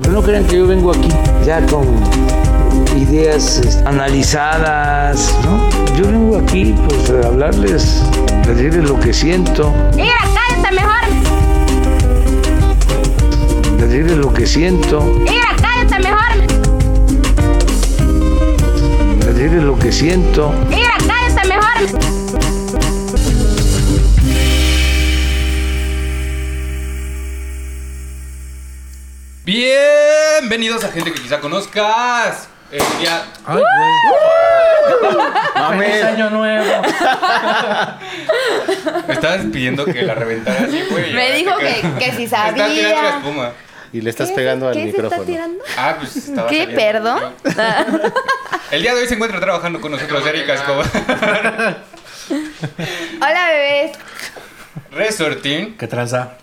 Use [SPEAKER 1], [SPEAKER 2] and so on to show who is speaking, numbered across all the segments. [SPEAKER 1] Pero no crean que yo vengo aquí ya con ideas este, analizadas, ¿no? Yo vengo aquí pues a hablarles, a decirles lo que siento,
[SPEAKER 2] Mira, cállate mejor.
[SPEAKER 1] a decirles lo que siento,
[SPEAKER 2] Mira, cállate mejor.
[SPEAKER 1] a decirles lo que siento.
[SPEAKER 2] Mira, cállate mejor.
[SPEAKER 3] Bienvenidos a gente que quizá conozcas. Eh, El día
[SPEAKER 4] Mames.
[SPEAKER 5] año nuevo.
[SPEAKER 3] me estabas pidiendo que la reventara así, güey.
[SPEAKER 6] Me dijo que, que si
[SPEAKER 3] Está tirando la
[SPEAKER 6] sabía.
[SPEAKER 3] espuma.
[SPEAKER 4] Y le estás pegando al
[SPEAKER 6] ¿Qué se está
[SPEAKER 4] micrófono.
[SPEAKER 6] tirando?
[SPEAKER 3] Ah, pues estaba
[SPEAKER 6] ¿Qué?
[SPEAKER 3] saliendo.
[SPEAKER 6] ¿Perdón?
[SPEAKER 3] El día de hoy se encuentra trabajando con nosotros Erika Escobar.
[SPEAKER 6] Hola, bebés.
[SPEAKER 3] Resortín.
[SPEAKER 5] ¿Qué traza?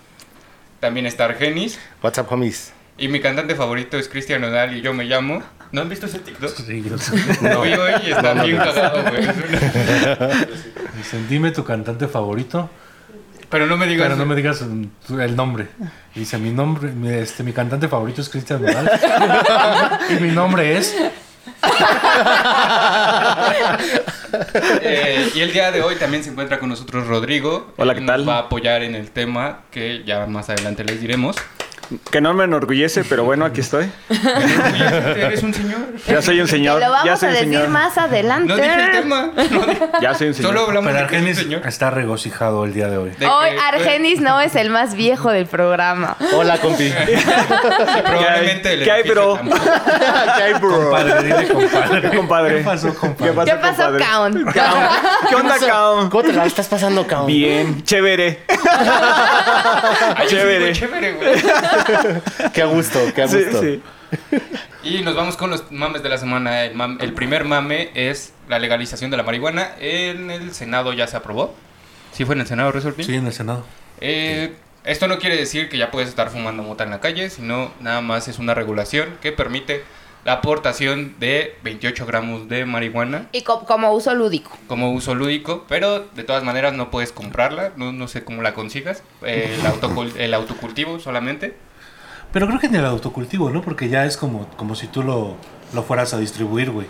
[SPEAKER 3] También está Argenis.
[SPEAKER 4] What's up, homies?
[SPEAKER 3] Y mi cantante favorito es Cristian Nodal y yo me llamo. ¿No han visto ese TikTok?
[SPEAKER 5] Pues
[SPEAKER 4] No.
[SPEAKER 3] Hoy, hoy está bien cagado, güey.
[SPEAKER 5] Dicen, dime tu cantante favorito,
[SPEAKER 3] Pero no me digas.
[SPEAKER 5] pero no me digas mm, tu- el nombre. Dice, mi nombre, mi, este, mi cantante favorito es Cristian Nodal. y mi nombre es...
[SPEAKER 3] Eh, y el día de hoy también se encuentra con nosotros Rodrigo.
[SPEAKER 7] Hola,
[SPEAKER 3] Él
[SPEAKER 7] ¿qué
[SPEAKER 3] nos
[SPEAKER 7] tal?
[SPEAKER 3] va a apoyar en el tema que ya más adelante les diremos.
[SPEAKER 7] Que no me enorgullece, pero bueno, aquí estoy.
[SPEAKER 3] Eres un señor.
[SPEAKER 7] Ya soy un
[SPEAKER 6] Te
[SPEAKER 7] señor.
[SPEAKER 6] lo
[SPEAKER 7] Ya
[SPEAKER 6] vamos
[SPEAKER 7] soy
[SPEAKER 6] a
[SPEAKER 7] un
[SPEAKER 6] decir
[SPEAKER 7] señor.
[SPEAKER 6] más adelante.
[SPEAKER 3] No dije el tema. no dije-
[SPEAKER 7] Ya soy un señor.
[SPEAKER 3] Solo hablamos
[SPEAKER 5] Pero
[SPEAKER 3] de que es un
[SPEAKER 5] Argenis
[SPEAKER 3] señor.
[SPEAKER 5] está regocijado el día de hoy.
[SPEAKER 3] De
[SPEAKER 6] Hoy
[SPEAKER 3] que- pues,
[SPEAKER 6] Argenis no es el más viejo del programa.
[SPEAKER 4] Hola, compi.
[SPEAKER 3] que Probablemente el
[SPEAKER 7] ¿Qué hay,
[SPEAKER 3] edificio
[SPEAKER 7] bro?
[SPEAKER 3] tampoco.
[SPEAKER 4] ¿Qué hay, bro?
[SPEAKER 5] Compadre, dile compadre.
[SPEAKER 7] Compadre.
[SPEAKER 5] ¿Qué pasó, compadre?
[SPEAKER 6] ¿Qué pasó, Kaon?
[SPEAKER 7] ¿Qué onda, Cam?
[SPEAKER 4] ¿Cómo te la estás pasando, cabrón?
[SPEAKER 7] Bien, chévere.
[SPEAKER 3] Ay, sí,
[SPEAKER 7] Chévere.
[SPEAKER 3] güey, chévere, güey.
[SPEAKER 4] Qué a gusto, qué a
[SPEAKER 7] Sí,
[SPEAKER 4] gusto.
[SPEAKER 7] sí.
[SPEAKER 3] Y nos vamos con los mames de la semana. El, mam- el primer mame es la legalización de la marihuana. En el Senado ya se aprobó. ¿Sí fue en el Senado, Resortín?
[SPEAKER 5] Sí, en el Senado.
[SPEAKER 3] Eh, esto no quiere decir que ya puedes estar fumando mota en la calle, sino nada más es una regulación que permite la aportación de 28 gramos de marihuana
[SPEAKER 6] Y co- como uso lúdico.
[SPEAKER 3] como uso lúdico, pero de todas maneras no puedes comprarla, no, no sé cómo la consigas, eh, el, autocul- el autocultivo solamente.
[SPEAKER 5] Pero creo que en el autocultivo, ¿no? Porque ya es como, como si tú lo, lo fueras a distribuir, güey.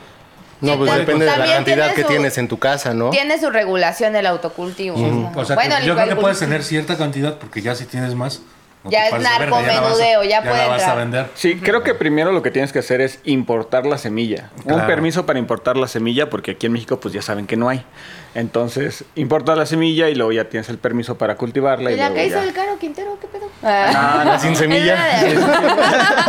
[SPEAKER 4] No, pues
[SPEAKER 6] También
[SPEAKER 4] depende de la
[SPEAKER 6] tiene
[SPEAKER 4] cantidad que
[SPEAKER 6] su-
[SPEAKER 4] tienes en tu casa, ¿no?
[SPEAKER 6] Tiene su regulación el autocultivo.
[SPEAKER 5] Mm, O sea,
[SPEAKER 6] Bueno,
[SPEAKER 5] que
[SPEAKER 6] el
[SPEAKER 5] yo creo que puedes
[SPEAKER 6] autocultivo.
[SPEAKER 5] tener cierta cantidad porque ya si tienes más... no
[SPEAKER 6] Ya
[SPEAKER 5] te
[SPEAKER 6] es
[SPEAKER 5] pases de verga, la vas a-
[SPEAKER 6] narcomenudeo, ya
[SPEAKER 5] Ya
[SPEAKER 6] puede
[SPEAKER 5] la vas a
[SPEAKER 6] entrar.
[SPEAKER 5] vender.
[SPEAKER 7] Sí, creo que primero lo que tienes que hacer es importar la semilla. Un
[SPEAKER 5] Claro.
[SPEAKER 7] permiso para importar la semilla, porque aquí en México pues ya saben que no hay. Entonces, importas la semilla y luego ya tienes el permiso para cultivarla.
[SPEAKER 6] ¿Y
[SPEAKER 7] Y
[SPEAKER 6] la
[SPEAKER 7] luego
[SPEAKER 6] que hizo
[SPEAKER 7] ya-
[SPEAKER 6] el caro Quintero? ¿Qué pedo?
[SPEAKER 4] Ah, la sin semilla.
[SPEAKER 6] Es verdad.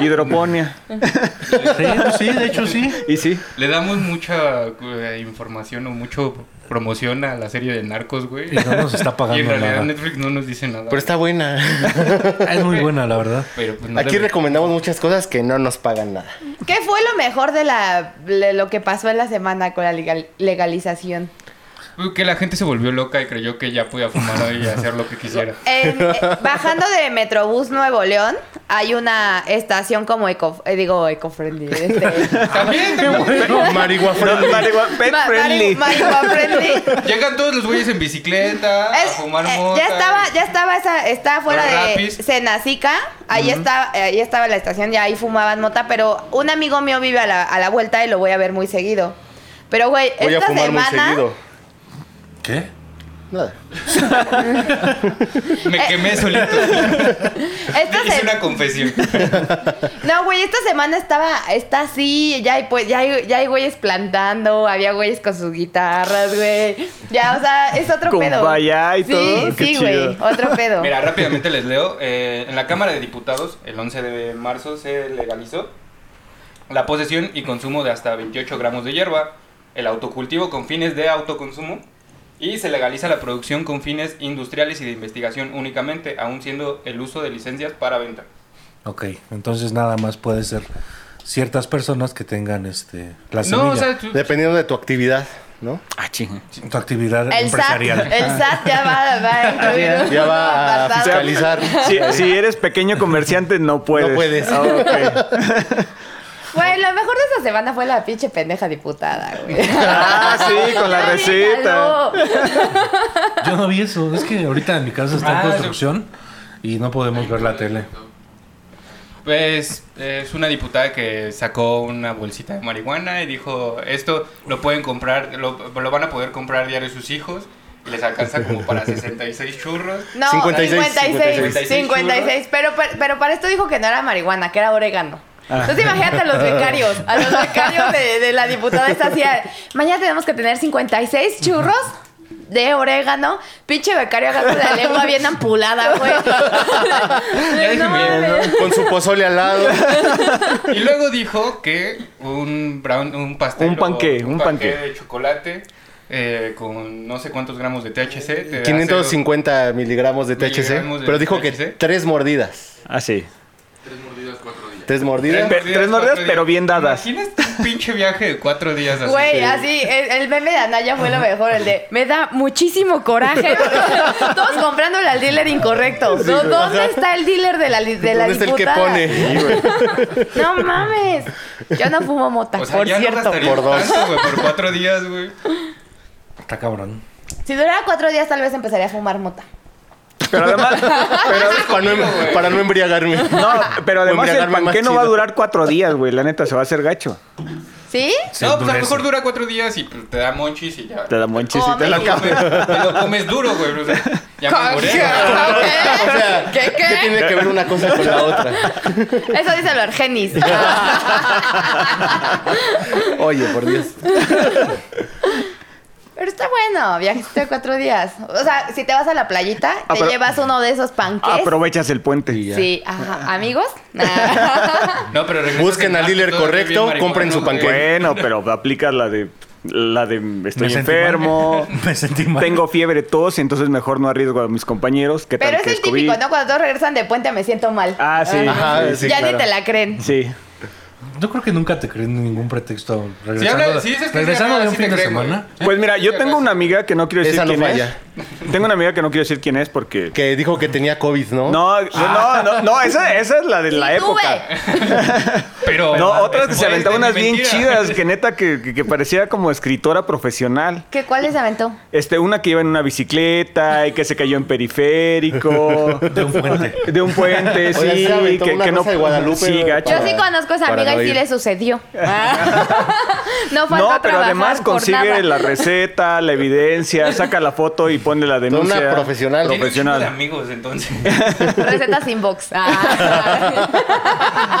[SPEAKER 7] Hidroponía.
[SPEAKER 5] Sí, pues sí, de hecho sí.
[SPEAKER 7] Y sí,
[SPEAKER 3] Le damos mucha eh, información o mucho promoción a la serie de narcos, güey.
[SPEAKER 5] Y no nos está pagando
[SPEAKER 3] Y en realidad
[SPEAKER 5] nada.
[SPEAKER 3] Netflix no nos dice nada.
[SPEAKER 4] Pero está buena.
[SPEAKER 5] Es muy buena, la verdad.
[SPEAKER 3] Pero, pues, no
[SPEAKER 4] Aquí
[SPEAKER 3] debe-
[SPEAKER 4] recomendamos muchas cosas que no nos pagan nada.
[SPEAKER 6] ¿Qué fue lo mejor de, la, de lo que pasó en la semana con la legal- legalización?
[SPEAKER 3] Que la gente se volvió loca y creyó que ya podía fumar y hacer lo que quisiera.
[SPEAKER 6] En- eh, bajando de Metrobús Nuevo León, hay una estación como eco... eh, digo, eco-friendly. este,
[SPEAKER 3] También, también.
[SPEAKER 4] Marigua
[SPEAKER 7] No, marihuana, pet
[SPEAKER 6] ma- mari-
[SPEAKER 7] friendly.
[SPEAKER 6] marihuana-friendly.
[SPEAKER 3] Llegan todos los güeyes en bicicleta,
[SPEAKER 6] Es-
[SPEAKER 3] a fumar
[SPEAKER 6] eh,
[SPEAKER 3] mota.
[SPEAKER 6] ya estaba, ya estaba esa, está afuera
[SPEAKER 3] Los
[SPEAKER 6] de
[SPEAKER 3] rapis.
[SPEAKER 6] Cenacica, ahí está, ahí estaba la estación, ya ahí fumaban mota, pero un amigo mío vive a la, a la vuelta y lo voy a ver muy seguido. Pero güey,
[SPEAKER 4] Voy a
[SPEAKER 6] esta
[SPEAKER 4] fumar muy
[SPEAKER 6] semana
[SPEAKER 4] seguido.
[SPEAKER 5] ¿Qué?
[SPEAKER 4] Nada.
[SPEAKER 6] eh,
[SPEAKER 3] Me quemé solito.
[SPEAKER 6] esta
[SPEAKER 3] Hice
[SPEAKER 6] se-
[SPEAKER 3] una confesión.
[SPEAKER 6] No, güey, esta semana estaba está así, ya hay pues ya hay, ya hay güeyes plantando, había güeyes con sus guitarras, güey. Ya, o sea, es otro
[SPEAKER 7] Con
[SPEAKER 6] pedo.
[SPEAKER 7] vaya y
[SPEAKER 6] sí,
[SPEAKER 7] todo, qué
[SPEAKER 6] sí, güey,
[SPEAKER 7] chido.
[SPEAKER 6] otro pedo.
[SPEAKER 3] Mira, rápidamente les leo. Eh, en la Cámara de Diputados, el 11 de marzo, se legalizó la posesión y consumo de hasta 28 gramos de hierba, el autocultivo con fines de autoconsumo y se legaliza la producción con fines industriales y de investigación únicamente, aún siendo el uso de licencias para venta.
[SPEAKER 5] Ok, entonces nada más puede ser ciertas personas que tengan este la semilla.
[SPEAKER 3] No, o sea, tú-
[SPEAKER 4] Dependiendo de tu actividad, ¿no?
[SPEAKER 7] Ah, chinga.
[SPEAKER 5] tu actividad
[SPEAKER 6] el SAT,
[SPEAKER 5] empresarial.
[SPEAKER 6] el SAT ya va, va a incluir
[SPEAKER 4] Ya
[SPEAKER 6] un
[SPEAKER 4] va a
[SPEAKER 6] apartado.
[SPEAKER 4] fiscalizar.
[SPEAKER 7] Si, si eres pequeño comerciante, no puedes.
[SPEAKER 4] No puedes.
[SPEAKER 7] Ah, ok.
[SPEAKER 6] Güey, lo mejor de esta semana fue la pinche pendeja diputada, güey.
[SPEAKER 7] Ah, sí, con la
[SPEAKER 6] Ya
[SPEAKER 7] receta.
[SPEAKER 6] me caló.
[SPEAKER 5] Yo no vi eso, es que ahorita en mi casa está
[SPEAKER 3] Ah,
[SPEAKER 5] en construcción y no podemos ver la tele.
[SPEAKER 3] Pues es una diputada que sacó una bolsita de marihuana y dijo, esto lo pueden comprar, lo, lo van a poder comprar diario sus hijos. Y les alcanza como para 66 churros.
[SPEAKER 6] No,
[SPEAKER 4] 56,
[SPEAKER 6] 56, 56,
[SPEAKER 3] 56,
[SPEAKER 6] pero, pa- pero para esto dijo que no era marihuana, que era orégano.
[SPEAKER 4] Ah.
[SPEAKER 6] Entonces imagínate a los becarios, a los becarios de, de la diputada esta así, mañana tenemos que tener 56 churros de orégano, pinche becario agarra la lengua bien ampulada, güey.
[SPEAKER 3] dije
[SPEAKER 6] No
[SPEAKER 3] bien,
[SPEAKER 6] mames.
[SPEAKER 4] Con su pozole al lado.
[SPEAKER 3] Y luego dijo que un brown, un pastel.
[SPEAKER 7] Un panqué,
[SPEAKER 3] o
[SPEAKER 7] un
[SPEAKER 3] panqué
[SPEAKER 7] panqué.
[SPEAKER 3] de chocolate eh, con no sé cuántos gramos de THC. te da
[SPEAKER 4] 550 miligramos de THC.
[SPEAKER 3] Miligramos de
[SPEAKER 4] Pero dijo que
[SPEAKER 3] THC.
[SPEAKER 4] tres mordidas.
[SPEAKER 7] Así.
[SPEAKER 4] Tres
[SPEAKER 3] cero-
[SPEAKER 4] mordidas.
[SPEAKER 7] Ah, Pe- tres mordidas,
[SPEAKER 3] cuatro
[SPEAKER 7] pero
[SPEAKER 3] días.
[SPEAKER 7] bien dadas.
[SPEAKER 3] Imagínate un pinche viaje de cuatro días así.
[SPEAKER 6] Güey, así, el, el meme de Anaya fue lo mejor, el de, me da muchísimo coraje. Todos comprándole al dealer incorrecto. ¿Dó- ¿Dónde está el dealer de la, li- de la
[SPEAKER 4] ¿Dónde está el que
[SPEAKER 6] diputada?
[SPEAKER 4] pone?
[SPEAKER 6] No mames. Yo no fumo mota,
[SPEAKER 3] O sea,
[SPEAKER 6] por
[SPEAKER 3] ya no
[SPEAKER 6] cierto.
[SPEAKER 3] gastarías
[SPEAKER 4] por dos.
[SPEAKER 3] tanto, güey, por cuatro días, güey.
[SPEAKER 5] Está cabrón.
[SPEAKER 6] Si durara cuatro días, tal vez empezaría a fumar mota.
[SPEAKER 7] Pero además,
[SPEAKER 4] Pero para no, em- para no embriagarme.
[SPEAKER 7] Ah, no, pero
[SPEAKER 4] O
[SPEAKER 7] además el
[SPEAKER 4] embriagarme más
[SPEAKER 7] panqué no va a
[SPEAKER 4] chido.
[SPEAKER 7] durar cuatro días, güey. La neta, se va a hacer gacho.
[SPEAKER 6] ¿Sí?
[SPEAKER 5] Se
[SPEAKER 3] No, pues a lo
[SPEAKER 5] endurece.
[SPEAKER 3] mejor dura cuatro días y pues, te da monchis y ya.
[SPEAKER 7] Te da monchis y te la
[SPEAKER 6] Come.
[SPEAKER 7] acabas.
[SPEAKER 3] Te lo comes duro, güey. o sea, ya me
[SPEAKER 6] ¿Qué?
[SPEAKER 3] moré, güey.
[SPEAKER 4] O sea,
[SPEAKER 6] ¿Qué?
[SPEAKER 4] ¿qué,
[SPEAKER 6] ¿Qué? ¿Qué?
[SPEAKER 4] tiene que ver una cosa con la otra?
[SPEAKER 6] Eso dice el Argenis.
[SPEAKER 4] Oye, por Dios.
[SPEAKER 6] Pero está bueno, viajaste cuatro días. O sea, si te vas a la playita,
[SPEAKER 7] Ah,
[SPEAKER 6] te
[SPEAKER 7] pero- Ah,
[SPEAKER 6] llevas uno de esos panques.
[SPEAKER 7] Aprovechas el puente.
[SPEAKER 6] Sí, ajá. ¿Amigos?
[SPEAKER 3] No, pero regresas
[SPEAKER 4] Busquen
[SPEAKER 3] en
[SPEAKER 4] al
[SPEAKER 3] marzo
[SPEAKER 4] dealer
[SPEAKER 3] todavía bien
[SPEAKER 4] correcto, compren su
[SPEAKER 3] marihuano, güey.
[SPEAKER 4] panqué.
[SPEAKER 7] Bueno, pero aplicas la de. La de estoy
[SPEAKER 5] Me sentí
[SPEAKER 7] enfermo,
[SPEAKER 5] mal. Me sentí mal.
[SPEAKER 7] tengo fiebre, tos, y entonces mejor no arriesgo a mis compañeros. ¿Qué
[SPEAKER 6] Pero
[SPEAKER 7] tal
[SPEAKER 6] es
[SPEAKER 7] que
[SPEAKER 6] el típico,
[SPEAKER 7] COVID?
[SPEAKER 6] ¿no? Cuando todos regresan de puente me siento mal.
[SPEAKER 7] Ah, sí.
[SPEAKER 4] Ajá, sí,
[SPEAKER 6] ya
[SPEAKER 4] claro.
[SPEAKER 6] ni te la creen.
[SPEAKER 7] Sí.
[SPEAKER 5] Yo creo que nunca te creen ningún pretexto regresando,
[SPEAKER 3] habla- si dices que
[SPEAKER 5] regresando
[SPEAKER 3] es ganada,
[SPEAKER 5] de un
[SPEAKER 3] sí
[SPEAKER 5] fin
[SPEAKER 3] te
[SPEAKER 5] de
[SPEAKER 3] creen,
[SPEAKER 5] semana.
[SPEAKER 7] Pues mira, yo tengo una amiga que no quiero decir
[SPEAKER 4] Esa no
[SPEAKER 7] quién
[SPEAKER 4] falla.
[SPEAKER 7] es. Tengo una amiga que no quiero decir quién es porque.
[SPEAKER 4] Que dijo que tenía COVID, ¿no?
[SPEAKER 7] No, no, no, no, esa, esa es la de
[SPEAKER 6] Y
[SPEAKER 7] la época.
[SPEAKER 6] tuve.
[SPEAKER 3] Pero.
[SPEAKER 7] No, otras que se
[SPEAKER 3] Güey, es
[SPEAKER 7] aventaban
[SPEAKER 3] de
[SPEAKER 7] unas bien
[SPEAKER 3] mentira.
[SPEAKER 7] chidas, que neta que, que- que parecía como escritora profesional.
[SPEAKER 6] ¿Qué, ¿Cuál les aventó?
[SPEAKER 7] Este, una que iba en una bicicleta y que se cayó en periférico.
[SPEAKER 5] De un puente.
[SPEAKER 7] De un puente, sí.
[SPEAKER 4] Oye, se aventó
[SPEAKER 7] que,
[SPEAKER 4] una
[SPEAKER 7] que no.
[SPEAKER 4] Rosa de Guadalupe,
[SPEAKER 7] sí,
[SPEAKER 4] ¿verdad?
[SPEAKER 7] gacho.
[SPEAKER 6] Yo
[SPEAKER 4] Para-
[SPEAKER 6] sí conozco a esa
[SPEAKER 4] para
[SPEAKER 6] amiga
[SPEAKER 4] no
[SPEAKER 6] y sí
[SPEAKER 4] ir.
[SPEAKER 6] le sucedió. Ah. no faltó
[SPEAKER 7] No,
[SPEAKER 6] trabajar
[SPEAKER 7] pero además
[SPEAKER 6] por
[SPEAKER 7] consigue
[SPEAKER 6] nada.
[SPEAKER 7] la receta, la evidencia, saca la foto y pone la denuncia.
[SPEAKER 4] Una profesional.
[SPEAKER 3] Tiene un chingo de
[SPEAKER 7] Profesional.
[SPEAKER 3] amigos, entonces.
[SPEAKER 6] Recetas inbox. Ah.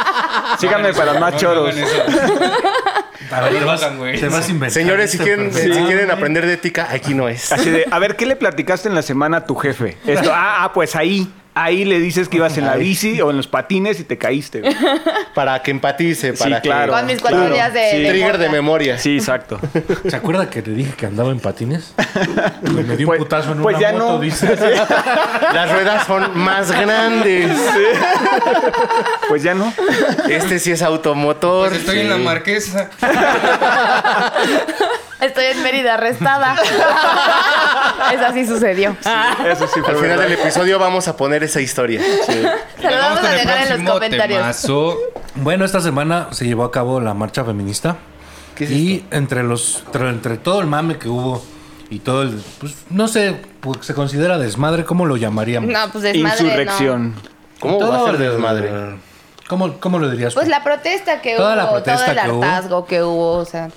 [SPEAKER 7] Síganme para más choros.
[SPEAKER 3] Pues,
[SPEAKER 5] A ver,
[SPEAKER 3] No
[SPEAKER 5] te
[SPEAKER 3] lo
[SPEAKER 5] vas,
[SPEAKER 3] hagan, güey.
[SPEAKER 5] te vas a inventar. este
[SPEAKER 4] Señores, si
[SPEAKER 5] esta
[SPEAKER 4] quieren,
[SPEAKER 5] enfermedad.
[SPEAKER 4] si quieren aprender de ética, aquí no es.
[SPEAKER 7] Así de, a ver, ¿qué le platicaste en la semana a tu jefe? Esto, ah, ah, pues ahí. Ahí le dices que ibas en la bici o en los patines y te caíste. güey.
[SPEAKER 4] Para que empatice, para que-
[SPEAKER 7] claro.
[SPEAKER 6] Con mis cuatro
[SPEAKER 7] Claro,
[SPEAKER 6] días de,
[SPEAKER 7] sí.
[SPEAKER 6] de
[SPEAKER 4] Trigger
[SPEAKER 6] mota.
[SPEAKER 4] de memoria.
[SPEAKER 7] Sí, exacto.
[SPEAKER 5] ¿Se acuerda que te dije que andaba en patines? Pues me dio
[SPEAKER 7] Pues-
[SPEAKER 5] un putazo en
[SPEAKER 7] pues
[SPEAKER 5] una
[SPEAKER 7] ya
[SPEAKER 5] moto,
[SPEAKER 7] no.
[SPEAKER 5] dice.
[SPEAKER 4] Las ruedas son más grandes.
[SPEAKER 7] Pues ya no.
[SPEAKER 4] Este sí es automotor.
[SPEAKER 3] Pues estoy en la
[SPEAKER 4] Sí.
[SPEAKER 3] marquesa.
[SPEAKER 6] Estoy en Mérida arrestada. Esa sí sucedió.
[SPEAKER 7] Eso sí fue
[SPEAKER 4] Al final
[SPEAKER 7] verdad.
[SPEAKER 4] del episodio vamos a poner esa historia.
[SPEAKER 6] Se lo vamos a dejar en los comentarios.
[SPEAKER 3] Temazo.
[SPEAKER 5] Bueno, esta semana se llevó a cabo la marcha feminista.
[SPEAKER 4] ¿Qué es
[SPEAKER 5] y entre los tra- entre todo el mame que hubo y todo el pues no sé, pues, se considera desmadre, ¿cómo lo llamaríamos?
[SPEAKER 6] No, pues desmadre. no.
[SPEAKER 7] Insurrección.
[SPEAKER 4] ¿Cómo
[SPEAKER 5] Todo
[SPEAKER 4] va a ser
[SPEAKER 5] el-
[SPEAKER 4] desmadre?
[SPEAKER 5] ¿Cómo, cómo lo dirías?
[SPEAKER 6] Pues
[SPEAKER 5] tú?
[SPEAKER 6] la protesta que
[SPEAKER 5] Toda
[SPEAKER 6] hubo,
[SPEAKER 5] la protesta
[SPEAKER 6] todo
[SPEAKER 5] que
[SPEAKER 6] el
[SPEAKER 5] hubo.
[SPEAKER 6] hartazgo que hubo, o sea.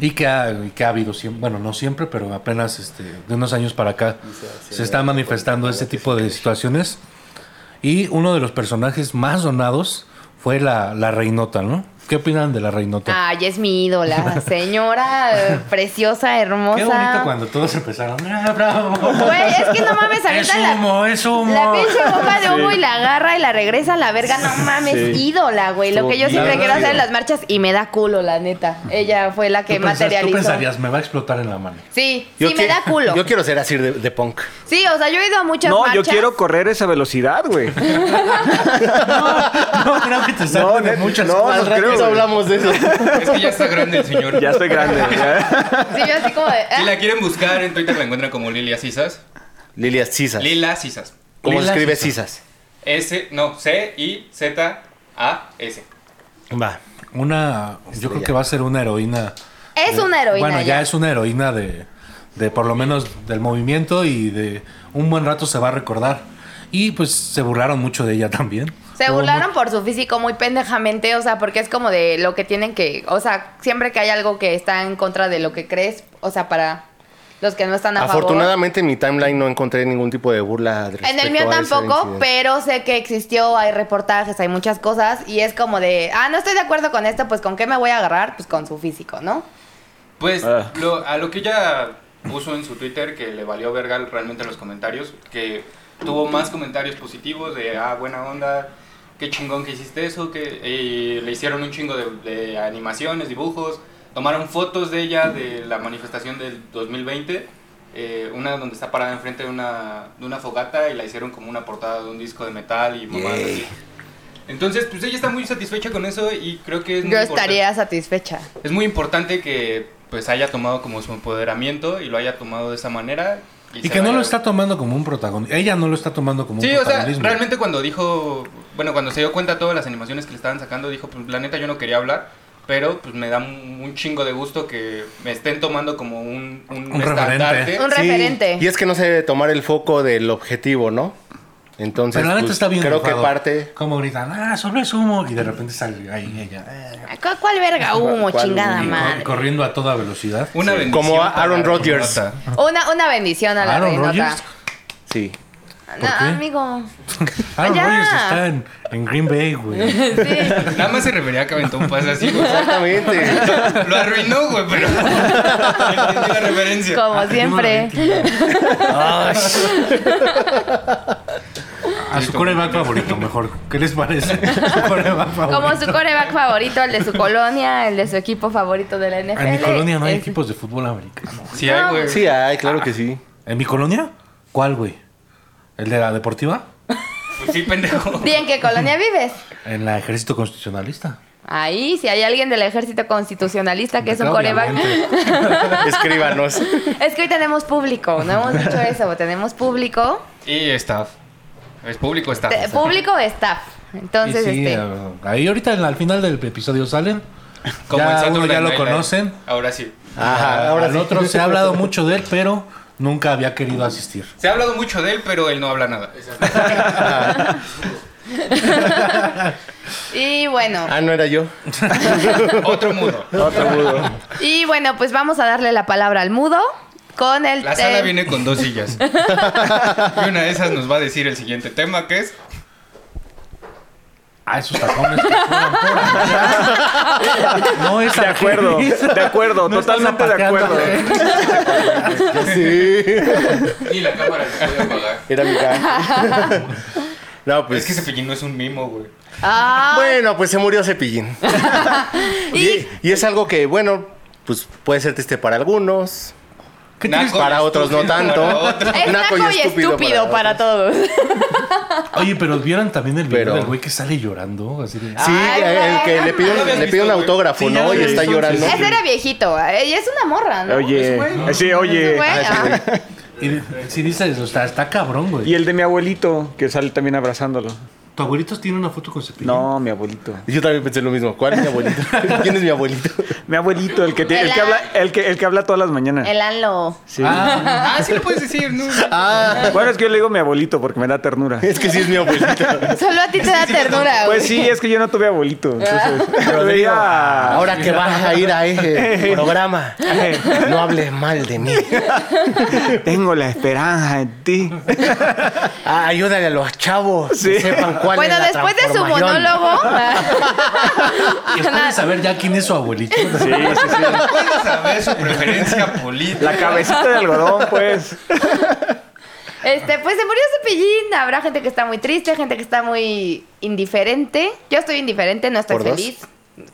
[SPEAKER 5] Y que ha, y que ha habido siempre, bueno, no siempre, pero apenas este, de unos años para acá se está manifestando este tipo de situaciones. Y uno de los personajes más donados fue la, la reinota, ¿no? ¿Qué opinan de la reinota?
[SPEAKER 6] Ay, es mi ídola, señora eh, preciosa, hermosa.
[SPEAKER 5] Qué bonito cuando todos empezaron. "Ah, bravo!
[SPEAKER 6] Güey, es que no mames,
[SPEAKER 5] Es
[SPEAKER 6] ahorita la-
[SPEAKER 5] humo, es humo.
[SPEAKER 6] La pinche boca de humo
[SPEAKER 7] Sí.
[SPEAKER 6] y la agarra y la regresa a la verga. No mames,
[SPEAKER 7] Sí.
[SPEAKER 6] ídola, güey. Lo
[SPEAKER 4] Estuvo
[SPEAKER 6] que yo
[SPEAKER 4] bien
[SPEAKER 6] siempre quiero hacer en
[SPEAKER 5] rápido.
[SPEAKER 6] las marchas y me da culo, la neta. Ella fue la que
[SPEAKER 5] ¿Tú pensas-
[SPEAKER 6] materializó.
[SPEAKER 5] Tú pensarías, me va a explotar en la mano.
[SPEAKER 6] Sí,
[SPEAKER 4] Yo
[SPEAKER 6] sí
[SPEAKER 4] qui-
[SPEAKER 6] me da culo.
[SPEAKER 4] Yo quiero ser así de, de punk.
[SPEAKER 6] Sí, o sea, yo he ido a muchas
[SPEAKER 7] No,
[SPEAKER 6] marchas.
[SPEAKER 7] yo quiero correr esa velocidad, güey.
[SPEAKER 5] No, creo que te
[SPEAKER 7] No,
[SPEAKER 5] salgo de
[SPEAKER 7] neta,
[SPEAKER 5] muchas
[SPEAKER 7] no,
[SPEAKER 5] cosas.
[SPEAKER 4] Al ratito
[SPEAKER 7] creo, güey.
[SPEAKER 4] hablamos de eso.
[SPEAKER 3] Es que ya está grande el señor.
[SPEAKER 7] Ya estoy grande. ya.
[SPEAKER 6] Sí, yo así como de, ah,
[SPEAKER 3] Si la quieren buscar en Twitter la encuentran como Lilia Cisas.
[SPEAKER 4] Lilia Cisas.
[SPEAKER 3] Lila Cisas.
[SPEAKER 4] ¿Cómo se
[SPEAKER 5] Lila
[SPEAKER 4] escribe Cisas?
[SPEAKER 3] S, no, C I Z A S.
[SPEAKER 4] Va.
[SPEAKER 5] Una, yo creo que va a ser una heroína.
[SPEAKER 6] "Ah, Es
[SPEAKER 5] de-
[SPEAKER 6] una heroína.
[SPEAKER 5] Eh, Bueno, ya
[SPEAKER 6] ya.
[SPEAKER 5] es una heroína de, de por lo menos del movimiento y de un buen rato se va a recordar. Y pues se burlaron mucho de ella también.
[SPEAKER 6] Se
[SPEAKER 5] No,
[SPEAKER 6] burlaron por su físico muy pendejamente, o sea, porque es como de lo que tienen que, o sea, siempre que hay algo que está en contra de lo que crees, o sea, para los que no están a favor.
[SPEAKER 4] Afortunadamente en mi timeline no encontré ningún tipo de burla.
[SPEAKER 6] En
[SPEAKER 4] respecto
[SPEAKER 6] el mío
[SPEAKER 4] a ese
[SPEAKER 6] tampoco,
[SPEAKER 4] incidente.
[SPEAKER 6] pero sé que existió, hay reportajes, hay muchas cosas, y es como de, ah, no estoy de acuerdo con esto, pues ¿con qué me voy a agarrar? Pues con su físico, ¿no?
[SPEAKER 3] Pues
[SPEAKER 7] Ah.
[SPEAKER 3] lo- a lo que ella puso en su Twitter, que le valió verga realmente los comentarios, que tuvo más comentarios positivos de, ah, buena onda, qué chingón que hiciste eso, que y le hicieron un chingo de, de animaciones, dibujos, tomaron fotos de ella de la manifestación del 2020, eh, una donde está parada enfrente de una, de una fogata y la hicieron como una portada de un disco de metal y mamadas así. Entonces, pues ella está muy satisfecha con eso y creo que es muy
[SPEAKER 6] Yo
[SPEAKER 3] importante
[SPEAKER 6] estaría satisfecha.
[SPEAKER 3] es muy importante que pues haya tomado como su empoderamiento y lo haya tomado de esa manera.
[SPEAKER 5] Y
[SPEAKER 3] se
[SPEAKER 5] que no
[SPEAKER 3] vaya-
[SPEAKER 5] lo está tomando como un protagonista. Ella no lo está tomando como
[SPEAKER 3] Sí,
[SPEAKER 5] un
[SPEAKER 3] o sea,
[SPEAKER 5] protagonismo.
[SPEAKER 3] realmente cuando dijo, bueno, cuando se dio cuenta de todas las animaciones que le estaban sacando, dijo, pues la neta yo no quería hablar, pero pues me da un, un chingo de gusto que me estén tomando como un, un,
[SPEAKER 5] Un referente.
[SPEAKER 3] estandarte.
[SPEAKER 6] Un referente.
[SPEAKER 4] Y es que no se debe tomar el foco del objetivo, ¿no? Entonces,
[SPEAKER 5] Pero la neta
[SPEAKER 4] pues,
[SPEAKER 5] está bien.
[SPEAKER 4] creo que
[SPEAKER 5] enojado.
[SPEAKER 4] parte...
[SPEAKER 5] Como gritan, ah, solo es humo. Y de repente sale ahí ella. eh,
[SPEAKER 6] ¿Cu- ¿Cuál, verga humo,
[SPEAKER 4] ¿Cuál
[SPEAKER 6] chingada
[SPEAKER 5] y cor-
[SPEAKER 6] madre?
[SPEAKER 5] corriendo a toda velocidad.
[SPEAKER 3] Una bendición
[SPEAKER 4] Como a-
[SPEAKER 3] para
[SPEAKER 4] Aaron
[SPEAKER 3] la
[SPEAKER 4] Rodgers.
[SPEAKER 3] comunidad.
[SPEAKER 6] Una, una bendición a la
[SPEAKER 5] Aaron
[SPEAKER 6] reina.
[SPEAKER 5] Rodgers.
[SPEAKER 4] Sí.
[SPEAKER 6] No,
[SPEAKER 5] qué?
[SPEAKER 6] amigo.
[SPEAKER 5] Aaron
[SPEAKER 6] Ya.
[SPEAKER 5] Rodgers está en, en Green Bay, güey.
[SPEAKER 3] Nada más se refería a que aventó un pase así, güey.
[SPEAKER 4] Exactamente.
[SPEAKER 3] Lo arruinó, güey, pero. Entendí la referencia.
[SPEAKER 5] Ah,
[SPEAKER 6] Como siempre.
[SPEAKER 5] A su coreback favorito, mejor. ¿Qué les parece? Su coreback favorito.
[SPEAKER 6] Como su coreback favorito, el de su colonia, el de su equipo favorito de la NFL.
[SPEAKER 5] En mi colonia no hay
[SPEAKER 6] Es-
[SPEAKER 5] equipos de fútbol americano.
[SPEAKER 3] Sí, hay, güey.
[SPEAKER 4] Sí, ay, claro que sí.
[SPEAKER 5] ¿En mi colonia? ¿Cuál, güey? ¿El de la deportiva?
[SPEAKER 3] Pues sí, pendejo.
[SPEAKER 6] ¿Y en qué colonia vives?
[SPEAKER 5] En la ejército constitucionalista.
[SPEAKER 6] Ahí, si hay alguien del ejército constitucionalista que es un
[SPEAKER 5] Claudia
[SPEAKER 6] coreback.
[SPEAKER 5] Montes.
[SPEAKER 4] Escríbanos.
[SPEAKER 6] Es que hoy tenemos público, no hemos dicho eso, tenemos público,
[SPEAKER 3] Y staff. Es público staff.
[SPEAKER 6] te- Eh, público staff. Entonces,
[SPEAKER 5] Y sí,
[SPEAKER 6] este,
[SPEAKER 5] eh, ahí ahorita en la- al final del episodio salen.
[SPEAKER 3] Como
[SPEAKER 5] ya
[SPEAKER 3] en Saturday
[SPEAKER 5] uno ya lo
[SPEAKER 3] Night Live.
[SPEAKER 5] conocen.
[SPEAKER 3] Ahora sí.
[SPEAKER 4] Ajá, Ah, ahora
[SPEAKER 5] Al
[SPEAKER 4] sí.
[SPEAKER 5] otro se ha hablado mucho de él, pero nunca había querido asistir.
[SPEAKER 3] Se ha hablado mucho de él, pero él no habla nada.
[SPEAKER 6] y bueno,
[SPEAKER 4] Ah, no era yo.
[SPEAKER 3] Otro mudo.
[SPEAKER 4] Otro mudo.
[SPEAKER 6] y bueno, pues vamos a darle la palabra al mudo con el
[SPEAKER 3] La sala
[SPEAKER 6] tem-
[SPEAKER 3] viene con dos sillas. Y una de esas nos va a decir el siguiente tema, que es...
[SPEAKER 5] Ah, esos tacones que fueron por allá. No es
[SPEAKER 7] De acuerdo, de acuerdo,
[SPEAKER 5] No estás
[SPEAKER 7] totalmente de
[SPEAKER 5] zapateando,
[SPEAKER 7] acuerdo.
[SPEAKER 5] ¿eh?
[SPEAKER 4] Sí.
[SPEAKER 3] Y la cámara se puede apagar.
[SPEAKER 4] Era mi cara. No, pues...
[SPEAKER 3] Es que Cepillín no es un mimo, güey.
[SPEAKER 6] Ah,
[SPEAKER 4] Bueno, pues se murió Cepillín. y, y es algo que, bueno, pues puede ser triste para algunos,
[SPEAKER 5] ¿Qué
[SPEAKER 3] Naco
[SPEAKER 5] tienes?
[SPEAKER 3] y
[SPEAKER 4] para otros no
[SPEAKER 3] estúpido,
[SPEAKER 4] tanto.
[SPEAKER 3] para otros.
[SPEAKER 6] es naco
[SPEAKER 4] Naco y
[SPEAKER 6] y
[SPEAKER 4] estúpido
[SPEAKER 6] estúpido, para,
[SPEAKER 4] para
[SPEAKER 6] todos.
[SPEAKER 5] Oye, pero vieron también el video
[SPEAKER 4] Pero-
[SPEAKER 5] del güey que sale llorando. Así de...
[SPEAKER 4] Sí,
[SPEAKER 6] Ay,
[SPEAKER 4] el que
[SPEAKER 6] güey.
[SPEAKER 4] le pide,
[SPEAKER 3] No lo
[SPEAKER 4] un-
[SPEAKER 3] habías
[SPEAKER 4] le pide
[SPEAKER 3] visto,
[SPEAKER 4] un
[SPEAKER 3] güey.
[SPEAKER 4] autógrafo,
[SPEAKER 5] Sí, ya
[SPEAKER 4] ¿no?
[SPEAKER 5] lo
[SPEAKER 4] Y
[SPEAKER 5] había
[SPEAKER 4] está
[SPEAKER 5] visto,
[SPEAKER 4] llorando.
[SPEAKER 5] sí.
[SPEAKER 6] Ese era viejito, eh, y es una morra, ¿no?
[SPEAKER 7] Oye, eh, sí, oye.
[SPEAKER 6] Güey, ah,
[SPEAKER 5] Y si dices, o sea, está cabrón, güey.
[SPEAKER 7] Y el de mi abuelito, que sale también abrazándolo.
[SPEAKER 5] ¿Tu abuelito tiene una foto con Cepillín?
[SPEAKER 7] No, mi abuelito.
[SPEAKER 4] Yo también pensé lo mismo. ¿Cuál es mi abuelito? ¿Quién es mi abuelito?
[SPEAKER 7] Mi abuelito, el que, tiene- el que, habla, el que, el que habla todas las mañanas.
[SPEAKER 6] el Anlo.
[SPEAKER 7] Sí.
[SPEAKER 5] Ah,
[SPEAKER 3] Ah, sí lo puedes decir, ¿no?
[SPEAKER 4] Ah,
[SPEAKER 7] Bueno, es que yo le digo mi abuelito porque me da ternura.
[SPEAKER 4] es que sí es mi abuelito.
[SPEAKER 6] Solo a ti te da ternura, güey.
[SPEAKER 7] Pues sí, es que yo no tuve abuelito.
[SPEAKER 6] Ah.
[SPEAKER 7] Entonces,
[SPEAKER 4] Pero
[SPEAKER 7] lo
[SPEAKER 4] digo,
[SPEAKER 7] veía-
[SPEAKER 4] Ahora que vas a ir a ese programa, no hables mal de mí.
[SPEAKER 7] Tengo la esperanza en ti.
[SPEAKER 4] Ah, ayúdale a los chavos
[SPEAKER 7] Sí.
[SPEAKER 4] que sepan cuál
[SPEAKER 6] Bueno,
[SPEAKER 4] es la
[SPEAKER 6] después de su
[SPEAKER 4] transformación.
[SPEAKER 6] monólogo,
[SPEAKER 5] y después de saber ya quién es su abuelito.
[SPEAKER 3] Puedes saber su preferencia política.
[SPEAKER 7] La cabecita de algodón, pues.
[SPEAKER 6] este, pues se murió Cepillín. Habrá gente que está muy triste, gente que está muy indiferente. Yo estoy indiferente, no estoy
[SPEAKER 4] Por dos.
[SPEAKER 6] feliz.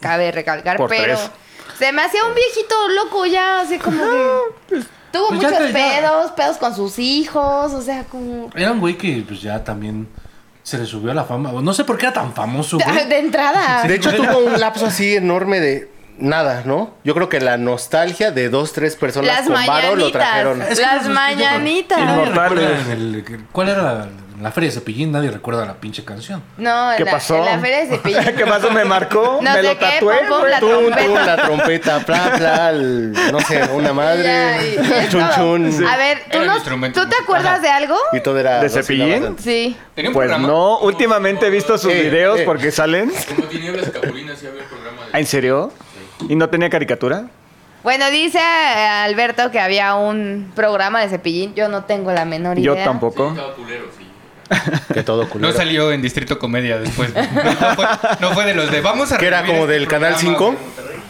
[SPEAKER 6] Cabe recalcar,
[SPEAKER 7] Por
[SPEAKER 6] pero
[SPEAKER 7] tres.
[SPEAKER 6] se me hacía un viejito loco ya, así como que tuvo
[SPEAKER 5] Pues ya
[SPEAKER 6] muchos
[SPEAKER 5] que ya-
[SPEAKER 6] pedos, pedos con sus hijos, o sea, como
[SPEAKER 5] Era un güey que pues ya también se le subió a la fama. No sé por qué era tan famoso, güey.
[SPEAKER 6] de entrada.
[SPEAKER 4] De hecho, tuvo un lapso así enorme de nada, ¿no? Yo creo que la nostalgia de dos, tres personas
[SPEAKER 6] Las
[SPEAKER 4] con varo lo
[SPEAKER 6] mañanitas.
[SPEAKER 4] trajeron.
[SPEAKER 5] Es que
[SPEAKER 6] Las
[SPEAKER 5] no sé, yo-
[SPEAKER 6] mañanitas.
[SPEAKER 5] Sí, no me
[SPEAKER 7] Inmortales.
[SPEAKER 5] recuerda en el- ¿Cuál era la, en la feria de Cepillín nadie recuerda la pinche canción.
[SPEAKER 6] No, en
[SPEAKER 7] ¿Qué
[SPEAKER 6] la-
[SPEAKER 7] pasó?
[SPEAKER 6] en la feria de Cepillín.
[SPEAKER 7] ¿Qué pasó? ¿Me marcó?
[SPEAKER 6] No
[SPEAKER 7] ¿Me
[SPEAKER 6] sé
[SPEAKER 7] lo
[SPEAKER 6] qué,
[SPEAKER 7] tatué?
[SPEAKER 6] pum, pum,
[SPEAKER 7] güey?
[SPEAKER 6] la
[SPEAKER 4] Tú, tú,
[SPEAKER 6] trompeta.
[SPEAKER 4] la trompeta, bla, bla, el- no sé, una
[SPEAKER 6] Ya, y-
[SPEAKER 4] madre,
[SPEAKER 6] y es
[SPEAKER 4] chun
[SPEAKER 6] todo.
[SPEAKER 4] chun.
[SPEAKER 6] A ver, ¿tú,
[SPEAKER 3] Era el
[SPEAKER 6] nos-
[SPEAKER 3] instrumento.
[SPEAKER 6] ¿tú te acuerdas
[SPEAKER 3] Ajá.
[SPEAKER 6] de algo?
[SPEAKER 4] Y todo era.
[SPEAKER 7] ¿De
[SPEAKER 4] dos
[SPEAKER 7] Cepillín?
[SPEAKER 4] sílabas.
[SPEAKER 6] Sí.
[SPEAKER 3] Tenía un
[SPEAKER 7] Pues
[SPEAKER 3] programa.
[SPEAKER 7] no, últimamente he visto sus
[SPEAKER 4] Eh,
[SPEAKER 7] videos
[SPEAKER 4] eh.
[SPEAKER 7] porque salen.
[SPEAKER 8] Como tinieblas Capulina sí había un programa de...
[SPEAKER 7] ¿En serio? ¿Y no tenía caricatura?
[SPEAKER 6] Bueno, dice eh, Alberto que había un programa de Cepillín. Yo no tengo la menor idea.
[SPEAKER 7] Yo tampoco.
[SPEAKER 8] Estaba culero, sí.
[SPEAKER 4] Que todo
[SPEAKER 3] No
[SPEAKER 4] culero.
[SPEAKER 3] salió en Distrito Comedia después. No, no fue, no fue de los de vamos a
[SPEAKER 4] Que era
[SPEAKER 3] revivir
[SPEAKER 4] como
[SPEAKER 3] este
[SPEAKER 4] del Canal
[SPEAKER 3] programa,
[SPEAKER 4] 5.
[SPEAKER 3] güey.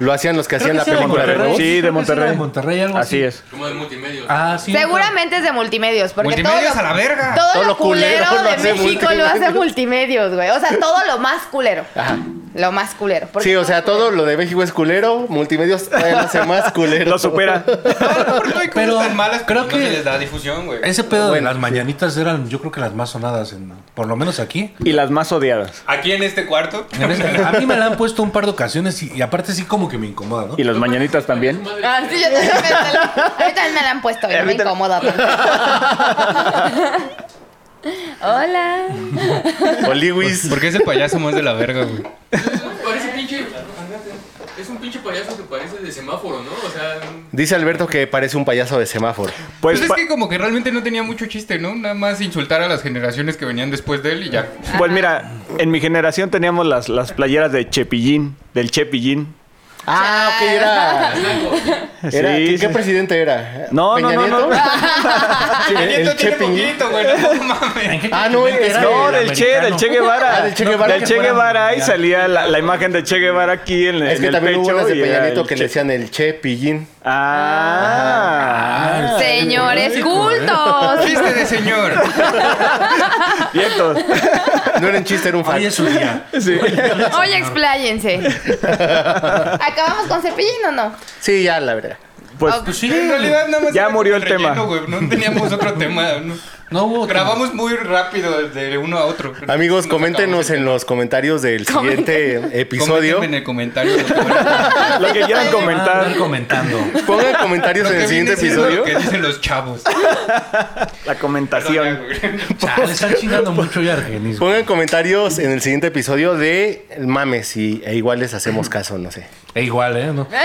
[SPEAKER 4] Lo hacían los que hacían la
[SPEAKER 5] Creo que sí era
[SPEAKER 4] película,
[SPEAKER 5] de
[SPEAKER 4] ¿no?
[SPEAKER 5] Monterrey.
[SPEAKER 7] Sí,
[SPEAKER 5] creo
[SPEAKER 7] de
[SPEAKER 5] que era
[SPEAKER 7] Monterrey.
[SPEAKER 5] de Monterrey, algo así.
[SPEAKER 7] Así es.
[SPEAKER 8] Como de multimedia.
[SPEAKER 5] Ah, sí.
[SPEAKER 6] Seguramente es de multimedios, porque todo
[SPEAKER 3] Multimedios
[SPEAKER 6] lo,
[SPEAKER 3] a la verga.
[SPEAKER 6] todo
[SPEAKER 4] Todo
[SPEAKER 6] lo culero,
[SPEAKER 4] culero lo
[SPEAKER 6] de
[SPEAKER 4] hace
[SPEAKER 6] México lo hace multimedios, güey. O sea, todo lo más culero.
[SPEAKER 4] Ajá.
[SPEAKER 6] Lo más culero. porque
[SPEAKER 4] Sí, o sea, todo lo de México es culero, multimedios todavía lo hace más culero.
[SPEAKER 7] Lo supera.
[SPEAKER 5] Pero
[SPEAKER 3] Pero tan malas
[SPEAKER 5] creo
[SPEAKER 3] creo que
[SPEAKER 5] que-
[SPEAKER 3] no se les da difusión, güey.
[SPEAKER 5] Ese pedo
[SPEAKER 4] Bueno,
[SPEAKER 5] de las
[SPEAKER 4] sí.
[SPEAKER 5] mañanitas eran, yo creo que las más sonadas, en, por lo menos aquí.
[SPEAKER 7] Y las más odiadas.
[SPEAKER 3] Aquí en este cuarto.
[SPEAKER 5] En este- A mí me la han puesto un par de ocasiones y, y aparte sí como que me incomoda, ¿no?
[SPEAKER 7] Y las mañanitas también.
[SPEAKER 6] Ah, sí, yo también me la- a mí también me la han puesto y
[SPEAKER 7] A
[SPEAKER 6] no
[SPEAKER 7] mí
[SPEAKER 6] me
[SPEAKER 7] también.
[SPEAKER 6] incomoda tanto. Hola.
[SPEAKER 4] Oliwis.
[SPEAKER 3] Porque ese payaso más de la verga, güey.
[SPEAKER 8] Parece pinche... Es un pinche payaso que parece de semáforo, ¿no? O sea...
[SPEAKER 4] Dice Alberto que parece un payaso de semáforo.
[SPEAKER 3] Pues,
[SPEAKER 7] Pues,
[SPEAKER 3] es
[SPEAKER 7] pa-
[SPEAKER 3] que como que realmente no tenía mucho chiste, ¿no? Nada más insultar a las generaciones que venían después de él y ya.
[SPEAKER 7] pues mira, en mi generación teníamos las, las playeras de Chepillín, del Chepillín.
[SPEAKER 4] Ah, ok, era. era-
[SPEAKER 7] Sí,
[SPEAKER 4] ¿qué, qué
[SPEAKER 7] sí.
[SPEAKER 4] presidente era?
[SPEAKER 7] No, no,
[SPEAKER 4] ¿Peña
[SPEAKER 7] no, no.
[SPEAKER 4] Nieto?
[SPEAKER 3] El
[SPEAKER 4] Sí,
[SPEAKER 3] nieto
[SPEAKER 4] el
[SPEAKER 3] tiene
[SPEAKER 4] Chepiñín.
[SPEAKER 3] poquito, güey. No mames.
[SPEAKER 4] Ah, no, es
[SPEAKER 7] No, del Che, del
[SPEAKER 5] americano.
[SPEAKER 7] Che Guevara.
[SPEAKER 4] Ah,
[SPEAKER 7] del
[SPEAKER 4] del
[SPEAKER 7] Che
[SPEAKER 4] Che Guevara.
[SPEAKER 7] Guevara. Del Che Guevara ahí salía la, la imagen de Che Guevara aquí en,
[SPEAKER 4] Es
[SPEAKER 7] en
[SPEAKER 4] que
[SPEAKER 7] el
[SPEAKER 4] también hubo
[SPEAKER 7] pecho.
[SPEAKER 4] unas de
[SPEAKER 7] y era
[SPEAKER 4] Peña Nieto
[SPEAKER 7] el
[SPEAKER 4] que
[SPEAKER 7] Che.
[SPEAKER 4] le decían el Che Pillín.
[SPEAKER 7] Ah,
[SPEAKER 6] Señores
[SPEAKER 3] Un
[SPEAKER 6] cultos.
[SPEAKER 3] Chiste de señor.
[SPEAKER 4] "Ah".
[SPEAKER 7] vientos.
[SPEAKER 4] No era un chiste, era un fan.
[SPEAKER 5] Hoy es su día.
[SPEAKER 6] Oye, expláyense. ¿Acabamos con cepillín o no?
[SPEAKER 4] Sí, ya, la verdad.
[SPEAKER 7] Pues
[SPEAKER 6] Ok.
[SPEAKER 5] Pues sí,
[SPEAKER 3] En realidad nada más
[SPEAKER 7] Ya
[SPEAKER 3] era
[SPEAKER 7] murió
[SPEAKER 3] como
[SPEAKER 7] el tema.
[SPEAKER 3] relleno, güey. No teníamos otro tema. ¿no?
[SPEAKER 5] no hubo... otra.
[SPEAKER 3] Grabamos muy rápido de uno a otro.
[SPEAKER 4] Amigos,
[SPEAKER 3] Nos
[SPEAKER 4] coméntenos
[SPEAKER 3] acabamos el
[SPEAKER 4] en los comentarios del siguiente episodio.
[SPEAKER 3] Coméntenme en el comentario. lo que viene
[SPEAKER 7] lo que quieran
[SPEAKER 5] Ah,
[SPEAKER 7] comentar,
[SPEAKER 5] andar comentando.
[SPEAKER 4] Pongan comentarios en el siguiente
[SPEAKER 3] siendo
[SPEAKER 4] episodio.
[SPEAKER 3] Lo que dicen los chavos.
[SPEAKER 7] la comentación.
[SPEAKER 5] Chale, están chingando mucho ya Argenis. güey.
[SPEAKER 4] Pongan comentarios en el siguiente episodio de mames y e igual les hacemos caso, no sé.
[SPEAKER 5] E igual, ¿eh? No.
[SPEAKER 6] Ah,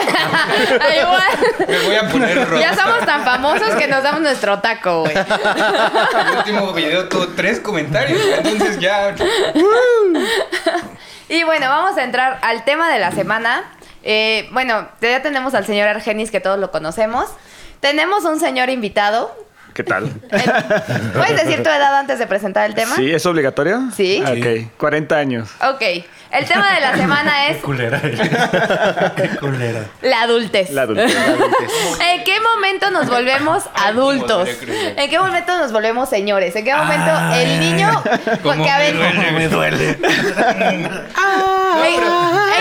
[SPEAKER 6] Igual.
[SPEAKER 3] Me voy a poner rojo.
[SPEAKER 6] Ya somos tan famosos que nos damos nuestro taco, güey.
[SPEAKER 3] El último video tuvo tres comentarios. Entonces ya.
[SPEAKER 6] Y bueno, vamos a entrar al tema de la semana. Eh, bueno, ya tenemos al señor Argenis, que todos lo conocemos. Tenemos un señor invitado.
[SPEAKER 7] ¿Qué tal?
[SPEAKER 6] El- ¿Puedes decir tu edad antes de presentar el tema?
[SPEAKER 7] ¿Sí? ¿Es obligatorio?
[SPEAKER 6] Sí.
[SPEAKER 7] Ah, Ok, 40 años.
[SPEAKER 6] Ok, el tema de la semana es
[SPEAKER 5] Qué culera eres. Qué culera.
[SPEAKER 6] la adultez.
[SPEAKER 7] La adultez.
[SPEAKER 6] ¿En qué momento nos volvemos adultos? ¿En qué momento nos volvemos señores? ¿En qué momento
[SPEAKER 7] Ah.
[SPEAKER 5] Ay,
[SPEAKER 6] el niño...
[SPEAKER 3] Como
[SPEAKER 6] Porque, a ver,
[SPEAKER 3] me
[SPEAKER 5] Cómo me duele.
[SPEAKER 6] ¿en- en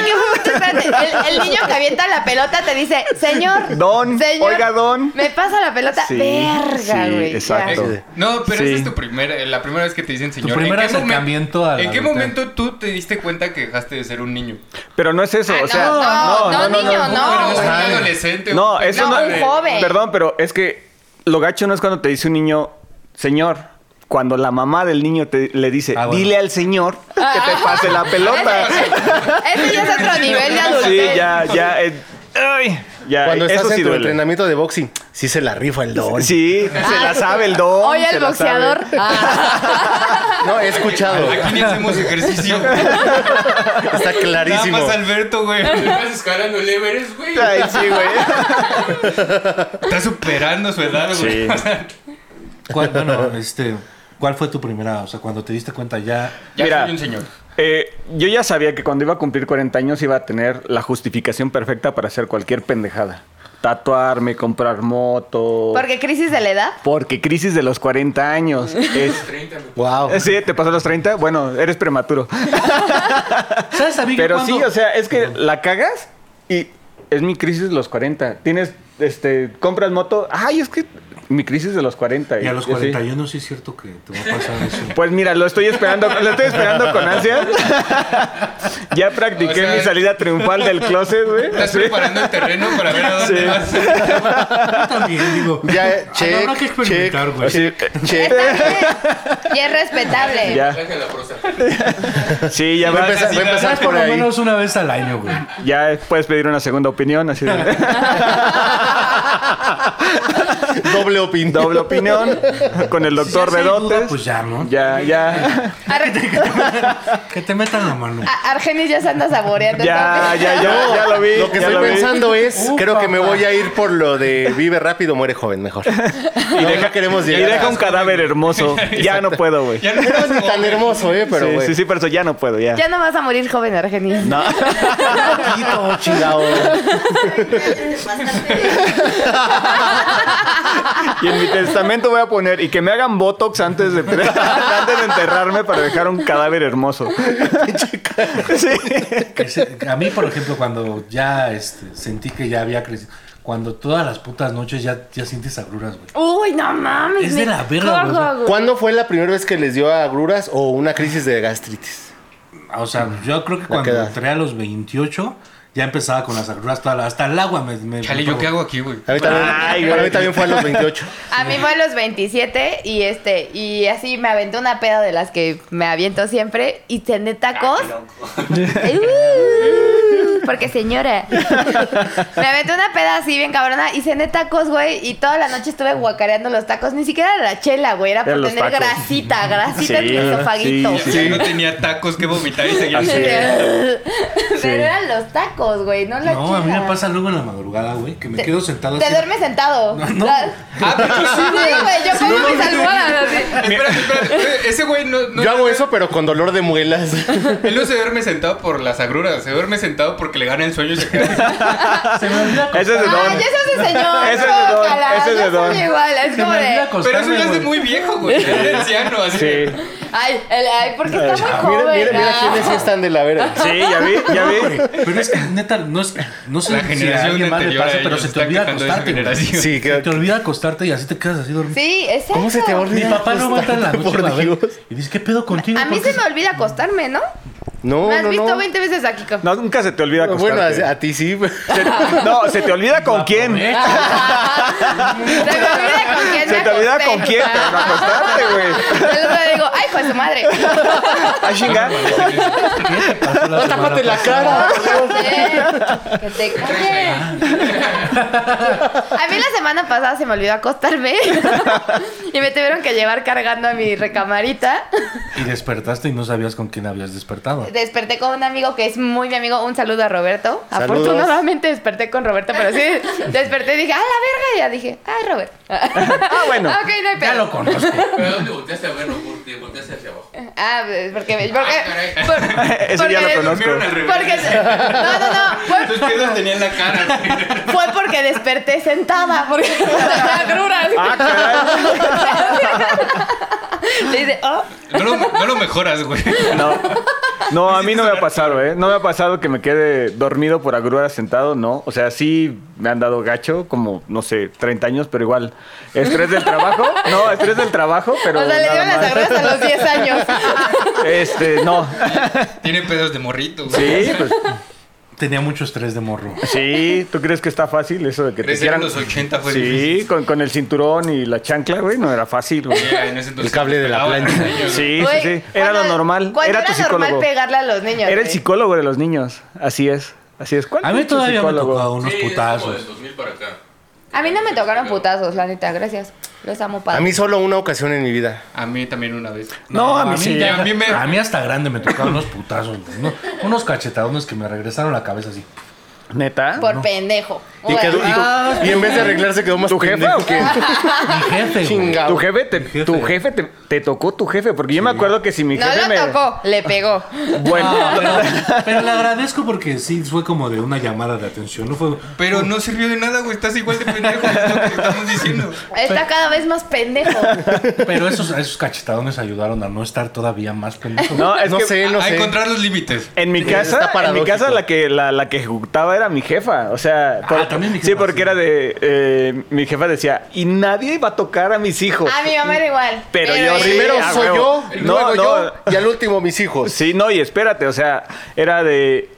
[SPEAKER 6] qué momento- espérate, el, el niño que avienta la pelota te dice, señor,
[SPEAKER 7] Don,
[SPEAKER 6] señor,
[SPEAKER 7] oiga, don.
[SPEAKER 6] me pasa la pelota,
[SPEAKER 7] Sí,
[SPEAKER 6] verga,
[SPEAKER 7] sí,
[SPEAKER 6] güey. ya.
[SPEAKER 7] exacto.
[SPEAKER 3] No, pero
[SPEAKER 7] Sí.
[SPEAKER 3] esa es tu primer, eh, la primera vez que te dicen señor.
[SPEAKER 5] primer
[SPEAKER 3] ¿En qué momen-
[SPEAKER 5] acercamiento a la
[SPEAKER 3] ¿En qué
[SPEAKER 5] adultez.
[SPEAKER 3] momento tú te diste cuenta que dejaste de ser un niño?
[SPEAKER 7] Pero no es eso,
[SPEAKER 6] Ah,
[SPEAKER 7] o sea,
[SPEAKER 6] no, no, no, niño, no,
[SPEAKER 3] Bueno, eres un
[SPEAKER 5] güey.
[SPEAKER 3] adolescente.
[SPEAKER 7] No,
[SPEAKER 3] un
[SPEAKER 7] eso
[SPEAKER 6] No,
[SPEAKER 7] no,
[SPEAKER 6] un joven.
[SPEAKER 7] Perdón, pero es que lo gacho no es cuando te dice un niño, señor. Cuando la mamá del niño te, le dice,
[SPEAKER 5] Ah, bueno.
[SPEAKER 7] dile al señor que te pase la pelota.
[SPEAKER 6] Ah. Ese, ese ya es otro nivel de
[SPEAKER 7] sí,
[SPEAKER 6] adultez.
[SPEAKER 7] ya, ya. eh, ay, ya,
[SPEAKER 4] Cuando
[SPEAKER 7] eso
[SPEAKER 4] estás en
[SPEAKER 7] sí
[SPEAKER 4] tu
[SPEAKER 7] duele.
[SPEAKER 4] entrenamiento de boxing, sí se la rifa el don.
[SPEAKER 7] Sí, se la sabe el don.
[SPEAKER 6] Oye,
[SPEAKER 7] se
[SPEAKER 6] Ah. el
[SPEAKER 7] la sabe.
[SPEAKER 6] boxeador. ah,
[SPEAKER 4] No, he escuchado.
[SPEAKER 3] Aquí ni hacemos ejercicio. güey.
[SPEAKER 4] Está
[SPEAKER 3] Nada
[SPEAKER 4] clarísimo.
[SPEAKER 3] más Alberto, güey.
[SPEAKER 8] Estás escalando el Everest, güey.
[SPEAKER 7] Ay, sí, güey.
[SPEAKER 3] Está superando su edad, güey.
[SPEAKER 7] Sí.
[SPEAKER 5] ¿Cuál, bueno, este, ¿Cuál fue tu primera? O sea, cuando te diste cuenta ya...
[SPEAKER 3] Ya
[SPEAKER 7] Mira.
[SPEAKER 3] soy un señor.
[SPEAKER 7] Eh, yo ya sabía que cuando iba a cumplir 40 años iba a tener la justificación perfecta para hacer cualquier pendejada. Tatuarme, comprar moto.
[SPEAKER 6] Porque crisis de la edad.
[SPEAKER 7] Porque crisis de los 40 años. Es,
[SPEAKER 8] 30, güey.
[SPEAKER 4] Wow.
[SPEAKER 7] Eh, Sí, te pasó los 30. Bueno, eres prematuro.
[SPEAKER 5] ¿Sabes a mí que
[SPEAKER 7] Pero
[SPEAKER 5] cuando-
[SPEAKER 7] sí, o sea, es que la cagas y es mi crisis los 40. Tienes, este, compras moto. Ay, es que mi crisis de los 40.
[SPEAKER 5] Y a los
[SPEAKER 7] yo sí.
[SPEAKER 5] 41 sí es cierto que te va a pasar eso.
[SPEAKER 7] Pues mira, lo estoy esperando, lo estoy esperando con ansias. ya practiqué
[SPEAKER 3] O sea,
[SPEAKER 7] mi salida triunfal del closet, güey.
[SPEAKER 3] Estás
[SPEAKER 7] Sí.
[SPEAKER 3] preparando el terreno para ver a dónde
[SPEAKER 7] Sí.
[SPEAKER 3] vas.
[SPEAKER 5] Yo también digo.
[SPEAKER 4] Ya,
[SPEAKER 5] ah,
[SPEAKER 4] check,
[SPEAKER 7] eh,
[SPEAKER 5] Habrá que experimentar,
[SPEAKER 4] check,
[SPEAKER 5] güey.
[SPEAKER 4] sí, check.
[SPEAKER 6] Está bien. Y es respetable.
[SPEAKER 7] Ya.
[SPEAKER 8] Traje la prosa.
[SPEAKER 7] Sí, ya
[SPEAKER 4] Va
[SPEAKER 7] va.
[SPEAKER 4] a empezar, va a empezar
[SPEAKER 5] Por
[SPEAKER 4] por
[SPEAKER 5] lo
[SPEAKER 4] ahí.
[SPEAKER 5] menos una vez al año, güey.
[SPEAKER 7] Ya puedes pedir una segunda opinión, así de
[SPEAKER 4] Doble opinión.
[SPEAKER 7] doble opinión con el doctor
[SPEAKER 5] Si hay duda,
[SPEAKER 7] Bedotes.
[SPEAKER 5] Pues ya, ¿no?
[SPEAKER 7] Ya, ya,
[SPEAKER 6] Ar-
[SPEAKER 5] Que te metan la mano.
[SPEAKER 6] A- Argenis ya se anda saboreando.
[SPEAKER 7] ya, ya,
[SPEAKER 6] entonces.
[SPEAKER 7] ya, ya lo vi.
[SPEAKER 4] Lo que
[SPEAKER 7] ya
[SPEAKER 4] estoy
[SPEAKER 7] lo vi.
[SPEAKER 4] pensando es,
[SPEAKER 5] Uh,
[SPEAKER 4] creo que me
[SPEAKER 5] papá.
[SPEAKER 4] voy a ir por lo de vive rápido, muere joven, mejor. Y no, no queremos
[SPEAKER 7] Y
[SPEAKER 4] llegar. a-
[SPEAKER 7] deja un cadáver hermoso. Ya no puedo, güey.
[SPEAKER 3] Ya no
[SPEAKER 4] No es ni
[SPEAKER 3] como-
[SPEAKER 4] tan hermoso, eh, pero
[SPEAKER 7] Sí,
[SPEAKER 4] güey.
[SPEAKER 7] sí, sí, pero eso ya no puedo, ya.
[SPEAKER 6] Ya no vas a morir joven, Argenis.
[SPEAKER 4] No. Poquito, chingado.
[SPEAKER 7] Y en mi testamento voy a poner y que me hagan botox antes de, antes de enterrarme para dejar un cadáver hermoso. Sí.
[SPEAKER 5] Que se- A mí, por ejemplo, cuando ya este, sentí que ya había crecido. Cuando todas las putas noches ya, ya sientes agruras, güey.
[SPEAKER 6] Uy, no mames.
[SPEAKER 5] Es
[SPEAKER 6] me
[SPEAKER 5] de la verga, güey.
[SPEAKER 6] cago, güey.
[SPEAKER 4] ¿Cuándo fue la primera vez que les dio agruras o una crisis de gastritis?
[SPEAKER 5] Ah, O sea, yo creo que cuando
[SPEAKER 4] queda.
[SPEAKER 5] entré a los 28, ya empezaba con las agruras. toda la- hasta el agua me. me
[SPEAKER 3] Chale, ¿yo qué hago aquí, güey?
[SPEAKER 4] A mí también,
[SPEAKER 7] Ay, güey.
[SPEAKER 4] para mí también fue a los 28.
[SPEAKER 6] A mí fue a los 27 y este y así me aventó una peda de las que me aviento siempre y cené tacos. Uh, porque señora. me aventé una peda así bien cabrona y cené tacos, güey, y toda la noche estuve guacareando los tacos, ni siquiera era la chela, güey, era por
[SPEAKER 7] Eran los
[SPEAKER 6] tener
[SPEAKER 7] tacos.
[SPEAKER 6] grasita, grasita en
[SPEAKER 7] Sí,
[SPEAKER 6] mi esofaguito.
[SPEAKER 7] sí,
[SPEAKER 3] Ya
[SPEAKER 7] sí.
[SPEAKER 3] no tenía tacos que vomitar y seguía.
[SPEAKER 7] Así es. Sí.
[SPEAKER 6] Pero eran los tacos, güey, no la
[SPEAKER 5] No, a mí
[SPEAKER 6] chela.
[SPEAKER 5] me pasa luego en la madrugada, güey, que me
[SPEAKER 6] Te-
[SPEAKER 5] quedo sentado
[SPEAKER 6] Te
[SPEAKER 5] así.
[SPEAKER 6] duermes sentado. Ah, sí, güey, yo pongo mis almohadas así.
[SPEAKER 3] Espérate, espérate. Ese güey no. no
[SPEAKER 4] Yo hago eso, pero con dolor de muelas.
[SPEAKER 3] Él no se duerme sentado por las agruras, se duerme sentado porque le gana el sueño y se queda.
[SPEAKER 5] Se me olvida
[SPEAKER 7] Ese es de
[SPEAKER 6] Ah, ya
[SPEAKER 7] don.
[SPEAKER 6] se hace señor.
[SPEAKER 7] Ese es de don,
[SPEAKER 6] Guácala,
[SPEAKER 7] ese es de
[SPEAKER 6] yo
[SPEAKER 7] don.
[SPEAKER 6] soy igual, es
[SPEAKER 5] Se
[SPEAKER 6] como
[SPEAKER 5] me olvida
[SPEAKER 6] de.
[SPEAKER 3] Pero eso
[SPEAKER 5] acostarme,
[SPEAKER 3] ya es de
[SPEAKER 5] güey.
[SPEAKER 3] muy viejo, güey. Ya es de anciano, así.
[SPEAKER 7] Pues Sí.
[SPEAKER 6] Ay, el- ay, porque está muy joven.
[SPEAKER 4] Mira, mira, mira
[SPEAKER 6] ah.
[SPEAKER 4] quiénes sí están de la verga.
[SPEAKER 7] Sí, ya vi, ya
[SPEAKER 5] No,
[SPEAKER 7] vi.
[SPEAKER 5] güey, Pero es que neta, no es. No sé
[SPEAKER 3] La
[SPEAKER 5] si a
[SPEAKER 3] generación
[SPEAKER 5] alguien más le
[SPEAKER 3] anterior a
[SPEAKER 5] pasa, pero
[SPEAKER 3] ellos
[SPEAKER 5] se te
[SPEAKER 3] está
[SPEAKER 5] olvida
[SPEAKER 3] quejando de esa
[SPEAKER 5] acostarte. güey.
[SPEAKER 3] generación.
[SPEAKER 4] Sí,
[SPEAKER 5] Se
[SPEAKER 4] que
[SPEAKER 5] te olvida acostarte y así te quedas así dormido.
[SPEAKER 6] Sí, es eso.
[SPEAKER 4] ¿Cómo se te olvida?
[SPEAKER 5] Mi papá no mata en la noche,
[SPEAKER 4] Por
[SPEAKER 5] la ve,
[SPEAKER 4] Dios.
[SPEAKER 5] Y dice, ¿qué pedo contigo?
[SPEAKER 6] A mí
[SPEAKER 5] ¿Por
[SPEAKER 6] se
[SPEAKER 5] qué
[SPEAKER 6] me olvida acostarme, ¿no?
[SPEAKER 4] No,
[SPEAKER 6] me has
[SPEAKER 4] no,
[SPEAKER 6] visto
[SPEAKER 4] no.
[SPEAKER 6] 20 veces aquí, co-
[SPEAKER 7] No, nunca se te olvida
[SPEAKER 4] Bueno,
[SPEAKER 7] acostarte.
[SPEAKER 4] a, a ti sí.
[SPEAKER 7] Se- no, se te olvida con quién.
[SPEAKER 5] Aprovecha.
[SPEAKER 6] Se me olvida con quién
[SPEAKER 7] Se
[SPEAKER 6] me
[SPEAKER 7] te olvida
[SPEAKER 6] acosté.
[SPEAKER 7] con quién, pero no acostarte, güey.
[SPEAKER 6] Yo
[SPEAKER 7] Ah,
[SPEAKER 6] luego digo, ay, pues su madre.
[SPEAKER 7] A chingar.
[SPEAKER 5] ¿Qué te pasó la semana pasada?
[SPEAKER 6] Sí, que te calles. A mí la semana pasada se me olvidó acostarme y me tuvieron que llevar cargando a mi recamarita.
[SPEAKER 5] Y despertaste y no sabías con quién habías despertado.
[SPEAKER 6] Desperté con un amigo que es muy mi amigo. Un saludo a Roberto.
[SPEAKER 4] Saludos.
[SPEAKER 6] Afortunadamente desperté con Roberto, pero sí, desperté y dije, ¡ah, la verga! Y ya dije, ¡ay, Roberto! Ah,
[SPEAKER 7] bueno.
[SPEAKER 6] Ok, no hay
[SPEAKER 5] Ya
[SPEAKER 6] pedo.
[SPEAKER 5] lo conozco.
[SPEAKER 8] ¿Pero a dónde volteaste a verlo? Porque volteaste hacia abajo.
[SPEAKER 6] Ah, pues, porque... porque,
[SPEAKER 8] caray.
[SPEAKER 6] por-
[SPEAKER 7] Eso ya lo
[SPEAKER 6] porque-
[SPEAKER 7] conozco.
[SPEAKER 3] Durmieron al revés.
[SPEAKER 6] Porque... No, no, no. Fue,
[SPEAKER 3] Tus piernas tenían la cara, güey.
[SPEAKER 6] fue porque desperté sentada, porque tenía agruras.
[SPEAKER 7] Ah, caray.
[SPEAKER 6] Le dice, oh,
[SPEAKER 3] No lo, no lo mejoras, güey.
[SPEAKER 7] No. No, a mí no me ha pasado, ¿eh? No me ha pasado que me quede dormido por agruras sentado, no. O sea, sí me han dado gacho, como, no sé, 30 años, pero igual. Estrés del trabajo. No, estrés del trabajo, pero.
[SPEAKER 6] o sea, le
[SPEAKER 7] nada
[SPEAKER 6] dieron las
[SPEAKER 7] más.
[SPEAKER 6] agruras a los 10 años.
[SPEAKER 7] Este, no.
[SPEAKER 3] Tiene pedos de morrito, güey.
[SPEAKER 7] Sí, pues.
[SPEAKER 5] Tenía mucho estrés de morro.
[SPEAKER 7] Sí, ¿tú crees que está fácil eso de que te
[SPEAKER 3] Crecer
[SPEAKER 7] quieran?
[SPEAKER 3] en los 80 fue
[SPEAKER 7] Sí,
[SPEAKER 3] difícil.
[SPEAKER 7] con, con el cinturón y la chancla, güey, no era fácil, güey.
[SPEAKER 3] Ya, en ese entonces
[SPEAKER 4] El cable de la
[SPEAKER 3] pelaban
[SPEAKER 4] plancha.
[SPEAKER 3] a los niños,
[SPEAKER 7] Sí, sí,
[SPEAKER 6] Güey,
[SPEAKER 7] sí. Era lo
[SPEAKER 6] cuando-
[SPEAKER 7] normal.
[SPEAKER 6] cuando
[SPEAKER 7] Era tu
[SPEAKER 6] normal
[SPEAKER 7] psicólogo.
[SPEAKER 6] pegarle a los niños.
[SPEAKER 7] Era el
[SPEAKER 6] güey.
[SPEAKER 7] psicólogo de los niños. Así es. Así es. ¿Cuál
[SPEAKER 5] A
[SPEAKER 7] fue
[SPEAKER 5] mí
[SPEAKER 7] tu
[SPEAKER 5] todavía me
[SPEAKER 7] psicólogo?
[SPEAKER 5] tocó unos
[SPEAKER 8] Sí, es como del
[SPEAKER 5] putazos.
[SPEAKER 8] 2000 para acá.
[SPEAKER 6] A mí no me tocaron putazos, la neta, gracias. Los amo padre.
[SPEAKER 4] A mí solo una ocasión en mi vida.
[SPEAKER 3] güey. A mí también una vez.
[SPEAKER 7] No, a mí sí.
[SPEAKER 5] ya-
[SPEAKER 3] A mí me-
[SPEAKER 5] a mí hasta grande me tocaron unos putazos. güey. Uno- unos cachetadones que me regresaron la cabeza así.
[SPEAKER 7] ¿Neta?
[SPEAKER 6] por pendejo.
[SPEAKER 4] Y,
[SPEAKER 6] Bueno, Ah.
[SPEAKER 4] quedó- y- y en vez de arreglarse quedó más
[SPEAKER 7] ¿Tu jefe
[SPEAKER 4] pendejo.
[SPEAKER 7] o qué?
[SPEAKER 5] Mi jefe, güey.
[SPEAKER 4] Chingado.
[SPEAKER 7] ¿Tu jefe, te,
[SPEAKER 5] jefe.
[SPEAKER 7] Tu jefe te, te tocó tu jefe? Porque yo me acuerdo que si mi
[SPEAKER 6] no
[SPEAKER 7] jefe
[SPEAKER 6] lo
[SPEAKER 7] me...
[SPEAKER 6] tocó, le pegó.
[SPEAKER 7] Bueno,
[SPEAKER 5] No, pero, pero le agradezco porque sí fue como de una llamada de atención. No fue.
[SPEAKER 3] Pero no sirvió de nada, güey. Estás igual de pendejo. Es lo que estamos diciendo.
[SPEAKER 6] Está cada vez más pendejo.
[SPEAKER 5] Pero esos, esos cachetadones ayudaron a no estar todavía más pendejo.
[SPEAKER 7] no, es
[SPEAKER 4] No
[SPEAKER 7] que
[SPEAKER 4] sé, no
[SPEAKER 3] a, a
[SPEAKER 4] sé.
[SPEAKER 3] encontrar los límites.
[SPEAKER 7] en mi
[SPEAKER 4] Está
[SPEAKER 7] casa, en mi
[SPEAKER 4] paradójico.
[SPEAKER 7] casa la que la, la que ejecutaba era mi jefa, o sea, por-
[SPEAKER 5] Ah, Ah, también mi
[SPEAKER 7] Sí,
[SPEAKER 5] jefa,
[SPEAKER 7] porque era de. eh, mi jefa decía, y nadie va a tocar a mis hijos.
[SPEAKER 6] A mi mamá era igual.
[SPEAKER 7] Pero yo
[SPEAKER 6] ella-
[SPEAKER 4] Primero
[SPEAKER 7] Sí, a
[SPEAKER 4] soy
[SPEAKER 7] huevo.
[SPEAKER 4] yo,
[SPEAKER 7] No,
[SPEAKER 4] luego yo
[SPEAKER 7] no.
[SPEAKER 4] y al último mis hijos.
[SPEAKER 7] Sí, no, y espérate, o sea, era de.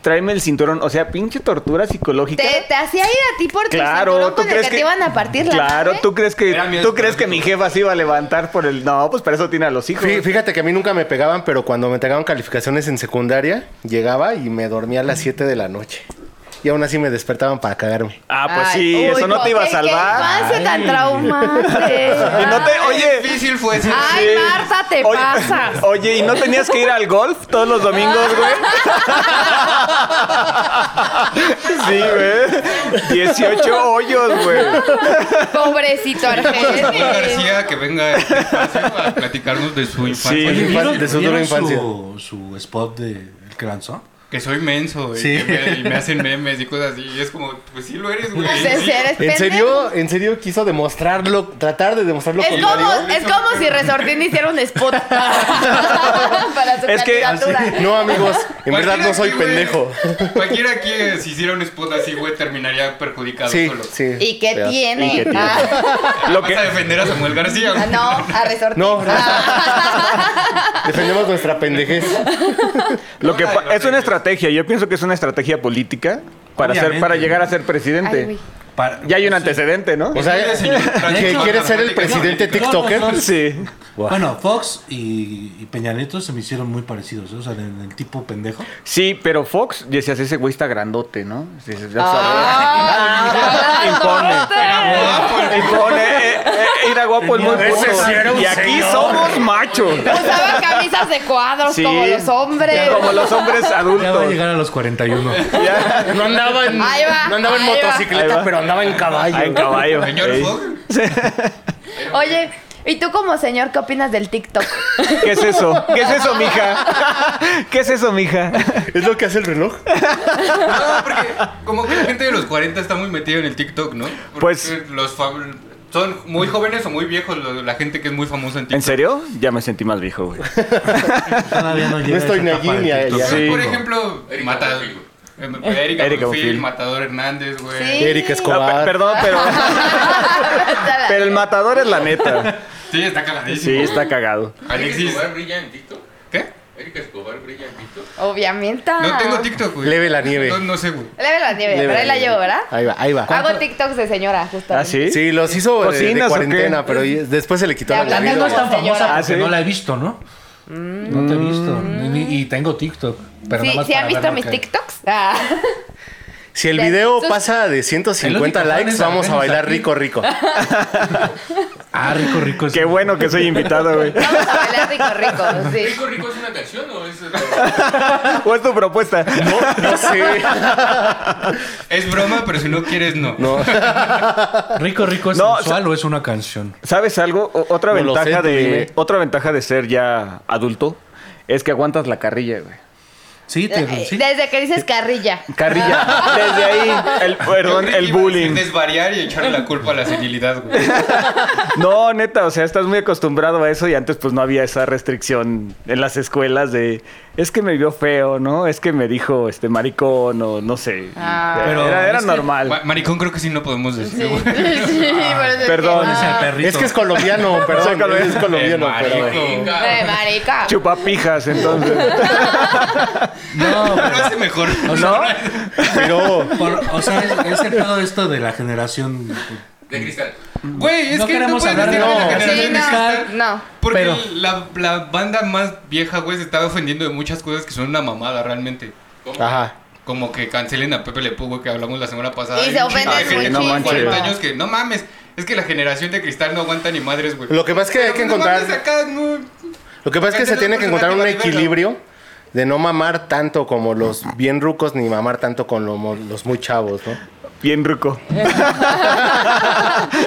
[SPEAKER 7] Tráeme el cinturón, o sea, pinche tortura psicológica.
[SPEAKER 6] Te, te hacía ir a ti por tu
[SPEAKER 7] Claro,
[SPEAKER 6] cinturón
[SPEAKER 7] tú
[SPEAKER 6] con el
[SPEAKER 7] crees
[SPEAKER 6] que,
[SPEAKER 7] que
[SPEAKER 6] te iban a partir la
[SPEAKER 7] Claro,
[SPEAKER 6] madre?
[SPEAKER 7] tú crees que
[SPEAKER 3] Era miedo
[SPEAKER 7] tú crees que mi
[SPEAKER 3] psicológico.
[SPEAKER 7] jefa se iba a levantar por el No, pues para eso tiene a los hijos.
[SPEAKER 4] Fí- Fíjate que a mí nunca me pegaban, pero cuando me entregaban calificaciones en secundaria, llegaba y me dormía a las 7 de la noche. Y aún así me despertaban para cagarme.
[SPEAKER 7] Ah, pues
[SPEAKER 6] Ay,
[SPEAKER 7] sí,
[SPEAKER 6] uy,
[SPEAKER 7] eso no te iba a
[SPEAKER 6] qué-
[SPEAKER 7] salvar.
[SPEAKER 6] Qué infancia tan traumante.
[SPEAKER 7] Y no te,
[SPEAKER 3] Qué
[SPEAKER 7] oye,
[SPEAKER 3] difícil fue ese.
[SPEAKER 6] Ay,
[SPEAKER 7] Sí.
[SPEAKER 6] Marta, te
[SPEAKER 7] Oye-
[SPEAKER 6] pasas.
[SPEAKER 7] Oye, ¿y no tenías que ir al golf todos los domingos, güey? Sí, güey. 18 hoyos, güey.
[SPEAKER 6] Pobrecito Argenis.
[SPEAKER 3] Juan García que venga este espacio a platicarnos de su infancia.
[SPEAKER 7] Sí.
[SPEAKER 5] Oye, ¿vieron,
[SPEAKER 4] De su dura
[SPEAKER 5] vieron
[SPEAKER 4] infancia.
[SPEAKER 5] Su, su spot de El que lanzó?
[SPEAKER 3] Que soy menso y,
[SPEAKER 5] Sí.
[SPEAKER 3] que me, y me hacen memes y cosas así. Y es como, pues sí lo eres, güey.
[SPEAKER 6] O sea,
[SPEAKER 3] Sí.
[SPEAKER 6] si eres
[SPEAKER 4] ¿En
[SPEAKER 6] pendejo.
[SPEAKER 4] serio? ¿En serio quiso demostrarlo, tratar de demostrarlo
[SPEAKER 6] Es
[SPEAKER 4] contrario?
[SPEAKER 6] como, es como si Resortín hiciera un spot para su
[SPEAKER 7] Es que-
[SPEAKER 6] candidatura.
[SPEAKER 4] No, amigos, en
[SPEAKER 3] Cualquiera
[SPEAKER 4] verdad no soy
[SPEAKER 3] aquí, güey,
[SPEAKER 4] pendejo.
[SPEAKER 3] Cualquiera aquí, eh, si hiciera un spot así, güey, terminaría perjudicado
[SPEAKER 4] Sí,
[SPEAKER 3] solo.
[SPEAKER 4] sí.
[SPEAKER 6] ¿Y qué
[SPEAKER 4] Veas.
[SPEAKER 6] tiene?
[SPEAKER 4] ¿Y qué tiene?
[SPEAKER 6] Ah,
[SPEAKER 7] Lo
[SPEAKER 3] Vas
[SPEAKER 7] que,
[SPEAKER 3] a defender a Samuel García.
[SPEAKER 6] ah,
[SPEAKER 3] güey.
[SPEAKER 6] no, a Ah. Resortín.
[SPEAKER 4] No, defendemos nuestra pendejez.
[SPEAKER 7] lo que pa- es una estrategia, yo pienso que es una estrategia política para ser,
[SPEAKER 5] Obviamente.
[SPEAKER 7] para llegar a ser presidente.
[SPEAKER 5] Para-
[SPEAKER 7] Ya hay un antecedente, ¿no?
[SPEAKER 4] O sea,
[SPEAKER 3] Oye, señor,
[SPEAKER 4] ¿que
[SPEAKER 3] tranquilo,
[SPEAKER 4] quieres ser
[SPEAKER 3] tranquilo.
[SPEAKER 4] el presidente
[SPEAKER 5] No, no, no,
[SPEAKER 4] TikToker?
[SPEAKER 5] no.
[SPEAKER 7] Sí.
[SPEAKER 5] Bueno, Fox y, y Peña Nieto se me hicieron muy parecidos, ¿eh? o sea, en el tipo pendejo.
[SPEAKER 7] Sí, pero Fox, decías, ese güey está grandote, ¿no? Dices, ya
[SPEAKER 6] Ah,
[SPEAKER 7] Impone. Impone. eh, eh, Era guapo el muy
[SPEAKER 5] Ese
[SPEAKER 7] puto.
[SPEAKER 5] sí era un
[SPEAKER 7] Y aquí
[SPEAKER 5] señor.
[SPEAKER 7] somos machos.
[SPEAKER 6] Usaba camisas de cuadros
[SPEAKER 7] Sí.
[SPEAKER 6] como los hombres.
[SPEAKER 7] Como los hombres
[SPEAKER 5] Ya va a
[SPEAKER 7] adultos.
[SPEAKER 5] llegar a los 41.
[SPEAKER 7] Ya.
[SPEAKER 4] No andaba en,
[SPEAKER 6] Ahí va,
[SPEAKER 4] no andaba en
[SPEAKER 6] ahí va.
[SPEAKER 4] motocicleta,
[SPEAKER 7] Ahí va.
[SPEAKER 4] pero andaba en caballo.
[SPEAKER 7] Ah, en caballo.
[SPEAKER 3] Señor
[SPEAKER 7] Ey.
[SPEAKER 3] Fox,
[SPEAKER 6] Oye, ¿y tú como señor qué opinas del TikTok?
[SPEAKER 7] ¿Qué es eso? ¿Qué es eso, mija? ¿Qué es eso, mija?
[SPEAKER 4] ¿Es lo que hace el reloj?
[SPEAKER 3] No, porque como que la gente de los 40 está muy metida en el TikTok, ¿no? Porque
[SPEAKER 7] Pues-
[SPEAKER 3] los fam- son muy jóvenes o muy viejos lo- la gente que es muy famosa en TikTok.
[SPEAKER 7] ¿En serio? Ya me sentí más viejo, güey.
[SPEAKER 5] Todavía no llega
[SPEAKER 4] No estoy
[SPEAKER 5] a esa
[SPEAKER 4] ni
[SPEAKER 5] etapa
[SPEAKER 4] allí
[SPEAKER 5] de
[SPEAKER 4] ni allá.
[SPEAKER 5] TikTok.
[SPEAKER 7] Sí.
[SPEAKER 3] Por ejemplo,
[SPEAKER 8] Erika
[SPEAKER 3] Matador.
[SPEAKER 8] Buenfil,
[SPEAKER 3] Erika,
[SPEAKER 7] Erika
[SPEAKER 3] Buenfil,
[SPEAKER 7] Buenfil.
[SPEAKER 3] Matador Hernández, güey.
[SPEAKER 6] Sí.
[SPEAKER 4] Erika
[SPEAKER 7] No,
[SPEAKER 4] Escobar.
[SPEAKER 7] pe- Ah, perdón, pero, pero el matador es la neta.
[SPEAKER 3] Sí, está cagadísimo.
[SPEAKER 7] Sí, está cagado.
[SPEAKER 8] Alexis.
[SPEAKER 3] Alexis,
[SPEAKER 8] Escobar brilla en TikTok.
[SPEAKER 3] ¿qué?
[SPEAKER 8] Erika Escobar brilla en TikTok.
[SPEAKER 6] Obviamente.
[SPEAKER 3] No tengo TikTok, güey.
[SPEAKER 4] Leve la nieve.
[SPEAKER 3] No, no sé, güey.
[SPEAKER 6] Leve la nieve,
[SPEAKER 4] Leve
[SPEAKER 6] pero ahí la
[SPEAKER 4] nieve.
[SPEAKER 6] llevo, ¿verdad?
[SPEAKER 4] Ahí va, ahí va.
[SPEAKER 6] Hago TikToks de señora, justo.
[SPEAKER 7] ¿Ah, sí?
[SPEAKER 4] Sí, los hizo eh, de- de,
[SPEAKER 7] ¿Cocinas o qué?
[SPEAKER 4] cuarentena, pero y- después se le quitó
[SPEAKER 6] Te
[SPEAKER 4] la
[SPEAKER 6] hablan
[SPEAKER 4] vida.
[SPEAKER 5] También no es tan famosa
[SPEAKER 6] Señora.
[SPEAKER 5] porque
[SPEAKER 7] Ah, ¿sí?
[SPEAKER 5] no la he visto, ¿no? No te he visto. Ni- Y tengo TikTok. Pero nada
[SPEAKER 6] Sí,
[SPEAKER 5] más
[SPEAKER 6] ¿sí han
[SPEAKER 5] para
[SPEAKER 6] visto
[SPEAKER 5] ver lo
[SPEAKER 6] mis
[SPEAKER 5] que-
[SPEAKER 6] TikToks? Ah.
[SPEAKER 4] Si el
[SPEAKER 6] De-
[SPEAKER 4] video
[SPEAKER 6] sus-
[SPEAKER 4] pasa de
[SPEAKER 5] El
[SPEAKER 4] 150
[SPEAKER 5] único fan
[SPEAKER 4] likes,
[SPEAKER 5] es
[SPEAKER 4] vamos a
[SPEAKER 5] Argenis
[SPEAKER 4] bailar
[SPEAKER 5] aquí.
[SPEAKER 4] rico, rico.
[SPEAKER 5] Ah, rico, rico. sí.
[SPEAKER 7] Qué bueno que soy invitado, güey.
[SPEAKER 6] Vamos a bailar rico, rico, sí.
[SPEAKER 8] ¿Rico Rico es una canción o es.? eh?
[SPEAKER 7] ¿Cuál es tu propuesta?
[SPEAKER 4] No sé.
[SPEAKER 3] Es broma, pero si no quieres, no.
[SPEAKER 4] No,
[SPEAKER 5] Rico, rico es
[SPEAKER 7] No,
[SPEAKER 5] sensual o es una canción.
[SPEAKER 7] ¿Sabes algo? O- otra,
[SPEAKER 4] No lo sé,
[SPEAKER 7] ventaja
[SPEAKER 4] tú
[SPEAKER 7] de,
[SPEAKER 4] dime.
[SPEAKER 7] otra ventaja de ser ya adulto es que aguantas la carrilla, güey.
[SPEAKER 5] Sí, te, sí.
[SPEAKER 6] Desde que dices carrilla.
[SPEAKER 7] Carrilla. Desde ahí, el, perdón,
[SPEAKER 3] Yo creí que iba
[SPEAKER 7] el
[SPEAKER 3] a decir
[SPEAKER 7] bullying.
[SPEAKER 3] Desvariar y echarle la culpa a la senilidad, güey.
[SPEAKER 7] No, neta, o sea, estás muy acostumbrado a eso y antes pues no había esa restricción en las escuelas de es que me vio feo, ¿no? Es que me dijo este maricón o no sé.
[SPEAKER 6] Ah.
[SPEAKER 5] Pero
[SPEAKER 7] era era
[SPEAKER 5] es que-
[SPEAKER 7] normal.
[SPEAKER 3] Ma- maricón creo que sí no podemos decir,
[SPEAKER 6] Sí,
[SPEAKER 3] güey.
[SPEAKER 6] sí, por eso es
[SPEAKER 7] Perdón.
[SPEAKER 6] que-
[SPEAKER 5] Es el perrito.
[SPEAKER 4] es que es colombiano,
[SPEAKER 7] Soy
[SPEAKER 4] perdón.
[SPEAKER 7] colombiano.
[SPEAKER 4] Es colombiano,
[SPEAKER 3] Eh,
[SPEAKER 4] pero.
[SPEAKER 3] marico.
[SPEAKER 6] Eh, marica.
[SPEAKER 7] Chupapijas, entonces.
[SPEAKER 5] No,
[SPEAKER 3] Lo hace mejor.
[SPEAKER 7] ¿No?
[SPEAKER 4] pero-
[SPEAKER 5] por- o sea, es, es el pedo esto de la generación.
[SPEAKER 8] De cristal.
[SPEAKER 3] Güey, es
[SPEAKER 5] No
[SPEAKER 3] que
[SPEAKER 5] queremos
[SPEAKER 3] no
[SPEAKER 5] hablar
[SPEAKER 3] puedes
[SPEAKER 5] de-
[SPEAKER 3] decir que la
[SPEAKER 5] no,
[SPEAKER 3] generación
[SPEAKER 6] Sí,
[SPEAKER 3] de
[SPEAKER 6] no,
[SPEAKER 3] cristal-
[SPEAKER 6] no.
[SPEAKER 3] Porque
[SPEAKER 5] Pero-
[SPEAKER 3] la, la banda más vieja, güey, se está ofendiendo de muchas cosas que son una mamada realmente.
[SPEAKER 4] Ajá.
[SPEAKER 3] Como que cancelen a Pepe Le Pew, güey, que hablamos la semana pasada.
[SPEAKER 6] Y
[SPEAKER 3] Hay
[SPEAKER 6] se
[SPEAKER 3] un chingo de
[SPEAKER 6] ofenden
[SPEAKER 3] gente
[SPEAKER 7] muchísimo.
[SPEAKER 3] con
[SPEAKER 7] No manches.
[SPEAKER 3] 40 años que, no mames, es que la generación de cristal no aguanta ni madres, güey.
[SPEAKER 4] Lo que pasa es que hay que
[SPEAKER 3] Pero no mames,
[SPEAKER 4] encontrar.
[SPEAKER 3] acá, no.
[SPEAKER 4] Lo que pasa es que se
[SPEAKER 3] Tenemos
[SPEAKER 4] tiene que encontrar un
[SPEAKER 3] alternativa diversa.
[SPEAKER 4] equilibrio de no mamar tanto como los bien rucos ni mamar tanto con lo mo- los muy chavos, ¿no?
[SPEAKER 7] Bien ruco.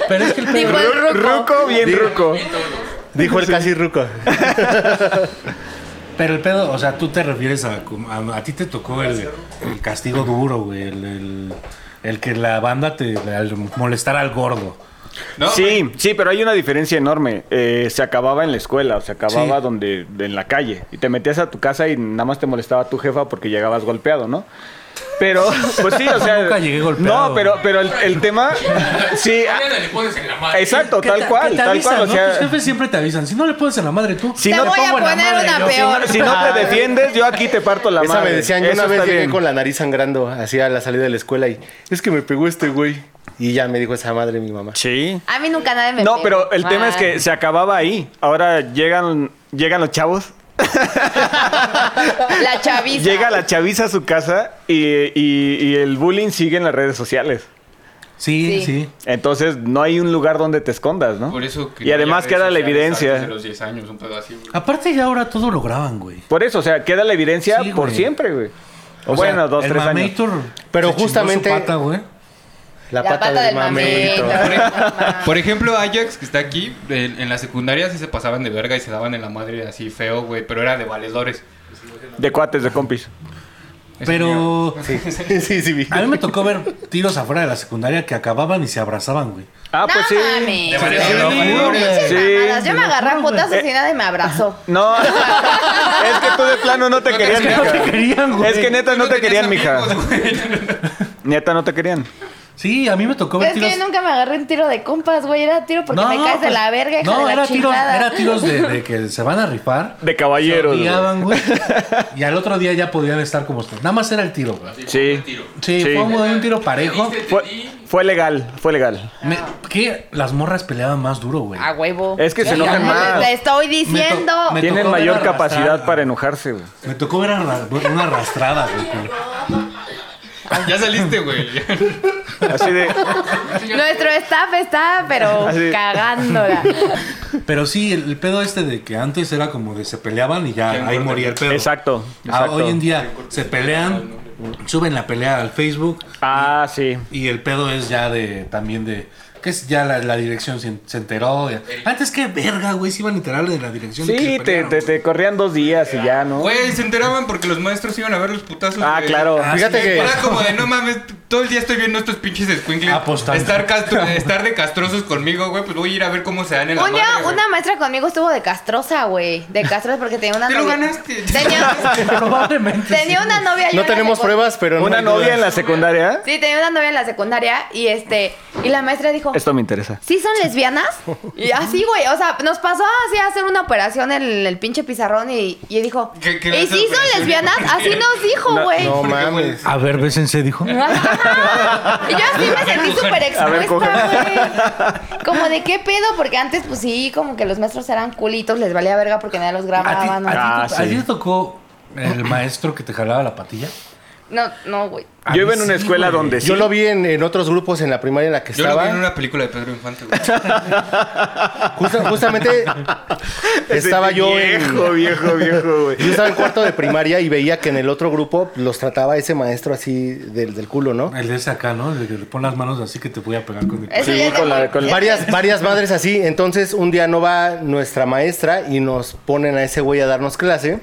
[SPEAKER 5] Pero es que el pedo.
[SPEAKER 6] Tipo el ruco.
[SPEAKER 7] Ruco, bien ruco.
[SPEAKER 4] Dijo el casi ruco.
[SPEAKER 5] Pero el pedo, o sea, tú te refieres a. A, a ti te tocó el, el castigo duro, güey. El, el- el que la banda te. al molestar al gordo.
[SPEAKER 3] No, güey.
[SPEAKER 7] Sí, sí, pero hay una diferencia enorme. Eh, se acababa en la escuela, o se acababa
[SPEAKER 5] Sí.
[SPEAKER 7] donde, en la calle. Y te metías a tu casa y nada más te molestaba tu jefa porque llegabas golpeado, ¿no? Pero, pues sí, o sea.
[SPEAKER 5] Nunca llegué golpeado.
[SPEAKER 7] No, pero, pero el, el tema. Sí, ah,
[SPEAKER 8] Mañana le pones en la madre.
[SPEAKER 7] exacto,
[SPEAKER 5] Que
[SPEAKER 7] tal
[SPEAKER 5] te-
[SPEAKER 7] cual,
[SPEAKER 5] que te
[SPEAKER 7] tal
[SPEAKER 5] avisan,
[SPEAKER 7] cual. O
[SPEAKER 5] ¿no?
[SPEAKER 7] sea,
[SPEAKER 5] Tus jefes siempre te avisan. Si no le pones en la madre tú.
[SPEAKER 7] si
[SPEAKER 6] te
[SPEAKER 7] no
[SPEAKER 6] voy a
[SPEAKER 5] pongo la
[SPEAKER 6] poner
[SPEAKER 5] madre,
[SPEAKER 6] una
[SPEAKER 5] yo sí,
[SPEAKER 6] peor.
[SPEAKER 7] Si no te defiendes, yo aquí te parto la
[SPEAKER 4] Esa
[SPEAKER 7] madre.
[SPEAKER 4] me decían, yo
[SPEAKER 7] Eso
[SPEAKER 4] una vez
[SPEAKER 7] está
[SPEAKER 4] llegué
[SPEAKER 7] bien.
[SPEAKER 4] con la nariz sangrando hacia la salida de la escuela y es que me pegó este güey. Y ya me dijo esa madre mi mamá.
[SPEAKER 7] Sí.
[SPEAKER 6] A mí nunca nadie me
[SPEAKER 7] No,
[SPEAKER 6] pegó.
[SPEAKER 7] pero el tema es
[SPEAKER 6] Ah.
[SPEAKER 7] que se acababa ahí. Ahora llegan, llegan los chavos,
[SPEAKER 6] La chaviza.
[SPEAKER 7] llega la chaviza a su casa y, y- y el bullying sigue en las redes sociales.
[SPEAKER 5] Sí,
[SPEAKER 6] Sí.
[SPEAKER 5] sí.
[SPEAKER 7] Entonces no hay un lugar donde te escondas, ¿no?
[SPEAKER 8] Por eso que
[SPEAKER 7] y además
[SPEAKER 8] ya redes
[SPEAKER 7] queda la
[SPEAKER 8] sociales antes
[SPEAKER 7] evidencia.
[SPEAKER 8] De los 10 años, un pedo así, güey.
[SPEAKER 5] Aparte ya ahora todo lo graban, güey.
[SPEAKER 7] Por eso, o sea, queda la evidencia
[SPEAKER 5] Sí,
[SPEAKER 7] por
[SPEAKER 5] güey.
[SPEAKER 7] siempre, güey. O,
[SPEAKER 5] O
[SPEAKER 7] bueno,
[SPEAKER 5] sea,
[SPEAKER 7] dos,
[SPEAKER 5] el
[SPEAKER 7] tres años.
[SPEAKER 5] Mamator
[SPEAKER 4] Pero
[SPEAKER 5] se chingó su
[SPEAKER 4] justamente-
[SPEAKER 5] pata, güey.
[SPEAKER 4] La,
[SPEAKER 6] La pata del mamey.
[SPEAKER 3] Por ejemplo, Ajax, que está aquí, en, en la secundaria sí se pasaban de verga y se daban en la madre así feo, güey, pero era de valedores.
[SPEAKER 7] De cuates, de compis.
[SPEAKER 3] Es mío.
[SPEAKER 5] Pero
[SPEAKER 4] Sí, sí, sí. vi.
[SPEAKER 5] a mí me tocó ver tiros afuera de la secundaria que acababan y se abrazaban, güey.
[SPEAKER 7] Ah,
[SPEAKER 6] No
[SPEAKER 7] pues sí.
[SPEAKER 6] mames.
[SPEAKER 3] De valedores.
[SPEAKER 6] Pinches
[SPEAKER 7] Sí. Eh,
[SPEAKER 6] mamadas. Yo me agarré a putas y nadie me abrazó.
[SPEAKER 7] No, es que tú de plano no te querían,
[SPEAKER 5] No te
[SPEAKER 7] mija.
[SPEAKER 5] querían, güey.
[SPEAKER 7] Es que neta no te querían, mija.
[SPEAKER 3] Amigos, güey.
[SPEAKER 7] Neta no te querían.
[SPEAKER 5] Sí, a mí me tocó ver
[SPEAKER 6] Es que
[SPEAKER 5] tiros.
[SPEAKER 6] yo nunca me agarré un tiro de compas, güey. Era tiro porque me caes de
[SPEAKER 5] pues,
[SPEAKER 6] la verga, hija
[SPEAKER 5] No,
[SPEAKER 6] de la
[SPEAKER 5] era tiros,
[SPEAKER 6] chingada.
[SPEAKER 5] era tiros de, de que se van a rifar.
[SPEAKER 7] De caballeros.
[SPEAKER 5] se
[SPEAKER 7] güey.
[SPEAKER 5] odiaban, güey. Y al otro día ya podían estar como ustedes. Nada más era el tiro, güey.
[SPEAKER 7] Sí.
[SPEAKER 5] Sí,
[SPEAKER 7] Sí.
[SPEAKER 5] fue un, un tiro parejo.
[SPEAKER 7] Fue, fue legal, fue legal.
[SPEAKER 5] Me- que las morras peleaban más duro, güey.
[SPEAKER 6] A huevo.
[SPEAKER 7] Es que se
[SPEAKER 6] Ya,
[SPEAKER 7] enojan
[SPEAKER 6] ya,
[SPEAKER 7] más.
[SPEAKER 6] Te estoy diciendo.
[SPEAKER 5] me
[SPEAKER 7] Tienen
[SPEAKER 5] tocó ver
[SPEAKER 7] mayor
[SPEAKER 5] arrastrar-
[SPEAKER 7] capacidad para enojarse, güey.
[SPEAKER 5] Me tocó ver arra- una arrastrada, güey.
[SPEAKER 3] Ya saliste, güey.
[SPEAKER 7] Así de.
[SPEAKER 6] Nuestro staff está, pero
[SPEAKER 7] Así.
[SPEAKER 6] cagándola.
[SPEAKER 5] Pero sí, el, el pedo este de que antes era como de se peleaban y ya ahí moría el pedo.
[SPEAKER 7] Exacto.
[SPEAKER 5] Ah,
[SPEAKER 7] exacto.
[SPEAKER 5] hoy en día se pelean, suben la pelea al Facebook
[SPEAKER 7] Ah, sí.
[SPEAKER 5] y el pedo es ya de también de que es ya la, la dirección se, se enteró. ya. Antes que verga, güey, se iban a enterar de la dirección. de que se
[SPEAKER 7] Sí, te,
[SPEAKER 5] pelearon,
[SPEAKER 7] te,
[SPEAKER 5] güey.
[SPEAKER 7] te corrían dos días y ya, ¿no?
[SPEAKER 3] Güey, se enteraban porque los maestros iban a ver los putazos.
[SPEAKER 7] Ah,
[SPEAKER 3] güey.
[SPEAKER 7] claro.
[SPEAKER 5] Ah,
[SPEAKER 4] Fíjate
[SPEAKER 5] sí,
[SPEAKER 4] que-
[SPEAKER 3] Era como de, no mames, todo el día estoy viendo estos pinches escuincles.
[SPEAKER 5] Apostando.
[SPEAKER 3] Estar, castro- estar de castrosos conmigo, güey, pues voy a ir a ver cómo se dan en la
[SPEAKER 6] Un día,
[SPEAKER 3] madre, güey.
[SPEAKER 6] una maestra conmigo estuvo de castrosa, güey. De castrosa porque tenía una
[SPEAKER 3] Te lo
[SPEAKER 6] novia-
[SPEAKER 3] ganaste.
[SPEAKER 6] Tenía,
[SPEAKER 5] Probablemente.
[SPEAKER 6] tenía
[SPEAKER 5] sí.
[SPEAKER 6] una novia. yo en
[SPEAKER 4] No
[SPEAKER 6] la
[SPEAKER 4] tenemos
[SPEAKER 6] secu-
[SPEAKER 4] pruebas, pero no
[SPEAKER 7] Una
[SPEAKER 4] hay
[SPEAKER 7] novia
[SPEAKER 4] dudas.
[SPEAKER 7] en la secundaria.
[SPEAKER 6] Sí, tenía una novia en la secundaria y este. Y la maestra dijo.
[SPEAKER 7] Esto me interesa.
[SPEAKER 6] ¿Sí son lesbianas? Y así, güey. O sea, nos pasó así a hacer una operación en el pinche pizarrón y, y dijo.
[SPEAKER 3] ¿Qué- qué va a
[SPEAKER 6] ¿Y
[SPEAKER 3] ser
[SPEAKER 6] sí son
[SPEAKER 3] operación?
[SPEAKER 6] lesbianas? Así nos dijo, güey.
[SPEAKER 4] No mames.
[SPEAKER 5] A ver, bésense, dijo.
[SPEAKER 6] Ajá. Y yo así me sentí súper
[SPEAKER 7] A ver,
[SPEAKER 6] expuesta, güey. Como de qué pedo, porque antes, pues sí, como que los maestros eran culitos, les valía verga porque nadie los
[SPEAKER 5] ¿A ti,
[SPEAKER 6] grababa. No,
[SPEAKER 5] a ti-
[SPEAKER 7] Ah,
[SPEAKER 5] a ti
[SPEAKER 7] sí.
[SPEAKER 5] te tocó
[SPEAKER 7] Ah,
[SPEAKER 5] el maestro que te jalaba la patilla?
[SPEAKER 6] no, no, güey.
[SPEAKER 5] A
[SPEAKER 7] Yo
[SPEAKER 5] mí
[SPEAKER 7] iba en una
[SPEAKER 5] sí,
[SPEAKER 7] escuela
[SPEAKER 5] güey.
[SPEAKER 7] donde sí.
[SPEAKER 4] Yo lo vi en, en otros grupos en la primaria en la que
[SPEAKER 3] Yo lo
[SPEAKER 4] estaba.
[SPEAKER 3] vi en una película de Pedro Infante, güey.
[SPEAKER 4] Justa- justamente estaba yo en,
[SPEAKER 7] Viejo, viejo, viejo, güey.
[SPEAKER 4] Yo estaba en cuarto de primaria y veía que en el otro grupo los trataba ese maestro así del, del culo, ¿no?
[SPEAKER 5] El de ese acá, ¿no? El de que le pon las manos así que te voy a pegar con el...
[SPEAKER 6] Eso
[SPEAKER 7] Sí,
[SPEAKER 6] ya es de
[SPEAKER 7] con la-
[SPEAKER 6] muy-
[SPEAKER 7] con la-
[SPEAKER 4] Varias, varias madres así. Entonces, un día no va nuestra maestra y nos ponen a ese güey a darnos clase.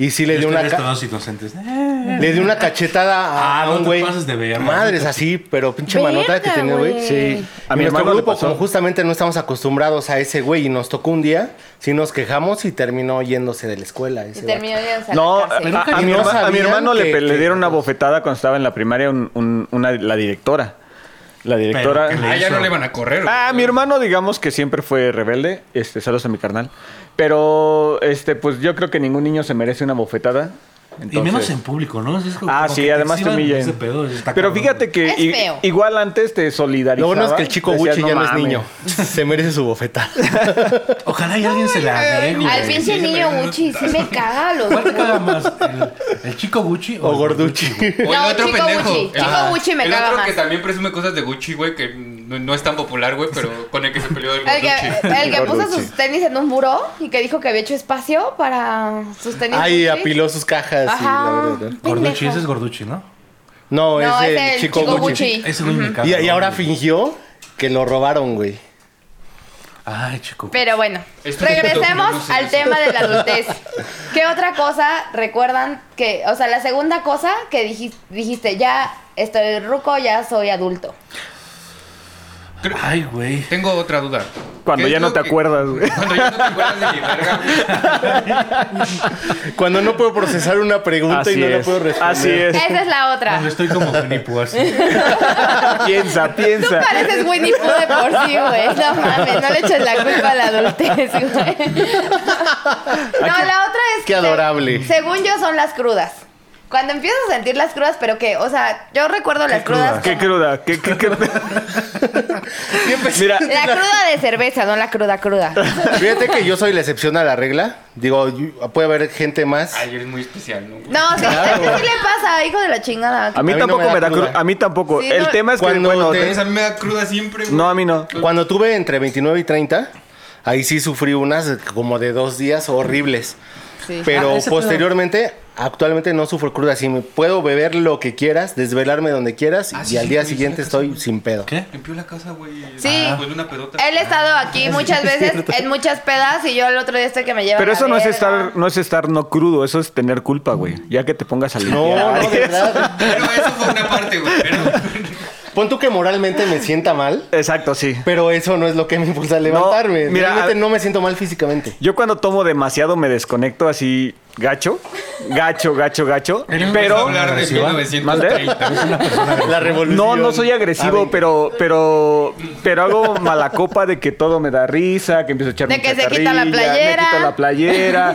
[SPEAKER 4] Y sí le
[SPEAKER 5] Yo
[SPEAKER 4] dio una,
[SPEAKER 5] estoy
[SPEAKER 4] ca-
[SPEAKER 5] todos inocentes.
[SPEAKER 4] le dio una cachetada a,
[SPEAKER 5] Ah,
[SPEAKER 4] a
[SPEAKER 5] no
[SPEAKER 4] un
[SPEAKER 5] te
[SPEAKER 4] güey.
[SPEAKER 5] pases de verga.
[SPEAKER 4] Madres así, pero pinche
[SPEAKER 6] Verga,
[SPEAKER 4] manota que tenía, güey.
[SPEAKER 6] güey.
[SPEAKER 7] Sí.
[SPEAKER 4] A mi nuestro
[SPEAKER 7] hermano le
[SPEAKER 4] grupo,
[SPEAKER 7] pasó.
[SPEAKER 4] como justamente no estamos acostumbrados a ese güey y nos tocó un día, sí nos quejamos y terminó yéndose de la escuela.
[SPEAKER 6] Y
[SPEAKER 4] Ese güey.
[SPEAKER 6] terminó de
[SPEAKER 7] No, a,
[SPEAKER 5] cárcel.
[SPEAKER 7] a- a mi,
[SPEAKER 4] No
[SPEAKER 7] herma- a mi
[SPEAKER 4] sabían
[SPEAKER 7] hermano le,
[SPEAKER 4] que-
[SPEAKER 7] pe- le
[SPEAKER 4] que-
[SPEAKER 7] dieron una bofetada cuando estaba en la primaria un- un- una, la directora. La directora...
[SPEAKER 5] que le-
[SPEAKER 3] Ah, ya
[SPEAKER 5] Eso.
[SPEAKER 3] no le van a correr, güey.
[SPEAKER 7] Ah, mi hermano, digamos que siempre fue rebelde. Este, saludos a mi carnal. Pero, este, pues yo creo que ningún niño se merece una bofetada.
[SPEAKER 5] Y menos
[SPEAKER 7] Entonces-
[SPEAKER 5] en público, ¿no? Es como
[SPEAKER 7] Ah,
[SPEAKER 5] que
[SPEAKER 7] sí,
[SPEAKER 5] te
[SPEAKER 7] además te
[SPEAKER 5] exhiban
[SPEAKER 7] humillan.
[SPEAKER 5] ese pedo, está
[SPEAKER 7] Pero
[SPEAKER 5] cabrón.
[SPEAKER 7] fíjate que
[SPEAKER 6] Es
[SPEAKER 7] i-
[SPEAKER 6] feo.
[SPEAKER 7] igual antes te solidarizabas.
[SPEAKER 4] Lo bueno es que el chico
[SPEAKER 7] Decías,
[SPEAKER 4] Gucci ya no es
[SPEAKER 7] mames".
[SPEAKER 4] niño. Se merece su bofetada.
[SPEAKER 5] Ojalá y alguien se la dé, güey.
[SPEAKER 6] Al pinche
[SPEAKER 3] sí,
[SPEAKER 6] niño
[SPEAKER 3] pero-
[SPEAKER 6] Gucci, sí me caga los.
[SPEAKER 5] ¿Cuál te caga más? ¿El, el chico Gucci o,
[SPEAKER 4] O
[SPEAKER 5] el
[SPEAKER 4] Gorducci.
[SPEAKER 3] O el
[SPEAKER 6] No,
[SPEAKER 3] otro
[SPEAKER 6] Chico
[SPEAKER 3] pendejo.
[SPEAKER 6] Gucci. Chico
[SPEAKER 3] Ajá.
[SPEAKER 6] Gucci me
[SPEAKER 3] el
[SPEAKER 6] caga
[SPEAKER 3] otro
[SPEAKER 6] más.
[SPEAKER 3] que también presume cosas de Gucci, güey, que no, no es tan popular, güey, pero con el que se peleó el
[SPEAKER 6] El
[SPEAKER 3] Gucci.
[SPEAKER 6] que, el que puso
[SPEAKER 7] Gorducci.
[SPEAKER 6] sus tenis en un buró y que dijo que había hecho espacio para sus tenis.
[SPEAKER 4] Ahí
[SPEAKER 6] Gucci.
[SPEAKER 4] apiló sus cajas y la
[SPEAKER 6] Ajá.
[SPEAKER 4] verdad, ¿no?
[SPEAKER 5] Gorducci,
[SPEAKER 6] pendejo.
[SPEAKER 5] ese es Gorducci, ¿no?
[SPEAKER 4] No,
[SPEAKER 6] No,
[SPEAKER 4] es el chico, Gucci.
[SPEAKER 5] Ese güey me caga.
[SPEAKER 4] Y, y ahora
[SPEAKER 5] güey.
[SPEAKER 4] fingió que lo robaron, güey.
[SPEAKER 5] Ay, chico.
[SPEAKER 6] Pero bueno,
[SPEAKER 3] Esto es lo
[SPEAKER 6] regresemos
[SPEAKER 3] que
[SPEAKER 6] al
[SPEAKER 3] no se
[SPEAKER 6] tema de la adultez. ¿Qué otra cosa recuerdan que, o sea, la segunda cosa que dijis- dijiste, ya estoy ruco, ya soy adulto?
[SPEAKER 3] Creo-
[SPEAKER 5] Ay, güey.
[SPEAKER 3] Tengo otra duda.
[SPEAKER 7] Cuando
[SPEAKER 3] ¿Qué
[SPEAKER 7] ya
[SPEAKER 3] es
[SPEAKER 7] no
[SPEAKER 3] lo
[SPEAKER 7] te
[SPEAKER 3] que-
[SPEAKER 7] acuerdas, güey.
[SPEAKER 3] Cuando ya no te acuerdas de mi verga, güey.
[SPEAKER 4] Cuando no puedo procesar una pregunta
[SPEAKER 7] Así
[SPEAKER 4] y no la
[SPEAKER 7] es.
[SPEAKER 4] puedo responder.
[SPEAKER 7] Así es.
[SPEAKER 6] Esa es la otra.
[SPEAKER 5] Cuando estoy como Winnie Pooh así.
[SPEAKER 7] Piensa,
[SPEAKER 6] Tú
[SPEAKER 7] piensa.
[SPEAKER 6] pareces Winnie Pooh de por sí, güey. No mames, no le eches la culpa a la adultez, güey. No, la otra es...
[SPEAKER 4] Qué
[SPEAKER 6] que,
[SPEAKER 4] adorable.
[SPEAKER 6] según yo, son las crudas. Cuando empiezas a sentir las crudas, pero que, o sea, yo recuerdo las crudas.
[SPEAKER 7] Qué
[SPEAKER 6] como-
[SPEAKER 7] cruda. Qué, qué, qué- Mira,
[SPEAKER 6] La cruda de cerveza, no la cruda cruda.
[SPEAKER 4] Fíjate que yo soy la excepción a la regla. Digo, yo- puede haber gente más.
[SPEAKER 3] Ay, eres muy especial, ¿no?
[SPEAKER 6] No, sí, es que sí le pasa, hijo de la chingada.
[SPEAKER 7] a mí
[SPEAKER 4] A mí no
[SPEAKER 7] tampoco
[SPEAKER 4] me da
[SPEAKER 7] me da
[SPEAKER 4] cruda.
[SPEAKER 7] cruda. A mí tampoco.
[SPEAKER 6] Sí,
[SPEAKER 7] El
[SPEAKER 6] no-
[SPEAKER 7] tema es que,
[SPEAKER 4] Cuando
[SPEAKER 7] bueno,
[SPEAKER 4] te-
[SPEAKER 7] te-
[SPEAKER 3] Esa me da cruda siempre, güey.
[SPEAKER 7] no, a mí no.
[SPEAKER 4] Cuando tuve entre 29 y 30, ahí sí sufrí unas como de dos días horribles.
[SPEAKER 6] Sí.
[SPEAKER 4] Pero
[SPEAKER 6] Ah, eso cruda.
[SPEAKER 4] posteriormente, actualmente no sufro cruda. Si me puedo beber lo que quieras, desvelarme donde quieras
[SPEAKER 3] Ah,
[SPEAKER 4] y
[SPEAKER 3] sí,
[SPEAKER 4] al
[SPEAKER 3] sí,
[SPEAKER 4] día
[SPEAKER 3] sí,
[SPEAKER 4] siguiente
[SPEAKER 3] sí,
[SPEAKER 4] estoy
[SPEAKER 3] sí.
[SPEAKER 4] sin pedo.
[SPEAKER 5] ¿Qué?
[SPEAKER 3] Limpió la casa, güey.
[SPEAKER 6] Ah, Sí.
[SPEAKER 3] Después de Ah, pues una pedota.
[SPEAKER 6] Él ha estado aquí muchas veces, en muchas pedas, y yo el otro día este que me lleva.
[SPEAKER 7] Pero
[SPEAKER 6] la
[SPEAKER 7] eso no es
[SPEAKER 6] verga.
[SPEAKER 7] estar, no es estar no crudo, eso es tener culpa, güey. Ya que te pongas a
[SPEAKER 4] No,
[SPEAKER 7] limpiar.
[SPEAKER 4] no, de verdad.
[SPEAKER 3] Pero eso fue una parte, güey. Pero...
[SPEAKER 4] Pon tú que moralmente me sienta mal,
[SPEAKER 7] Exacto, sí.
[SPEAKER 4] pero eso no es lo que me impulsa a levantarme.
[SPEAKER 7] mira,
[SPEAKER 4] Realmente
[SPEAKER 7] a-
[SPEAKER 4] no me siento mal físicamente.
[SPEAKER 7] Yo cuando tomo demasiado me desconecto así gacho, gacho, gacho, gacho.
[SPEAKER 3] Pero
[SPEAKER 7] Pero
[SPEAKER 3] hablar de
[SPEAKER 5] agresiva.
[SPEAKER 3] 1930.
[SPEAKER 4] La revolución.
[SPEAKER 7] no, no soy
[SPEAKER 4] Ah,
[SPEAKER 7] agresivo,
[SPEAKER 4] venga.
[SPEAKER 7] pero, pero, pero hago mala copa de que todo me da risa, que empiezo a echar
[SPEAKER 6] De
[SPEAKER 7] mi
[SPEAKER 6] que se quita la
[SPEAKER 7] chacarrilla,
[SPEAKER 6] playera.
[SPEAKER 7] me quito la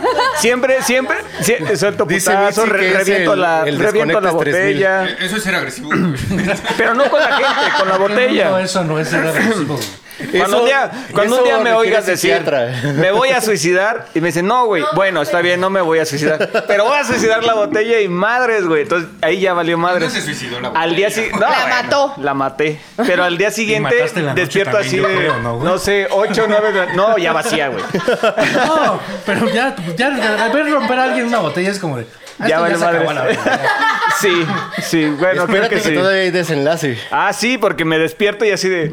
[SPEAKER 7] playera. Siempre, siempre, sie- suelto
[SPEAKER 4] Dice
[SPEAKER 7] putazos,
[SPEAKER 4] Mitzi
[SPEAKER 7] re-
[SPEAKER 4] que es
[SPEAKER 7] reviento
[SPEAKER 4] el-
[SPEAKER 7] la,
[SPEAKER 4] el
[SPEAKER 7] reviento la
[SPEAKER 4] desconectas 3000.
[SPEAKER 7] botella.
[SPEAKER 3] Eso es ser agresivo. güey.
[SPEAKER 7] Pero no con la gente, con la
[SPEAKER 5] No,
[SPEAKER 7] botella.
[SPEAKER 5] eso no es ser agresivo. güey.
[SPEAKER 7] Cuando un día, cuando un
[SPEAKER 4] eso
[SPEAKER 7] día me
[SPEAKER 4] requiere
[SPEAKER 7] oigas decir,
[SPEAKER 4] psiquiatra.
[SPEAKER 7] me voy a suicidar, y me dicen, no, güey, bueno, está bien, no me voy a suicidar, pero voy a suicidar la botella y madres, güey. Entonces ahí ya valió madres.
[SPEAKER 3] No se suicidó la
[SPEAKER 7] Al día
[SPEAKER 3] botella.
[SPEAKER 7] siguiente.
[SPEAKER 6] La mató.
[SPEAKER 7] La maté. Pero al día siguiente
[SPEAKER 5] mataste en la noche
[SPEAKER 7] despierto
[SPEAKER 5] también,
[SPEAKER 7] así
[SPEAKER 5] yo
[SPEAKER 7] de.
[SPEAKER 5] creo, ¿no,
[SPEAKER 7] ¿no,
[SPEAKER 5] güey?
[SPEAKER 7] sé, 8, 9 de la- No, ya vacía, güey.
[SPEAKER 5] No, pero ya, ya, al ver romper a alguien una botella es como de. "Ah,
[SPEAKER 7] Ya
[SPEAKER 5] esto
[SPEAKER 7] vale
[SPEAKER 5] se acabó
[SPEAKER 7] madres.
[SPEAKER 5] la verga".
[SPEAKER 7] Sí, sí, bueno, creo
[SPEAKER 4] Espérate
[SPEAKER 7] que
[SPEAKER 4] que,
[SPEAKER 7] sí.
[SPEAKER 4] todavía hay desenlace.
[SPEAKER 7] Ah, sí, porque me despierto y así de.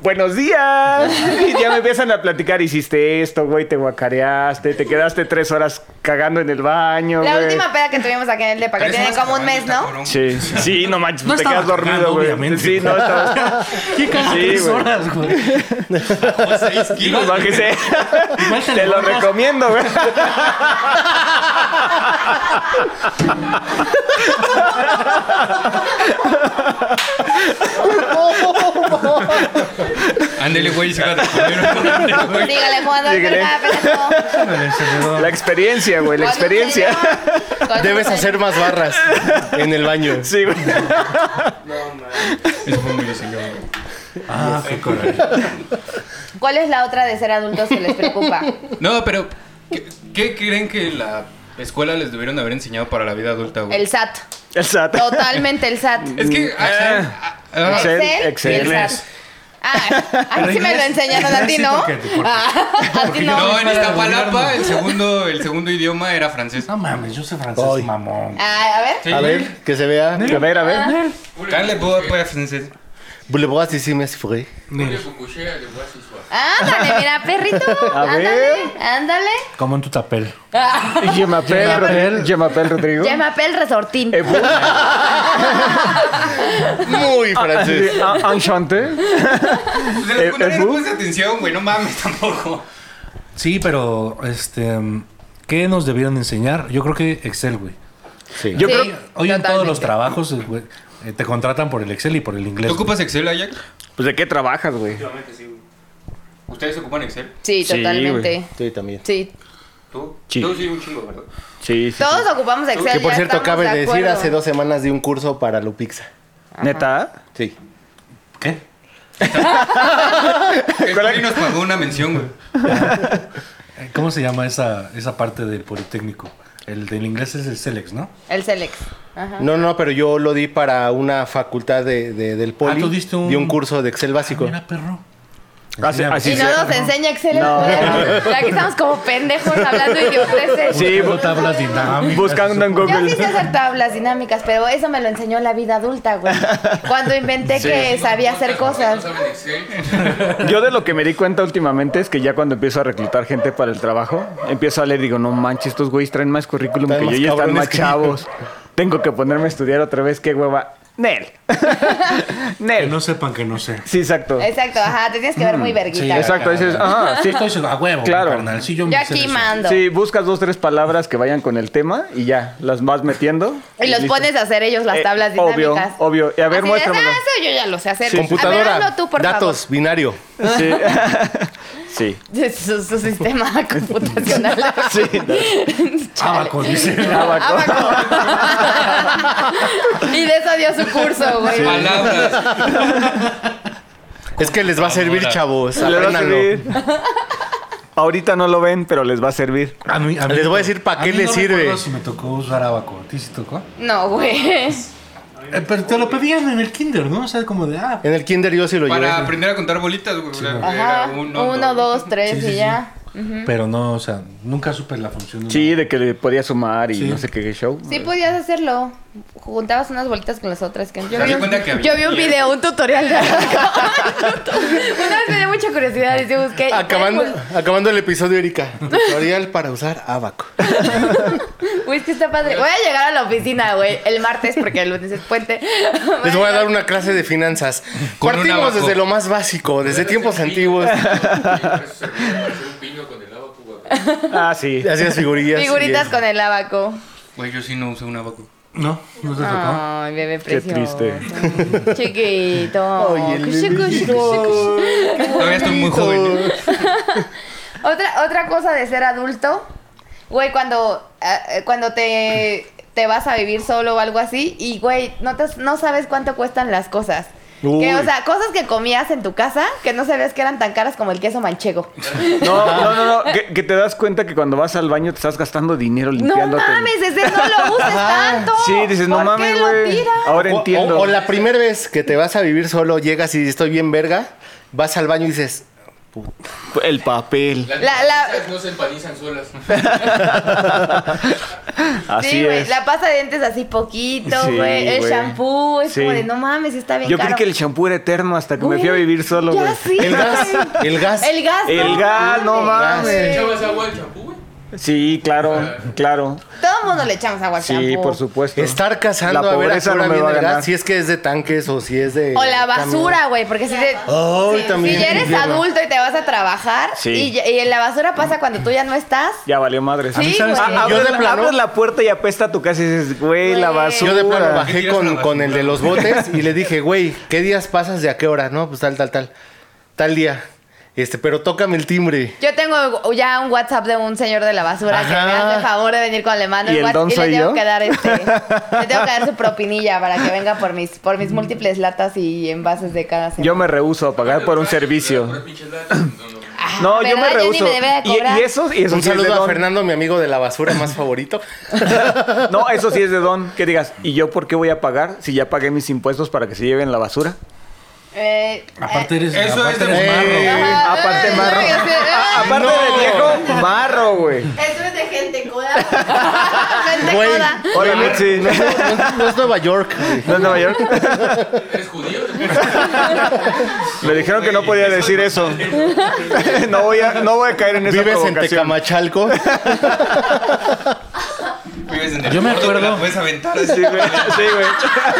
[SPEAKER 7] Buenos días. Y ya me empiezan a platicar. Hiciste esto, güey, te guacareaste, te quedaste tres horas cagando en el baño.
[SPEAKER 6] La
[SPEAKER 7] güey.
[SPEAKER 6] última peda que tuvimos aquí en el depa, que
[SPEAKER 3] Pero es
[SPEAKER 6] tienen
[SPEAKER 3] más
[SPEAKER 6] como un
[SPEAKER 3] cabrón,
[SPEAKER 6] mes,
[SPEAKER 3] está
[SPEAKER 6] ¿no?
[SPEAKER 3] cabrón.
[SPEAKER 7] Sí, sí, no manches,
[SPEAKER 5] No
[SPEAKER 7] te
[SPEAKER 5] estaba
[SPEAKER 7] quedas dormido,
[SPEAKER 5] cagando,
[SPEAKER 7] güey.
[SPEAKER 5] obviamente.
[SPEAKER 7] Sí, no estaba.
[SPEAKER 5] ¿Qué cagas
[SPEAKER 7] Sí,
[SPEAKER 5] tres
[SPEAKER 7] güey. pues,
[SPEAKER 5] horas, güey?
[SPEAKER 3] Bajó seis kilos, güey.
[SPEAKER 7] Bájese.
[SPEAKER 5] Igual
[SPEAKER 7] Te lo
[SPEAKER 5] borras.
[SPEAKER 7] recomiendo, güey.
[SPEAKER 3] Ándele, güey, se va a comer. Ándele, güey.
[SPEAKER 6] Dígale, Juan, no
[SPEAKER 7] Dígale.
[SPEAKER 6] espera, pendejo.
[SPEAKER 7] La experiencia, güey, la
[SPEAKER 6] Con
[SPEAKER 7] experiencia.
[SPEAKER 6] un señor. Con
[SPEAKER 4] Debes
[SPEAKER 6] un
[SPEAKER 4] hacer más barras en el baño.
[SPEAKER 7] Sí, güey.
[SPEAKER 3] Eso fue muy desingado, güey.
[SPEAKER 5] Ah, qué coraje.
[SPEAKER 6] señor. ¿Cuál es la otra de ser adultos que les preocupa?
[SPEAKER 3] No, pero ¿qué, qué creen que la escuela les debieron haber enseñado para la vida adulta, güey?
[SPEAKER 6] El SAT.
[SPEAKER 7] El SAT.
[SPEAKER 6] Totalmente el SAT.
[SPEAKER 3] Es que ah,
[SPEAKER 7] Eh.
[SPEAKER 3] ah, ah,
[SPEAKER 7] Excel,
[SPEAKER 6] Excel y el
[SPEAKER 7] Excel.
[SPEAKER 6] SAT. Ah, a mí sí me lo
[SPEAKER 5] inglés-
[SPEAKER 6] enseñaron a ti,
[SPEAKER 5] inglés sí,
[SPEAKER 6] ¿no?
[SPEAKER 5] porque- porque-
[SPEAKER 6] Ah, a ti
[SPEAKER 3] no, en
[SPEAKER 6] no.
[SPEAKER 3] Iztapalapa el segundo el segundo idioma era francés.
[SPEAKER 5] No mames, yo soy francés,
[SPEAKER 4] Ay.
[SPEAKER 5] mamón.
[SPEAKER 6] Ah, a ver.
[SPEAKER 3] Sí.
[SPEAKER 4] A ver, que se vea.
[SPEAKER 7] A ver, a ver.
[SPEAKER 3] Quand le beau est francés.
[SPEAKER 4] Boulevard sí, sí, me fue.
[SPEAKER 8] Julio Fukushima le fue a su suave.
[SPEAKER 6] Ándale, mira, perrito.
[SPEAKER 7] A
[SPEAKER 6] ándale,
[SPEAKER 7] ver.
[SPEAKER 6] ándale.
[SPEAKER 5] Como en tu tapel.
[SPEAKER 7] Yemapel, Rodrigo. Yemapel, Rodrigo.
[SPEAKER 6] Llamapel resortín.
[SPEAKER 7] Eh, bu-
[SPEAKER 4] Muy francés.
[SPEAKER 7] Ah, ah, Enchanté.
[SPEAKER 3] O sea, Pues la
[SPEAKER 7] Eh,
[SPEAKER 3] secundaria
[SPEAKER 7] eh,
[SPEAKER 3] no
[SPEAKER 7] bu-
[SPEAKER 3] pones atención, güey, no mames tampoco.
[SPEAKER 5] Sí, pero, este. ¿Qué nos debieron enseñar? Yo creo que Excel, güey.
[SPEAKER 4] Sí.
[SPEAKER 7] Yo
[SPEAKER 6] Sí.
[SPEAKER 7] creo.
[SPEAKER 5] Hoy en todos los
[SPEAKER 6] Totalmente.
[SPEAKER 5] trabajos, eh, güey, eh, te contratan por el Excel y por el inglés.
[SPEAKER 3] ¿Tú
[SPEAKER 5] güey.
[SPEAKER 3] ocupas Excel, Ayak?
[SPEAKER 7] Pues, ¿de qué trabajas, güey?
[SPEAKER 3] ¿Ustedes ocupan Excel?
[SPEAKER 6] Sí,
[SPEAKER 7] Sí,
[SPEAKER 6] totalmente.
[SPEAKER 7] güey.
[SPEAKER 4] Sí, también.
[SPEAKER 6] Sí.
[SPEAKER 3] ¿Tú?
[SPEAKER 7] Sí.
[SPEAKER 3] Tú sí, un chingo, ¿verdad?
[SPEAKER 7] Sí, sí, sí.
[SPEAKER 6] Todos ocupamos Excel.
[SPEAKER 4] Que por
[SPEAKER 6] ya
[SPEAKER 4] cierto,
[SPEAKER 6] estamos
[SPEAKER 4] cabe
[SPEAKER 6] de
[SPEAKER 4] decir,
[SPEAKER 6] acuerdo.
[SPEAKER 4] hace dos semanas di un curso para Lupixa.
[SPEAKER 7] ¿Neta?
[SPEAKER 4] Sí.
[SPEAKER 5] ¿Qué?
[SPEAKER 3] El Cori nos pagó una mención, güey.
[SPEAKER 5] Eh, ¿Cómo se llama esa, esa parte del Politécnico? El del inglés es el Celex, ¿no?
[SPEAKER 6] El Celex. Ajá.
[SPEAKER 4] No, no, pero yo lo di para una facultad de, de- del poli.
[SPEAKER 5] tú diste un-
[SPEAKER 4] Di Ah, un Ah, curso de Excel básico.
[SPEAKER 5] Mira, perro.
[SPEAKER 7] Así-
[SPEAKER 5] Enséñame.
[SPEAKER 7] así
[SPEAKER 6] Y
[SPEAKER 7] Sí,
[SPEAKER 6] no
[SPEAKER 7] sí.
[SPEAKER 6] nos enseña Excel en
[SPEAKER 7] No.
[SPEAKER 6] el cuaderno. Aquí estamos como pendejos hablando idioteces.
[SPEAKER 7] Sí,
[SPEAKER 5] Buscando
[SPEAKER 7] bu-
[SPEAKER 5] tablas dinámicas.
[SPEAKER 7] Buscando en
[SPEAKER 5] eso.
[SPEAKER 6] Yo sí
[SPEAKER 7] Google.
[SPEAKER 6] sé hacer tablas dinámicas, pero eso me lo enseñó la vida adulta, güey. Cuando inventé que sabía hacer
[SPEAKER 8] No
[SPEAKER 6] cosas.
[SPEAKER 8] saben Excel.
[SPEAKER 7] Yo de lo que me di cuenta últimamente es que ya cuando empiezo a reclutar gente para el trabajo, empiezo a leer y digo, no manches, estos güeyes traen más currículum
[SPEAKER 4] Están más
[SPEAKER 7] que yo y están
[SPEAKER 4] cabrones
[SPEAKER 7] más
[SPEAKER 4] que yo".
[SPEAKER 7] chavos. Tengo que ponerme a estudiar otra vez, qué hueva. Nel.
[SPEAKER 5] Que
[SPEAKER 7] Nel.
[SPEAKER 5] no sepan que no sé.
[SPEAKER 7] Sí, exacto.
[SPEAKER 6] Exacto, ajá, te tienes que ver
[SPEAKER 7] Mm,
[SPEAKER 6] muy verguita.
[SPEAKER 5] Sí,
[SPEAKER 7] Exacto, dices, ajá, sí.
[SPEAKER 5] Estoy diciendo, a huevo,
[SPEAKER 7] Claro.
[SPEAKER 5] carnal, sí, yo me
[SPEAKER 6] Yo
[SPEAKER 5] sé
[SPEAKER 6] aquí
[SPEAKER 5] eso.
[SPEAKER 6] mando.
[SPEAKER 7] Sí, buscas dos, tres palabras que vayan con el tema y ya, las vas metiendo.
[SPEAKER 6] Y los
[SPEAKER 7] listo.
[SPEAKER 6] pones a hacer ellos las
[SPEAKER 7] Eh,
[SPEAKER 6] tablas
[SPEAKER 7] obvio,
[SPEAKER 6] dinámicas.
[SPEAKER 7] obvio. Y a ver,
[SPEAKER 6] Así de,
[SPEAKER 7] muéstramelo.
[SPEAKER 6] "Ah, eso yo ya lo sé hacer.
[SPEAKER 7] Sí.
[SPEAKER 6] A ver,
[SPEAKER 4] Computadora,
[SPEAKER 6] hazlo tú, por
[SPEAKER 4] datos, binario.
[SPEAKER 6] "Ah,
[SPEAKER 7] Sí. sí.
[SPEAKER 6] favor. Su, su sistema computacional.
[SPEAKER 7] Ah,
[SPEAKER 6] Chale.
[SPEAKER 5] Abaco, dice.
[SPEAKER 7] Abaco.
[SPEAKER 6] Abaco. y de eso dio su curso, güey.
[SPEAKER 3] Palabras.
[SPEAKER 4] Es que les va a servir,
[SPEAKER 3] Ahora.
[SPEAKER 4] chavos.
[SPEAKER 7] Les va a
[SPEAKER 4] apréndanlo.
[SPEAKER 7] servir. Ahorita no lo ven, pero les va a servir.
[SPEAKER 5] A mí- mí-
[SPEAKER 4] Les voy a decir pa' qué
[SPEAKER 5] mí
[SPEAKER 4] le
[SPEAKER 5] no
[SPEAKER 4] sirve.
[SPEAKER 5] recuerdo si me tocó usar abaco. ¿A ti sí tocó?
[SPEAKER 6] No, güey.
[SPEAKER 5] Eh, pero te lo pedían en el kinder, ¿no? O sea, como de, ah,
[SPEAKER 4] En el kinder yo sí lo llevé.
[SPEAKER 3] Para aprender a contar bolitas, güey. Era
[SPEAKER 6] Ajá.
[SPEAKER 3] uno,
[SPEAKER 6] Uno, dos, tres
[SPEAKER 5] Sí, sí,
[SPEAKER 6] y
[SPEAKER 5] sí.
[SPEAKER 6] ya.
[SPEAKER 5] pero no, o sea, nunca supe la función. de-
[SPEAKER 7] Sí, de que le podía sumar y
[SPEAKER 5] Sí.
[SPEAKER 7] no sé qué show.
[SPEAKER 6] Sí podías hacerlo. Juntabas unas bolitas con las otras. Que yo,
[SPEAKER 3] Haz
[SPEAKER 6] vi
[SPEAKER 3] de
[SPEAKER 6] un,
[SPEAKER 3] cuenta que había-
[SPEAKER 6] yo vi un video, un tutorial de Una vez me dio mucha curiosidad y yo busqué. y
[SPEAKER 4] Acabando,
[SPEAKER 6] tal,
[SPEAKER 7] pues.
[SPEAKER 4] acabando el episodio, Erika. Tutorial para usar abaco.
[SPEAKER 6] Güey, Güey, es que está padre. Voy a llegar a la oficina, güey, el martes porque el lunes es puente.
[SPEAKER 4] Les voy a dar una clase de finanzas.
[SPEAKER 3] Con un
[SPEAKER 4] Partimos
[SPEAKER 3] abaco.
[SPEAKER 4] desde lo más básico, desde tiempos antiguos.
[SPEAKER 8] Eso servía para hacer un pino con el abaco, güey.
[SPEAKER 7] Ah, sí.
[SPEAKER 4] Hacías figurillas.
[SPEAKER 6] Figuritas
[SPEAKER 4] y, eh,
[SPEAKER 6] con el abaco.
[SPEAKER 3] Güey, yo sí no usé un abaco.
[SPEAKER 5] No, no te tocó.
[SPEAKER 6] Ay, bebé precioso.
[SPEAKER 7] triste.
[SPEAKER 6] Chiquito.
[SPEAKER 4] Ay, el
[SPEAKER 6] Cushi, cushi, cushi, cushi.
[SPEAKER 4] bebecito.
[SPEAKER 3] Todavía estoy muy joven. ¿eh?
[SPEAKER 7] ¿eh?
[SPEAKER 6] Otra, otra cosa de ser adulto, güey, cuando, ah, eh, cuando te, te vas a vivir solo o algo así, y güey, no, te- no sabes cuánto cuestan las cosas. Que, o
[SPEAKER 4] Uy.
[SPEAKER 6] sea, cosas que comías en tu casa que no sabías que eran tan caras como el queso manchego.
[SPEAKER 7] No, no, no, no. Que, que te das cuenta que cuando vas al baño te estás gastando dinero
[SPEAKER 6] No
[SPEAKER 7] limpiándote.
[SPEAKER 6] mames, ese no lo uses tanto.
[SPEAKER 7] Sí, dices, no
[SPEAKER 6] ¿Por
[SPEAKER 7] mames,
[SPEAKER 6] qué lo
[SPEAKER 7] güey. Oh,
[SPEAKER 6] tiras?
[SPEAKER 7] Ahora
[SPEAKER 4] O-
[SPEAKER 7] entiendo.
[SPEAKER 4] O, o la primera vez que te vas a vivir solo, llegas y estoy bien verga, vas al baño y dices,
[SPEAKER 7] El papel.
[SPEAKER 8] Las
[SPEAKER 6] La- la-
[SPEAKER 8] noticias no se empanizan solas.
[SPEAKER 7] Así
[SPEAKER 6] sí, güey,
[SPEAKER 7] es.
[SPEAKER 6] la pasta de dientes así poquito,
[SPEAKER 7] Sí,
[SPEAKER 6] güey. el
[SPEAKER 7] güey.
[SPEAKER 6] shampoo, es como
[SPEAKER 7] Sí.
[SPEAKER 6] de no mames, está bien
[SPEAKER 7] Yo
[SPEAKER 6] caro.
[SPEAKER 7] creí que el champú era eterno hasta que me fui a
[SPEAKER 6] Güey,
[SPEAKER 7] vivir solo,
[SPEAKER 6] ya
[SPEAKER 7] güey.
[SPEAKER 6] sí,
[SPEAKER 4] el gas, el gas.
[SPEAKER 6] El gas.
[SPEAKER 7] El gas, no
[SPEAKER 8] ¿Le
[SPEAKER 7] mames.
[SPEAKER 8] echabas agua al champú, güey?
[SPEAKER 7] Sí, claro, claro.
[SPEAKER 6] Todo el mundo le echamos agua al
[SPEAKER 7] Sí,
[SPEAKER 6] Ah, shampoo.
[SPEAKER 7] por supuesto.
[SPEAKER 4] Estar cazando
[SPEAKER 7] La
[SPEAKER 4] a ver a
[SPEAKER 7] pobreza
[SPEAKER 4] qué hora
[SPEAKER 7] no me va
[SPEAKER 4] viene
[SPEAKER 7] a
[SPEAKER 4] el
[SPEAKER 7] ganar.
[SPEAKER 4] gas, si es que es de tanques o si es de...
[SPEAKER 6] O la basura,
[SPEAKER 4] camión.
[SPEAKER 6] güey, porque si, te-
[SPEAKER 4] Ay, también.
[SPEAKER 6] si ya eres
[SPEAKER 4] infierno.
[SPEAKER 6] adulto y te vas a trabajar
[SPEAKER 7] Sí.
[SPEAKER 6] y, ya- y en la basura pasa cuando tú ya no estás.
[SPEAKER 7] Ya valió madres.
[SPEAKER 6] Sí,
[SPEAKER 5] sabes
[SPEAKER 6] güey.
[SPEAKER 5] que-
[SPEAKER 7] Ah,
[SPEAKER 4] Yo
[SPEAKER 7] abres,
[SPEAKER 4] de plano-
[SPEAKER 7] abres la puerta y apesta tu casa y dices, güey, la
[SPEAKER 6] Güey.
[SPEAKER 7] basura.
[SPEAKER 4] Yo de plano
[SPEAKER 3] ¿Qué
[SPEAKER 4] bajé
[SPEAKER 3] tiras a
[SPEAKER 4] con,
[SPEAKER 3] la
[SPEAKER 4] con el
[SPEAKER 3] basura?
[SPEAKER 4] de los botes y le dije, güey, ¿qué días pasas de a qué hora? No, pues tal, tal, tal. Tal día. Este, pero tócame el timbre.
[SPEAKER 6] Yo tengo ya un WhatsApp de un señor de la basura que me
[SPEAKER 4] Ajá.
[SPEAKER 6] hace el favor de venir cuando le mando el
[SPEAKER 7] ¿Y el
[SPEAKER 6] WhatsApp
[SPEAKER 7] don
[SPEAKER 6] y le
[SPEAKER 7] soy
[SPEAKER 6] tengo
[SPEAKER 7] yo?
[SPEAKER 6] que dar este. le tengo que dar su propinilla para que venga por mis, por mis múltiples latas y envases de cada semana.
[SPEAKER 7] Yo me rehuso a pagar por un servicio.
[SPEAKER 8] Por pinche lata. No, no.
[SPEAKER 6] Ah,
[SPEAKER 7] No, yo me
[SPEAKER 6] ¿verdad? ni
[SPEAKER 7] rehuso.
[SPEAKER 6] me debe de
[SPEAKER 7] y,
[SPEAKER 6] cobrar.
[SPEAKER 7] y eso, y eso
[SPEAKER 4] Un
[SPEAKER 7] sí es de
[SPEAKER 4] saludo a
[SPEAKER 7] don.
[SPEAKER 4] Fernando, mi amigo de la basura más favorito.
[SPEAKER 7] No, eso sí es de don. Que digas, ¿y yo por qué voy a pagar si ya pagué mis impuestos para que se lleven la basura?
[SPEAKER 6] Eh,
[SPEAKER 5] Aparte eres,
[SPEAKER 3] Eso
[SPEAKER 5] aparte
[SPEAKER 3] es de
[SPEAKER 5] eres marro,
[SPEAKER 4] Eh.
[SPEAKER 5] güey.
[SPEAKER 6] ah,
[SPEAKER 7] aparte
[SPEAKER 6] ah,
[SPEAKER 7] marro.
[SPEAKER 6] no, yo sé, ah,
[SPEAKER 7] Aparte de viejo, barro, güey.
[SPEAKER 6] Eso es de gente coda. gente
[SPEAKER 4] Güey.
[SPEAKER 6] coda.
[SPEAKER 7] Hola, Mitzi.
[SPEAKER 4] No, no es Nueva York. güey.
[SPEAKER 7] ¿No es Nueva York?
[SPEAKER 8] ¿Eres judío?
[SPEAKER 7] Le dijeron que no podía decir eso. No voy a, no voy a caer en esa
[SPEAKER 4] Vives en
[SPEAKER 7] provocación.
[SPEAKER 4] Tecamachalco.
[SPEAKER 3] Vives en el
[SPEAKER 5] Yo me
[SPEAKER 3] gordo que
[SPEAKER 5] acuerdo.
[SPEAKER 3] La puedes aventar.
[SPEAKER 7] Sí, güey. Sí, güey.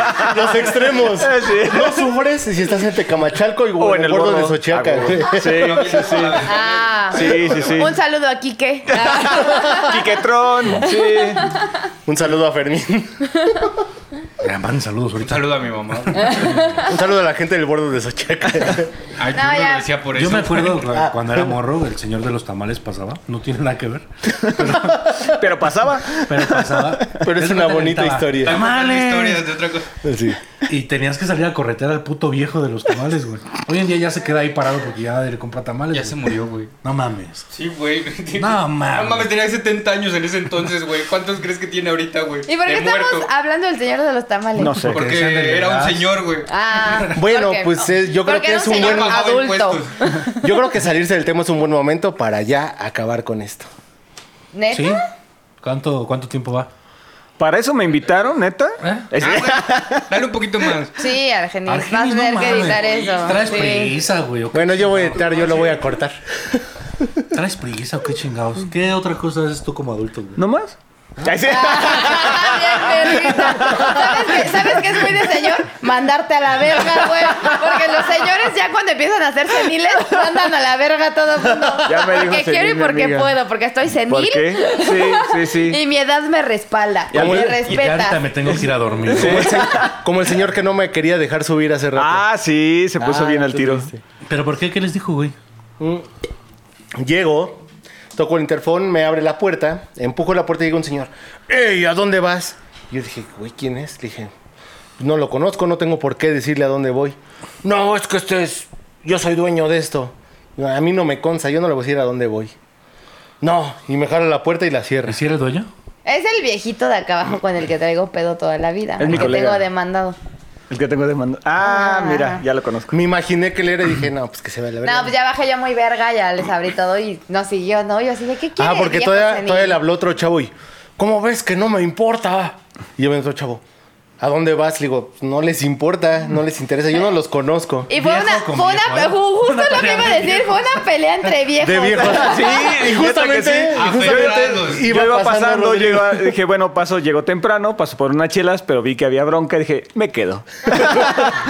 [SPEAKER 4] Los extremos.
[SPEAKER 7] Ah, Sí.
[SPEAKER 4] No sufres si estás en Tecamachalco y,
[SPEAKER 7] O en el Ah,
[SPEAKER 4] bordo
[SPEAKER 7] gordo
[SPEAKER 4] de Xochiaca. güey.
[SPEAKER 7] Sí, sí, sí.
[SPEAKER 6] Ah.
[SPEAKER 7] Sí, sí, sí.
[SPEAKER 6] Un saludo a Quique.
[SPEAKER 7] Quiquetrón. Sí.
[SPEAKER 4] Un saludo a Fermín.
[SPEAKER 5] Ya, man, saludos
[SPEAKER 3] Un
[SPEAKER 5] ahorita.
[SPEAKER 3] saludo a mi mamá.
[SPEAKER 4] Un saludo a la gente del bordo de Xochiaca.
[SPEAKER 3] Ay,
[SPEAKER 6] No,
[SPEAKER 3] yo no
[SPEAKER 6] ya.
[SPEAKER 3] lo decía por eso.
[SPEAKER 5] Yo me acuerdo cu- cuando
[SPEAKER 4] Ah.
[SPEAKER 5] era morro, el señor de los tamales pasaba. No tiene nada que ver,
[SPEAKER 7] Pero pasaba.
[SPEAKER 5] pero pasaba.
[SPEAKER 4] Pero es
[SPEAKER 5] Él
[SPEAKER 4] una
[SPEAKER 5] te
[SPEAKER 4] bonita
[SPEAKER 5] aventaba,
[SPEAKER 4] historia.
[SPEAKER 5] ¡Tamales!
[SPEAKER 3] Historias de otra cosa.
[SPEAKER 4] Sí.
[SPEAKER 5] Y tenías que salir a corretear al puto viejo de los tamales, güey. Hoy en día ya se queda ahí parado porque ya le compra tamales.
[SPEAKER 3] Ya se
[SPEAKER 5] güey.
[SPEAKER 3] murió, güey.
[SPEAKER 5] No mames.
[SPEAKER 3] Sí, güey.
[SPEAKER 5] No, mames.
[SPEAKER 3] No mames, tenía 70 años en ese entonces, güey. ¿Cuántos crees que tiene ahorita, güey?
[SPEAKER 6] ¿Y por qué
[SPEAKER 3] De
[SPEAKER 6] estamos
[SPEAKER 3] muerto.
[SPEAKER 6] hablando del señor de los tamales?
[SPEAKER 7] No sé.
[SPEAKER 5] Porque decían de
[SPEAKER 3] Porque era un
[SPEAKER 5] verdad.
[SPEAKER 3] señor, güey.
[SPEAKER 6] Ah,
[SPEAKER 4] Bueno,
[SPEAKER 6] porque-
[SPEAKER 4] pues, eh, yo creo
[SPEAKER 6] porque
[SPEAKER 4] que
[SPEAKER 6] era
[SPEAKER 4] es
[SPEAKER 6] un
[SPEAKER 4] un
[SPEAKER 6] señor
[SPEAKER 4] buen
[SPEAKER 3] Pagaba
[SPEAKER 6] adulto.
[SPEAKER 3] impuestos.
[SPEAKER 4] Yo creo que salirse del tema es un buen momento para ya acabar con esto.
[SPEAKER 6] ¿Neta?
[SPEAKER 5] ¿Sí? ¿Cuánto, cuánto tiempo va?
[SPEAKER 7] Para eso me invitaron, neta.
[SPEAKER 5] ¿Eh?
[SPEAKER 7] Es-
[SPEAKER 3] Ah, güey, Dale un poquito más.
[SPEAKER 6] Sí, Argenis. Vas a
[SPEAKER 5] Argenis, no
[SPEAKER 6] tener que
[SPEAKER 5] mames.
[SPEAKER 6] editar eso.
[SPEAKER 5] Traes
[SPEAKER 6] Sí.
[SPEAKER 5] prisa, güey. ¿o qué
[SPEAKER 4] Bueno, yo voy a editar, yo lo voy a cortar.
[SPEAKER 5] chingados? Traes prisa, o qué chingados. ¿Qué otra cosa haces tú como adulto, güey?
[SPEAKER 7] ¿No más? Ay, sí.
[SPEAKER 6] Bien, perrita. ¿Sabes qué, ¿Sabes qué es muy de señor? mandarte a la verga, güey. Porque los señores ya cuando empiezan a hacer seniles, mandan a la verga a todo el mundo.
[SPEAKER 7] Ya me dijo
[SPEAKER 6] porque
[SPEAKER 7] senil,
[SPEAKER 6] quiero y
[SPEAKER 7] mi
[SPEAKER 6] porque
[SPEAKER 7] amiga.
[SPEAKER 6] puedo, porque estoy senil.
[SPEAKER 7] ¿Por qué? Sí, sí, sí.
[SPEAKER 6] Y mi edad me respalda,
[SPEAKER 5] Ya,
[SPEAKER 6] me
[SPEAKER 5] güey, ya ahorita
[SPEAKER 6] respeta.
[SPEAKER 5] me tengo que ir a dormir.
[SPEAKER 4] Como el, se- como el señor que no me quería dejar subir hace rato.
[SPEAKER 7] Ah, sí, se puso
[SPEAKER 4] Ah,
[SPEAKER 7] bien
[SPEAKER 4] no
[SPEAKER 7] al
[SPEAKER 4] te
[SPEAKER 7] tiro.
[SPEAKER 4] fuiste.
[SPEAKER 5] ¿Pero por qué? ¿Qué les dijo, güey?
[SPEAKER 4] Mm. Llego, toco el interfón, me abre la puerta, empujo la puerta y llega un señor. ¡Ey, ¿a dónde vas? Yo dije, güey, ¿quién es? Le dije, no lo conozco, no tengo por qué decirle a dónde voy. No, es que este es... Yo soy dueño de esto. No, A mí no me consta, yo no le voy a decir a dónde voy. No, y me jala la puerta y la cierra.
[SPEAKER 5] ¿Y si era el dueño?
[SPEAKER 6] Es el viejito de acá abajo con el que traigo pedo toda la vida.
[SPEAKER 7] Es
[SPEAKER 6] el
[SPEAKER 7] mi
[SPEAKER 6] que
[SPEAKER 7] colega.
[SPEAKER 6] tengo demandado.
[SPEAKER 7] El que tengo de mando. Ah,
[SPEAKER 6] Ah.
[SPEAKER 7] mira, ya lo conozco.
[SPEAKER 4] Me imaginé que le era y dije, no, pues que se vea la verdad.
[SPEAKER 6] No, pues ya bajé yo muy verga, ya les abrí todo y no siguió, ¿no? Yo así de, ¿qué quieres,
[SPEAKER 4] Ah, porque
[SPEAKER 6] viejo
[SPEAKER 4] todavía,
[SPEAKER 6] senil?
[SPEAKER 4] todavía le habló otro chavo y, ¿cómo ves que no me importa? Y yo me otro chavo, ¿a dónde vas? Le digo, no les importa, no les interesa, yo no los conozco.
[SPEAKER 6] Y fue
[SPEAKER 5] Viejo
[SPEAKER 6] una,
[SPEAKER 5] con
[SPEAKER 6] fue una,
[SPEAKER 5] viejo, ¿eh?
[SPEAKER 6] ju- justo
[SPEAKER 5] Una
[SPEAKER 6] lo que
[SPEAKER 5] pelea
[SPEAKER 6] iba a
[SPEAKER 5] de
[SPEAKER 6] decir, fue una pelea entre viejos.
[SPEAKER 4] De viejos. Sí, y justamente,
[SPEAKER 7] Neta
[SPEAKER 4] y
[SPEAKER 7] que sí.
[SPEAKER 4] justamente
[SPEAKER 3] Aferrados.
[SPEAKER 7] Yo iba pasando,
[SPEAKER 4] Rodrigo.
[SPEAKER 7] llegó- dije, bueno, paso, llegó temprano, paso por unas chelas, pero vi que había bronca y dije, me quedo.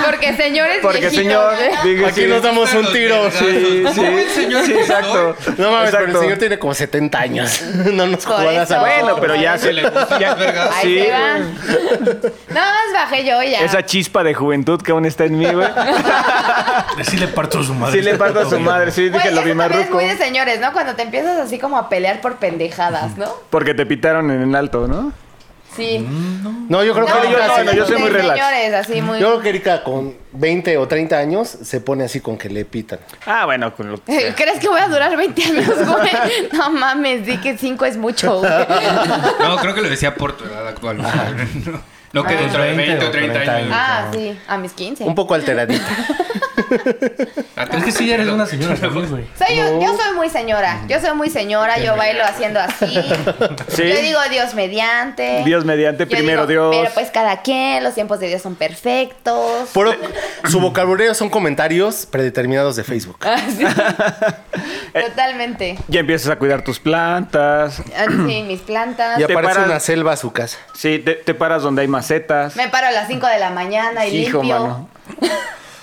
[SPEAKER 6] Porque señores
[SPEAKER 7] Porque,
[SPEAKER 6] viejitos.
[SPEAKER 7] señor,
[SPEAKER 6] ¿eh?
[SPEAKER 7] dije,
[SPEAKER 4] Aquí
[SPEAKER 7] sí,
[SPEAKER 4] nos damos un tiro.
[SPEAKER 7] Sí, sí,
[SPEAKER 3] señor
[SPEAKER 7] sí,
[SPEAKER 3] que
[SPEAKER 7] exacto.
[SPEAKER 4] No mames, pero el
[SPEAKER 7] exacto.
[SPEAKER 4] señor tiene como 70 años. No nos
[SPEAKER 6] Por
[SPEAKER 4] jodas a
[SPEAKER 6] eso.
[SPEAKER 7] Bueno, pero ya
[SPEAKER 6] Se
[SPEAKER 7] se
[SPEAKER 3] le gustan las vergas.
[SPEAKER 6] Ahí
[SPEAKER 7] Sí.
[SPEAKER 6] se van. Nada más bajé yo y ya.
[SPEAKER 7] Esa chispa de juventud que aún está en mí, güey.
[SPEAKER 5] Sí le parto a su madre.
[SPEAKER 7] Sí le parto a su madre, sí,
[SPEAKER 6] Güey,
[SPEAKER 7] dije, lo
[SPEAKER 6] eso
[SPEAKER 7] vi más
[SPEAKER 6] también es
[SPEAKER 7] ruco.
[SPEAKER 6] muy de señores, ¿no? Cuando te empiezas así como a pelear por pendejadas, ¿no?
[SPEAKER 7] Porque te pitaron en el alto, ¿no?
[SPEAKER 6] Sí.
[SPEAKER 4] No, yo creo que
[SPEAKER 7] Mm. yo
[SPEAKER 4] ahorita
[SPEAKER 7] no,
[SPEAKER 4] sí.
[SPEAKER 7] no, yo soy muy
[SPEAKER 6] de
[SPEAKER 7] relax. Mm.
[SPEAKER 6] señores, así muy...
[SPEAKER 4] Yo creo que Erika con 20 o 30 años se pone así con que le pitan.
[SPEAKER 7] Ah, bueno, con lo que sea.
[SPEAKER 6] ¿Crees que voy a durar 20 años, güey? No mames, di que 5 es mucho, güey.
[SPEAKER 3] No, creo que lo decía por tu edad actual. No, no que dentro de 20 o 30 años.
[SPEAKER 6] Ah, sí, a mis 15.
[SPEAKER 4] Un poco alteradita.
[SPEAKER 5] Es que sí, ya eres una señora también, güey.
[SPEAKER 6] Soy yo, yo soy muy señora, yo soy muy señora, yo bailo haciendo así.
[SPEAKER 7] Sí.
[SPEAKER 6] Yo digo Dios mediante.
[SPEAKER 7] Dios mediante,
[SPEAKER 6] Yo
[SPEAKER 7] primero
[SPEAKER 6] digo,
[SPEAKER 7] Dios. Pues,
[SPEAKER 6] Pero pues cada quien, los tiempos de Dios son perfectos.
[SPEAKER 4] Puro- su vocabulario son comentarios predeterminados de Facebook.
[SPEAKER 6] Ah, sí.
[SPEAKER 7] Eh.
[SPEAKER 6] Totalmente.
[SPEAKER 7] Ya empiezas a cuidar tus plantas.
[SPEAKER 6] Ah, Sí, mis plantas.
[SPEAKER 4] Y
[SPEAKER 7] Te
[SPEAKER 4] aparece
[SPEAKER 7] paras-
[SPEAKER 4] una selva a su casa.
[SPEAKER 7] Sí, te, te paras donde hay macetas.
[SPEAKER 6] Me paro a las 5 de la mañana y
[SPEAKER 7] Hijo,
[SPEAKER 6] limpio.
[SPEAKER 7] mano.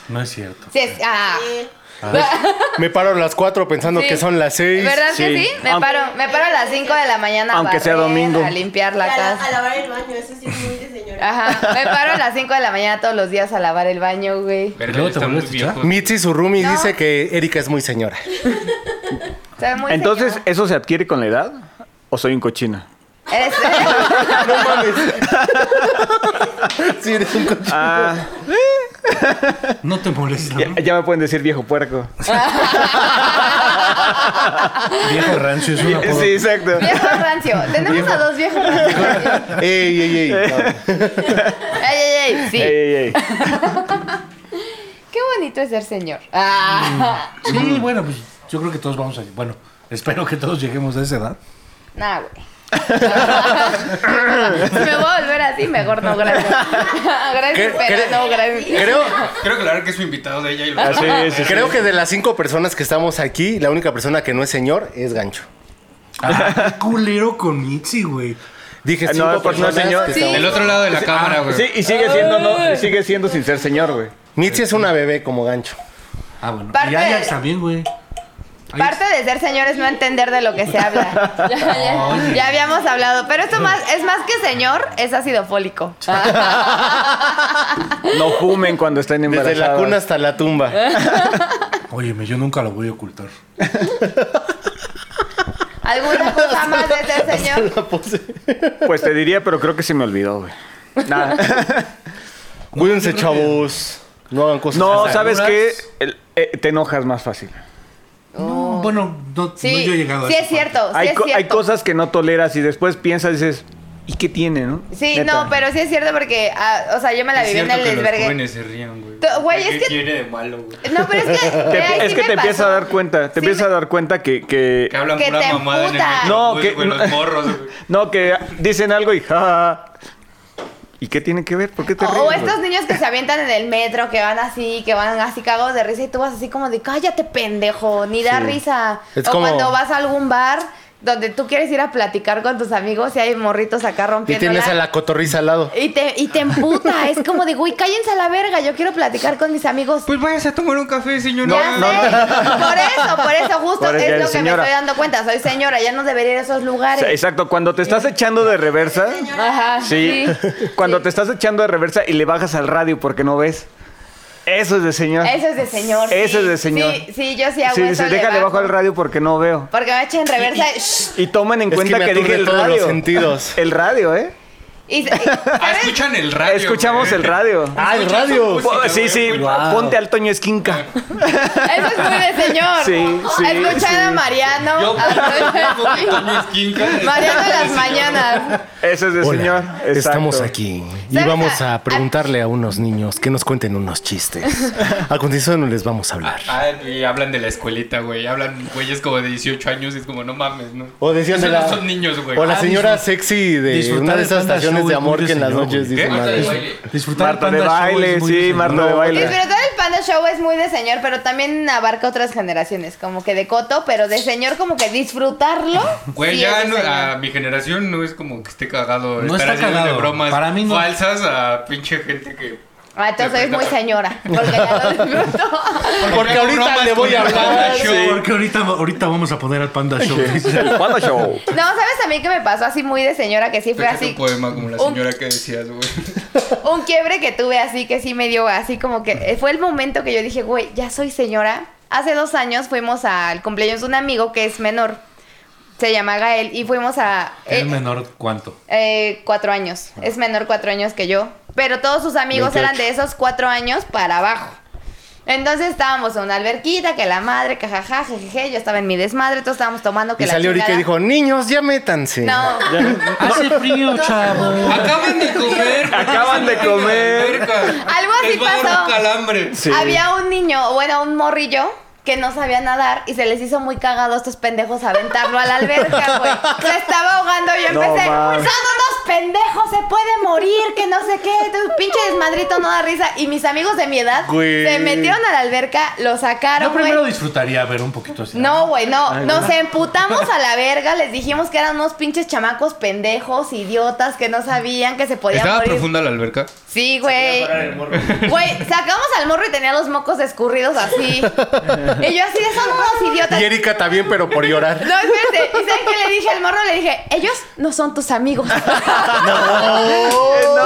[SPEAKER 5] No es cierto.
[SPEAKER 6] Sí, es- ah.
[SPEAKER 4] Me paro a las 4 pensando
[SPEAKER 6] Sí.
[SPEAKER 4] que son las 6.
[SPEAKER 6] ¿Verdad que
[SPEAKER 7] sí.
[SPEAKER 6] sí? Me
[SPEAKER 7] Aunque-
[SPEAKER 6] paro, me paro a las 5 de la mañana a
[SPEAKER 7] Aunque sea
[SPEAKER 6] barrer,
[SPEAKER 7] domingo.
[SPEAKER 6] a limpiar la
[SPEAKER 9] a, la- a
[SPEAKER 6] casa.
[SPEAKER 9] lavar el baño, eso sí es muy de señora.
[SPEAKER 6] Ajá, me paro a las 5 de la mañana todos los días a lavar el baño, güey.
[SPEAKER 3] Verga,
[SPEAKER 5] Luego te
[SPEAKER 3] está muy
[SPEAKER 5] vuelves a
[SPEAKER 3] viejo.
[SPEAKER 4] Mitzi, su roomie,
[SPEAKER 6] No.
[SPEAKER 4] dice que Erika es muy señora.
[SPEAKER 6] Soy muy
[SPEAKER 7] Entonces,
[SPEAKER 6] señora.
[SPEAKER 7] ¿eso se adquiere con la edad? ¿O soy un cochina?
[SPEAKER 6] Eres-
[SPEAKER 4] No mames. sí, eres un coche.
[SPEAKER 7] Ah,
[SPEAKER 5] No te molesta.
[SPEAKER 7] ya, ya me pueden decir viejo puerco.
[SPEAKER 5] Viejo rancio es una
[SPEAKER 7] Sí, exacto.
[SPEAKER 6] Viejo rancio. Tenemos a dos viejos rancios.
[SPEAKER 4] Ey, ey, ey. No.
[SPEAKER 6] Ey, ey, ey, sí.
[SPEAKER 7] Ey, ey, ey.
[SPEAKER 6] Qué bonito es ser señor. Ah.
[SPEAKER 5] Sí, bueno, pues yo creo que todos vamos a... Bueno, espero que todos lleguemos a esa edad.
[SPEAKER 6] Nah, güey. si me voy a volver así, mejor no, gracias. gracias,
[SPEAKER 4] Cre-
[SPEAKER 6] pero
[SPEAKER 4] cre-
[SPEAKER 6] no, gracias.
[SPEAKER 4] Creo,
[SPEAKER 3] Creo que la verdad que es su invitado de ella y lo
[SPEAKER 7] Así es. sí, sí.
[SPEAKER 4] creo que de las cinco personas que estamos aquí, la única persona que no es señor es Gancho.
[SPEAKER 5] Ah, qué culero con Mitzi, güey.
[SPEAKER 4] Dije
[SPEAKER 7] Ah,
[SPEAKER 4] cinco
[SPEAKER 7] no, pues no,
[SPEAKER 4] personas.
[SPEAKER 7] señor.
[SPEAKER 4] que
[SPEAKER 6] Sí.
[SPEAKER 4] estamos-
[SPEAKER 3] El otro lado de la cámara, güey.
[SPEAKER 7] Ah, Sí, y sigue siendo, no, y sigue siendo sin ser señor, güey.
[SPEAKER 4] Mitzi es una bebé como Gancho.
[SPEAKER 5] Ah, bueno.
[SPEAKER 6] Parte
[SPEAKER 5] y Ajax
[SPEAKER 6] de-
[SPEAKER 5] también, güey.
[SPEAKER 6] Parte de ser señor es no entender de lo que se habla. ya, ya- ya habíamos hablado, pero esto más, es más que señor, es ácido fólico.
[SPEAKER 7] No fumen cuando estén
[SPEAKER 4] Desde
[SPEAKER 7] embarazadas.
[SPEAKER 4] la cuna hasta la tumba.
[SPEAKER 6] Ah.
[SPEAKER 5] Óyeme, yo nunca lo voy a ocultar.
[SPEAKER 6] ¿Alguna cosa más de ser señor?
[SPEAKER 7] Pues te diría, pero creo que se me olvidó, güey. Nada.
[SPEAKER 4] Cuídense, chavos. No hagan cosas.
[SPEAKER 7] No,
[SPEAKER 5] Las
[SPEAKER 7] ¿sabes qué?
[SPEAKER 5] arrugas.
[SPEAKER 7] El- eh, te enojas más fácil.
[SPEAKER 5] No, bueno, no, no
[SPEAKER 6] Sí,
[SPEAKER 5] yo he llegado a
[SPEAKER 6] sí
[SPEAKER 5] esa
[SPEAKER 6] es cierto, sí
[SPEAKER 7] hay,
[SPEAKER 6] es
[SPEAKER 7] co- hay
[SPEAKER 6] cierto.
[SPEAKER 7] cosas que no toleras y después piensas y dices, ¿y qué tiene, no?
[SPEAKER 6] Sí,
[SPEAKER 7] Neta.
[SPEAKER 6] no, pero sí es cierto porque, ah, o sea, yo me la
[SPEAKER 3] Es
[SPEAKER 6] viví en
[SPEAKER 3] cierto
[SPEAKER 6] el
[SPEAKER 3] que los
[SPEAKER 6] desvergue.
[SPEAKER 3] jóvenes se rían, güey.
[SPEAKER 6] Tú- güey, es
[SPEAKER 3] ¿Qué
[SPEAKER 6] que-
[SPEAKER 3] tiene de malo, güey?
[SPEAKER 6] No, pero es que.
[SPEAKER 7] Te-
[SPEAKER 6] eh, ahí
[SPEAKER 7] es
[SPEAKER 6] sí
[SPEAKER 7] que
[SPEAKER 6] me
[SPEAKER 7] te empiezas
[SPEAKER 6] pasó.
[SPEAKER 7] a dar cuenta,
[SPEAKER 6] Sí
[SPEAKER 7] te
[SPEAKER 6] me-
[SPEAKER 7] empiezas a dar cuenta que, que-
[SPEAKER 3] Que hablan
[SPEAKER 6] Que
[SPEAKER 3] pura
[SPEAKER 6] te
[SPEAKER 3] mamada en el
[SPEAKER 6] emputas.
[SPEAKER 7] No,
[SPEAKER 3] Metrobús,
[SPEAKER 7] que-
[SPEAKER 3] güey,
[SPEAKER 7] no.
[SPEAKER 3] los morros, güey.
[SPEAKER 7] no, que dicen algo y ja, ja, ja. ¿Y qué tiene que ver? ¿Por qué te ríes?
[SPEAKER 6] O
[SPEAKER 7] güey?
[SPEAKER 6] estos niños que se avientan en el metro, que van así, que van así cagados de risa y tú vas así como de cállate pendejo, ni da
[SPEAKER 7] Sí.
[SPEAKER 6] risa.
[SPEAKER 4] Es
[SPEAKER 6] o
[SPEAKER 4] como-
[SPEAKER 6] cuando vas a algún bar donde tú quieres ir a platicar con tus amigos y hay morritos acá
[SPEAKER 4] Y
[SPEAKER 6] rompiendo.
[SPEAKER 4] tienes a la cotorriza al lado.
[SPEAKER 6] Y te, y te emputa, es como de, güey, cállense a la verga, yo quiero platicar con mis amigos.
[SPEAKER 3] Pues váyase a tomar un café, señor.
[SPEAKER 6] ya sé. Por eso, por eso, justo
[SPEAKER 7] Por
[SPEAKER 6] es
[SPEAKER 7] eso
[SPEAKER 6] lo
[SPEAKER 7] eres
[SPEAKER 6] que me
[SPEAKER 7] señora.
[SPEAKER 6] estoy dando cuenta. Soy señora, ya no debería ir a esos
[SPEAKER 7] O sea,
[SPEAKER 6] lugares.
[SPEAKER 7] exacto, cuando te estás echando de reversa.
[SPEAKER 6] Ajá.
[SPEAKER 7] Sí. Cuando te estás echando de reversa y le bajas al radio porque no ves. Eso es de señor.
[SPEAKER 6] Eso es de señor.
[SPEAKER 7] Eso
[SPEAKER 6] sí.
[SPEAKER 7] es de señor.
[SPEAKER 6] Sí, sí, yo sí hago
[SPEAKER 7] Sí,
[SPEAKER 6] eso.
[SPEAKER 7] dice,
[SPEAKER 6] le
[SPEAKER 7] déjale bajo al radio porque no veo.
[SPEAKER 6] Porque me echen en reversa. shh,
[SPEAKER 7] Y tomen
[SPEAKER 4] Es
[SPEAKER 7] en
[SPEAKER 4] que
[SPEAKER 7] cuenta
[SPEAKER 4] me
[SPEAKER 7] que, dije
[SPEAKER 4] aturde
[SPEAKER 7] el
[SPEAKER 4] todos
[SPEAKER 7] radio.
[SPEAKER 4] los sentidos.
[SPEAKER 7] El radio, ¿eh?
[SPEAKER 6] y- y-
[SPEAKER 3] Ah, escuchan el radio.
[SPEAKER 7] Escuchamos
[SPEAKER 3] güey.
[SPEAKER 7] el radio.
[SPEAKER 4] ¡Ah, el radio!
[SPEAKER 7] Po- Sí, sí,
[SPEAKER 5] Wow.
[SPEAKER 7] ponte al Toño Esquinca.
[SPEAKER 6] eso es muy de señor.
[SPEAKER 7] Sí, sí,
[SPEAKER 6] Escuchar a
[SPEAKER 7] sí.
[SPEAKER 6] Mariano.
[SPEAKER 3] Yo
[SPEAKER 6] a-
[SPEAKER 3] Toño Esquinca.
[SPEAKER 6] Mariano en las mañanas.
[SPEAKER 7] Eso es de
[SPEAKER 4] Hola,
[SPEAKER 7] Este señor. Exacto.
[SPEAKER 4] estamos aquí y
[SPEAKER 6] ¿Sabes
[SPEAKER 4] vamos
[SPEAKER 6] a-
[SPEAKER 4] a preguntarle a unos niños que nos cuenten unos chistes. A continuación les vamos a hablar.
[SPEAKER 3] Ah, y hablan de la escuelita, güey. Hablan güeyes como de 18 años y es como, no mames, ¿no?
[SPEAKER 4] O decían de
[SPEAKER 3] Esos
[SPEAKER 4] la-
[SPEAKER 3] no son niños, güey.
[SPEAKER 4] O la
[SPEAKER 5] Ah,
[SPEAKER 4] señora
[SPEAKER 5] disfrut-
[SPEAKER 4] sexy de
[SPEAKER 5] disfrutar
[SPEAKER 4] una de
[SPEAKER 5] de
[SPEAKER 4] esas
[SPEAKER 5] tanta
[SPEAKER 4] estaciones
[SPEAKER 5] show
[SPEAKER 4] de
[SPEAKER 5] es
[SPEAKER 4] amor
[SPEAKER 5] muy
[SPEAKER 4] que
[SPEAKER 5] de
[SPEAKER 4] en las
[SPEAKER 5] señor,
[SPEAKER 4] noches
[SPEAKER 5] güey.
[SPEAKER 4] dicen
[SPEAKER 3] ¿Qué?
[SPEAKER 4] "Ah,
[SPEAKER 3] Marta de
[SPEAKER 4] es-
[SPEAKER 3] baile.
[SPEAKER 5] Disfrutar el
[SPEAKER 7] Marta de
[SPEAKER 5] Panda Show es
[SPEAKER 7] baile,
[SPEAKER 5] muy
[SPEAKER 7] sí,
[SPEAKER 5] señor.
[SPEAKER 7] Marta de
[SPEAKER 5] No,
[SPEAKER 7] baile.
[SPEAKER 6] Disfrutar el Panda Show es muy de señor, pero también abarca otras generaciones, como que de coto, pero de señor como que disfrutarlo.
[SPEAKER 3] Güey,
[SPEAKER 6] sí
[SPEAKER 3] ya
[SPEAKER 6] es de
[SPEAKER 3] no- ah,
[SPEAKER 6] señor.
[SPEAKER 3] a mi generación no es como que esté cagado
[SPEAKER 5] No
[SPEAKER 3] estar
[SPEAKER 5] está
[SPEAKER 3] haciendo
[SPEAKER 5] cagado.
[SPEAKER 3] bromas
[SPEAKER 5] Para mí no.
[SPEAKER 3] falsas a pinche gente que.
[SPEAKER 6] Ah, entonces soy muy señora, porque ya lo disfruto.
[SPEAKER 4] Porque
[SPEAKER 3] hago
[SPEAKER 4] ahorita
[SPEAKER 3] bromas
[SPEAKER 4] le voy
[SPEAKER 3] con
[SPEAKER 4] a
[SPEAKER 3] el
[SPEAKER 4] hablar.
[SPEAKER 3] Panda Show.
[SPEAKER 5] Porque ahorita, ahorita vamos a poner al Panda Show.
[SPEAKER 7] El Panda Show.
[SPEAKER 6] No, ¿sabes a mí que me pasó así muy de señora? Que sí fue
[SPEAKER 3] Échate
[SPEAKER 6] así.
[SPEAKER 3] un poema como la
[SPEAKER 6] Un-
[SPEAKER 3] señora que decías, güey.
[SPEAKER 6] un quiebre que tuve así que sí me dio así como que eh, fue el momento que yo dije, güey, ya soy señora. Hace dos años fuimos al cumpleaños de un amigo que es menor. Se llama Gael y fuimos a...
[SPEAKER 5] ¿El
[SPEAKER 6] eh,
[SPEAKER 5] menor cuánto?
[SPEAKER 6] eh, cuatro años.
[SPEAKER 4] Ah.
[SPEAKER 6] Es menor cuatro años que yo. Pero todos sus amigos eran de esos cuatro años para abajo. Entonces estábamos en una alberquita, que la madre, que jajaja, jejeje, yo estaba en mi desmadre, todos estábamos tomando que
[SPEAKER 4] Y
[SPEAKER 6] la
[SPEAKER 4] salió ahorita y
[SPEAKER 6] chingada.
[SPEAKER 4] dijo, niños, ya métanse.
[SPEAKER 6] No,
[SPEAKER 5] Hace frío, chavo.
[SPEAKER 3] Acaban de comer.
[SPEAKER 7] Acaban de comer.
[SPEAKER 3] Algo
[SPEAKER 6] así
[SPEAKER 3] Les va a dar
[SPEAKER 6] pasó.
[SPEAKER 3] un calambre.
[SPEAKER 7] Sí.
[SPEAKER 6] Había un niño, bueno, un morrillo que no sabía nadar y se les hizo muy cagado a estos pendejos aventarlo a la alberca, güey. Se estaba ahogando y yo
[SPEAKER 7] No
[SPEAKER 6] empecé, son
[SPEAKER 7] mames.
[SPEAKER 6] unos pendejos, se puede morir, que no sé qué, tu pinche desmadrito no da risa. Y mis amigos de mi edad
[SPEAKER 4] Güey.
[SPEAKER 6] se metieron a la alberca, lo sacaron,
[SPEAKER 5] Yo
[SPEAKER 6] güey.
[SPEAKER 5] primero disfrutaría ver un poquito así.
[SPEAKER 6] No, güey, no. Nos emputamos a la verga. Les dijimos que eran unos pinches chamacos pendejos, idiotas, que no sabían que se podían
[SPEAKER 3] Estaba
[SPEAKER 6] morir.
[SPEAKER 3] profunda la alberca.
[SPEAKER 6] Sí, güey. Güey, sacamos al morro y tenía los mocos escurridos así. y yo así de son unos idiotas.
[SPEAKER 4] Y Erika también, pero por llorar.
[SPEAKER 6] No, espérate. ¿Y sabes qué le dije al morro? Le dije, ellos no son tus amigos.
[SPEAKER 7] No,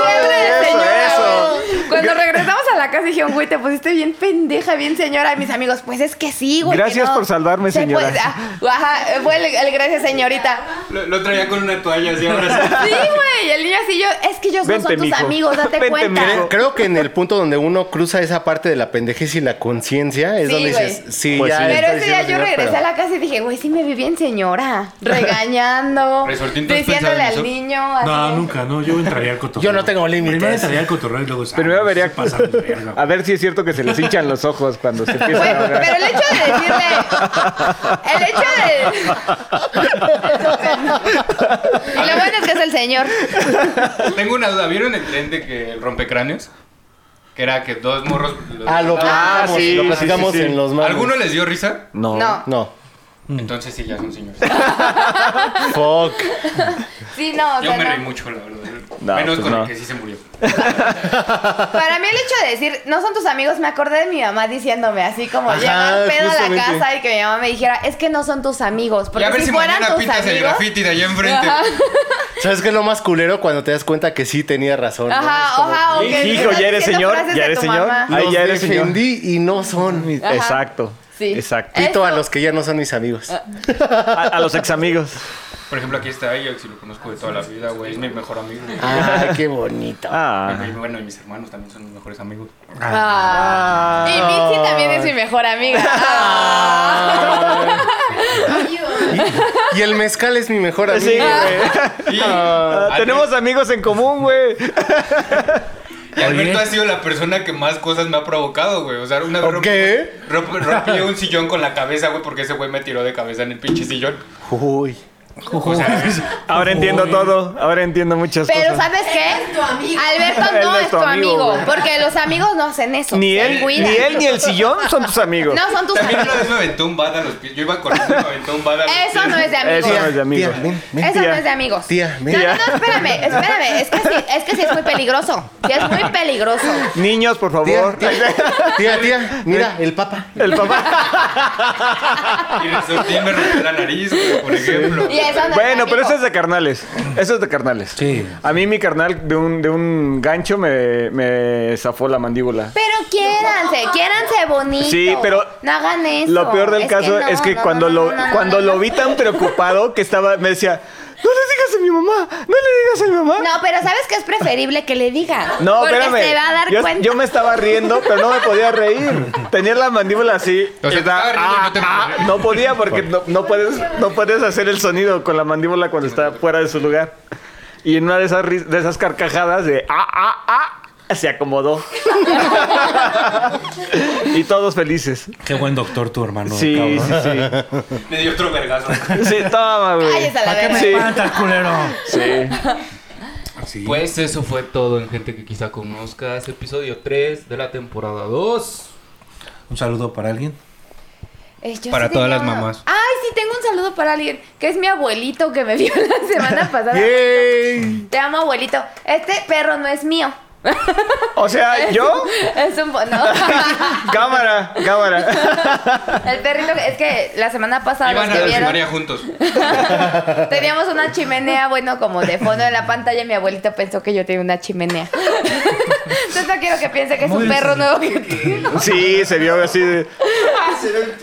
[SPEAKER 6] Fiebre de
[SPEAKER 7] eso,
[SPEAKER 6] señora,
[SPEAKER 7] eso.
[SPEAKER 6] güey. Cuando regresamos a la casa dijeron, güey, te pusiste bien pendeja, bien señora. Y mis amigos, pues es que sí, güey. que
[SPEAKER 7] Gracias
[SPEAKER 6] no
[SPEAKER 7] por salvarme,
[SPEAKER 6] se
[SPEAKER 7] señora.
[SPEAKER 6] puede". Ah, Ajá, fue el, el gracias, señorita.
[SPEAKER 3] Lo, lo traía con una toalla así ahora sí.
[SPEAKER 6] Sí, güey. Y el niño así, yo, es que ellos
[SPEAKER 7] Vente,
[SPEAKER 6] no son tus
[SPEAKER 7] mijo.
[SPEAKER 6] amigos, date
[SPEAKER 7] Vente,
[SPEAKER 6] cuenta.
[SPEAKER 7] mijo.
[SPEAKER 4] Creo que en el punto donde uno cruza esa parte de la pendejez y la conciencia es
[SPEAKER 6] Sí,
[SPEAKER 4] donde
[SPEAKER 6] güey.
[SPEAKER 4] dices, sí,
[SPEAKER 7] Pues
[SPEAKER 4] ya.
[SPEAKER 7] sí.
[SPEAKER 4] está
[SPEAKER 6] Pero ese día
[SPEAKER 4] diciendo
[SPEAKER 6] yo
[SPEAKER 4] señor,
[SPEAKER 6] regresé a
[SPEAKER 4] pero-
[SPEAKER 6] la casa y dije, güey, sí me vi bien señora, regañando,
[SPEAKER 3] Resortín, ¿tú has
[SPEAKER 6] diciéndole
[SPEAKER 3] pensado en
[SPEAKER 6] al
[SPEAKER 3] eso?
[SPEAKER 6] niño. así.
[SPEAKER 5] No, nunca, no. Yo entraría al cotorreo.
[SPEAKER 4] Yo no tengo límites.
[SPEAKER 5] Primero entraría al cotorreo y luego. ah,
[SPEAKER 7] Primero
[SPEAKER 5] sí
[SPEAKER 7] vería. Ah,
[SPEAKER 5] pasaron de verga,
[SPEAKER 7] A ver si es cierto que se les hinchan los ojos cuando se
[SPEAKER 6] Güey,
[SPEAKER 7] empiezan a
[SPEAKER 6] pero
[SPEAKER 7] hablar.
[SPEAKER 6] el hecho de decirle. El hecho de. Y lo bueno es que es el señor.
[SPEAKER 3] Tengo una duda. ¿Vieron el tren de que el rompecráneos? Que era que dos morros.
[SPEAKER 4] Ah, lo
[SPEAKER 7] Ah,
[SPEAKER 4] platicamos,
[SPEAKER 7] sí,
[SPEAKER 4] lo
[SPEAKER 7] sí,
[SPEAKER 4] platicamos
[SPEAKER 7] sí, sí.
[SPEAKER 4] en los mames.
[SPEAKER 3] ¿Alguno les dio risa?
[SPEAKER 7] No.
[SPEAKER 6] No.
[SPEAKER 4] No.
[SPEAKER 7] Mm.
[SPEAKER 3] Entonces sí, ya son señores.
[SPEAKER 6] Ah,
[SPEAKER 4] Fuck.
[SPEAKER 6] Sí, no, o
[SPEAKER 3] Yo
[SPEAKER 6] sea,
[SPEAKER 3] me
[SPEAKER 6] no.
[SPEAKER 3] reí mucho, la verdad.
[SPEAKER 7] No,
[SPEAKER 3] Menos
[SPEAKER 7] pues
[SPEAKER 3] con
[SPEAKER 7] no.
[SPEAKER 3] el que sí se murió.
[SPEAKER 6] Para mí el hecho de decir, no son tus amigos, me acordé de mi mamá diciéndome así como
[SPEAKER 4] Ajá,
[SPEAKER 6] llegar pedo a la
[SPEAKER 4] justamente.
[SPEAKER 6] casa y que mi mamá me dijera, es que no son tus amigos.
[SPEAKER 3] Y
[SPEAKER 6] Porque
[SPEAKER 3] a ver
[SPEAKER 6] si,
[SPEAKER 3] si,
[SPEAKER 6] fueran
[SPEAKER 3] mañana
[SPEAKER 6] tus
[SPEAKER 3] pintas el
[SPEAKER 6] amigos.
[SPEAKER 3] graffiti de allá enfrente.
[SPEAKER 6] Ajá,
[SPEAKER 4] ¿Sabes qué es lo más culero cuando te das cuenta que sí tenía razón? ¿no? Es
[SPEAKER 6] ajá,
[SPEAKER 4] como,
[SPEAKER 6] ajá. o que
[SPEAKER 7] Hijo,
[SPEAKER 6] estás
[SPEAKER 7] ya eres
[SPEAKER 6] diciendo
[SPEAKER 7] señor,
[SPEAKER 6] frases
[SPEAKER 7] ya
[SPEAKER 6] de
[SPEAKER 7] eres
[SPEAKER 6] tu
[SPEAKER 7] señor.
[SPEAKER 6] mamá.
[SPEAKER 7] Ay,
[SPEAKER 4] los
[SPEAKER 7] ya eres señor.
[SPEAKER 4] defendí y no son. mis-
[SPEAKER 6] Ajá.
[SPEAKER 7] Exacto.
[SPEAKER 6] Sí.
[SPEAKER 7] Exacto.
[SPEAKER 4] Pito a
[SPEAKER 6] Eso. Ah.
[SPEAKER 4] los que ya no son mis amigos.
[SPEAKER 7] A, a los ex amigos.
[SPEAKER 3] Por ejemplo, aquí está Ajax y lo conozco de toda la vida, güey. Es mi mejor amigo.
[SPEAKER 4] Ay, qué bonito.
[SPEAKER 7] Ah.
[SPEAKER 3] Y bueno, y mis hermanos también son mis mejores amigos.
[SPEAKER 6] Ah. Y Mitzi también es mi mejor amiga. Ah.
[SPEAKER 4] Y el mezcal es mi mejor amigo.
[SPEAKER 7] Sí, güey.
[SPEAKER 3] Y
[SPEAKER 7] Ah, Tenemos amigos en común, güey.
[SPEAKER 3] Y Alberto
[SPEAKER 5] Oye.
[SPEAKER 3] ha sido la persona que más cosas me ha provocado, güey. O sea, una vez
[SPEAKER 4] ¿Qué?
[SPEAKER 3] rompí- romp- rompí un sillón con la cabeza, güey, porque ese güey me tiró de cabeza en el pinche sillón.
[SPEAKER 4] Uy.
[SPEAKER 7] Ahora entiendo todo, ahora entiendo muchas
[SPEAKER 6] Pero
[SPEAKER 7] cosas.
[SPEAKER 6] ¿sabes qué?
[SPEAKER 9] tu amigo.
[SPEAKER 6] Alberto no
[SPEAKER 7] Él
[SPEAKER 6] es tu amigo,
[SPEAKER 7] güey.
[SPEAKER 6] porque los amigos no hacen eso.
[SPEAKER 7] Ni
[SPEAKER 6] se
[SPEAKER 7] él,
[SPEAKER 6] cuidan.
[SPEAKER 7] ni él ni el sillón son tus amigos.
[SPEAKER 6] No, son tus
[SPEAKER 3] También una vez
[SPEAKER 6] amigos.
[SPEAKER 3] me aventó un bad a los pies. Yo iba corriendo y me aventó un bad a los pies.
[SPEAKER 6] Eso no es de amigos.
[SPEAKER 7] Eso no es de amigos.
[SPEAKER 4] Tía, ven, ven.
[SPEAKER 6] Eso
[SPEAKER 7] Tía.
[SPEAKER 6] no es de amigos.
[SPEAKER 4] Tía,
[SPEAKER 6] no,
[SPEAKER 4] mira.
[SPEAKER 6] no, no, espérame, espérame. Es que sí, es que sí es muy peligroso. Sí es muy peligroso.
[SPEAKER 7] Niños, por favor.
[SPEAKER 4] Tía, tía, tía, tía, mira, el papa.
[SPEAKER 7] El papá.
[SPEAKER 3] Y resulté y me rompió la nariz, güey, por ejemplo.
[SPEAKER 6] Y eso no
[SPEAKER 7] Bueno,
[SPEAKER 6] es de
[SPEAKER 7] pero eso es
[SPEAKER 6] amigos.
[SPEAKER 7] de carnales. Eso es de carnales.
[SPEAKER 5] Sí.
[SPEAKER 7] A mí mi carnal de un, de un gancho me, me zafó la mandíbula.
[SPEAKER 6] Pero quiéranse, quiéranse bonito.
[SPEAKER 7] Sí, pero
[SPEAKER 6] No hagan eso.
[SPEAKER 7] Lo peor del
[SPEAKER 6] Es
[SPEAKER 7] caso
[SPEAKER 6] no,
[SPEAKER 7] es que
[SPEAKER 6] no,
[SPEAKER 7] cuando,
[SPEAKER 6] no,
[SPEAKER 7] lo,
[SPEAKER 6] no, no, no,
[SPEAKER 7] cuando
[SPEAKER 6] no,
[SPEAKER 7] lo
[SPEAKER 6] no.
[SPEAKER 7] vi tan preocupado que estaba, me decía, no le digas a mi mamá, no le digas a mi mamá.
[SPEAKER 6] No, pero ¿sabes que es preferible que le digan?
[SPEAKER 7] No,
[SPEAKER 6] Porque
[SPEAKER 7] espérame.
[SPEAKER 6] se va a dar
[SPEAKER 7] yo,
[SPEAKER 6] cuenta.
[SPEAKER 7] yo me estaba riendo, pero no me podía reír. Tenía la mandíbula así.
[SPEAKER 3] O sea,
[SPEAKER 7] y
[SPEAKER 3] te
[SPEAKER 7] estaba,
[SPEAKER 3] estaba riendo y no te
[SPEAKER 7] "Ah, ah",
[SPEAKER 3] podías.
[SPEAKER 7] no podía porque no, no puedes, no puedes hacer el sonido con la mandíbula cuando está fuera de su lugar. Y en una de esas, ris- de esas carcajadas de ah, ah, ah, se acomodó. y todos felices.
[SPEAKER 5] Qué buen doctor tu hermano.
[SPEAKER 7] Sí, sí,
[SPEAKER 5] cabrón.
[SPEAKER 7] sí.
[SPEAKER 3] Me dio otro vergazo.
[SPEAKER 7] Sí, toma,
[SPEAKER 6] Ay,
[SPEAKER 7] güey.
[SPEAKER 6] esa la verga.
[SPEAKER 7] Sí.
[SPEAKER 5] Espantas, culero.
[SPEAKER 7] Sí.
[SPEAKER 5] Ah, Sí.
[SPEAKER 8] Pues eso fue todo en gente que quizá conozcas. Episodio 3 de la temporada 2.
[SPEAKER 5] Un saludo para alguien.
[SPEAKER 6] Eh, yo
[SPEAKER 3] Para
[SPEAKER 6] sí
[SPEAKER 3] todas las
[SPEAKER 6] tenía-
[SPEAKER 3] mamás.
[SPEAKER 6] Ay, sí, tengo un saludo para alguien, que es mi abuelito que me vio la semana pasada.
[SPEAKER 7] Yay.
[SPEAKER 6] Te amo, abuelito. Este perro no es mío.
[SPEAKER 7] O sea, yo,
[SPEAKER 6] Es un... bo- No,
[SPEAKER 7] cámara, cámara.
[SPEAKER 6] el perrito... Es que la semana pasada
[SPEAKER 3] Iban
[SPEAKER 6] los que
[SPEAKER 3] a la
[SPEAKER 6] vieron,
[SPEAKER 3] primaria juntos.
[SPEAKER 6] teníamos una chimenea, bueno, como de fondo de la pantalla. Mi abuelito pensó que yo tenía una chimenea. Entonces no quiero que piense que es un
[SPEAKER 5] Muy
[SPEAKER 6] perro nuevo que tengo.
[SPEAKER 7] Sí, se vio así de.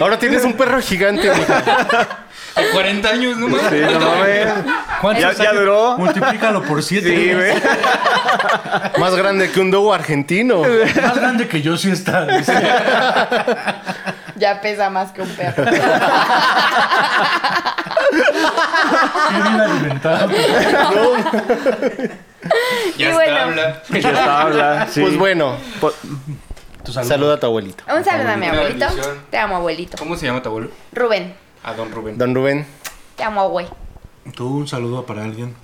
[SPEAKER 4] Ahora tienes un perro gigante. mija.
[SPEAKER 3] De 40 años, no mames.
[SPEAKER 7] Sí, no mames. Ya,
[SPEAKER 5] ¿Cuántos
[SPEAKER 7] ya
[SPEAKER 5] años?
[SPEAKER 7] duró.
[SPEAKER 5] Multiplícalo por siete.
[SPEAKER 7] Sí, güey.
[SPEAKER 4] Más grande que un dogo argentino.
[SPEAKER 5] Más grande que yo sí está. dice.
[SPEAKER 6] Ya pesa más que un perro.
[SPEAKER 5] Qué bien alimentado.
[SPEAKER 3] Ya
[SPEAKER 6] Y
[SPEAKER 3] está,
[SPEAKER 6] bueno.
[SPEAKER 3] habla.
[SPEAKER 7] Ya está, habla, sí.
[SPEAKER 4] Pues bueno,
[SPEAKER 7] Po-
[SPEAKER 5] Tu saludo.
[SPEAKER 4] saluda a tu abuelito.
[SPEAKER 6] Un saludo a mi
[SPEAKER 3] Abuelito.
[SPEAKER 6] abuelito.
[SPEAKER 3] Bendición.
[SPEAKER 6] Te amo, abuelito.
[SPEAKER 3] ¿Cómo se llama tu abuelo?
[SPEAKER 6] Rubén,
[SPEAKER 3] A don Rubén.
[SPEAKER 4] Don Rubén.
[SPEAKER 6] te amo, güey.
[SPEAKER 5] Tú un saludo para alguien.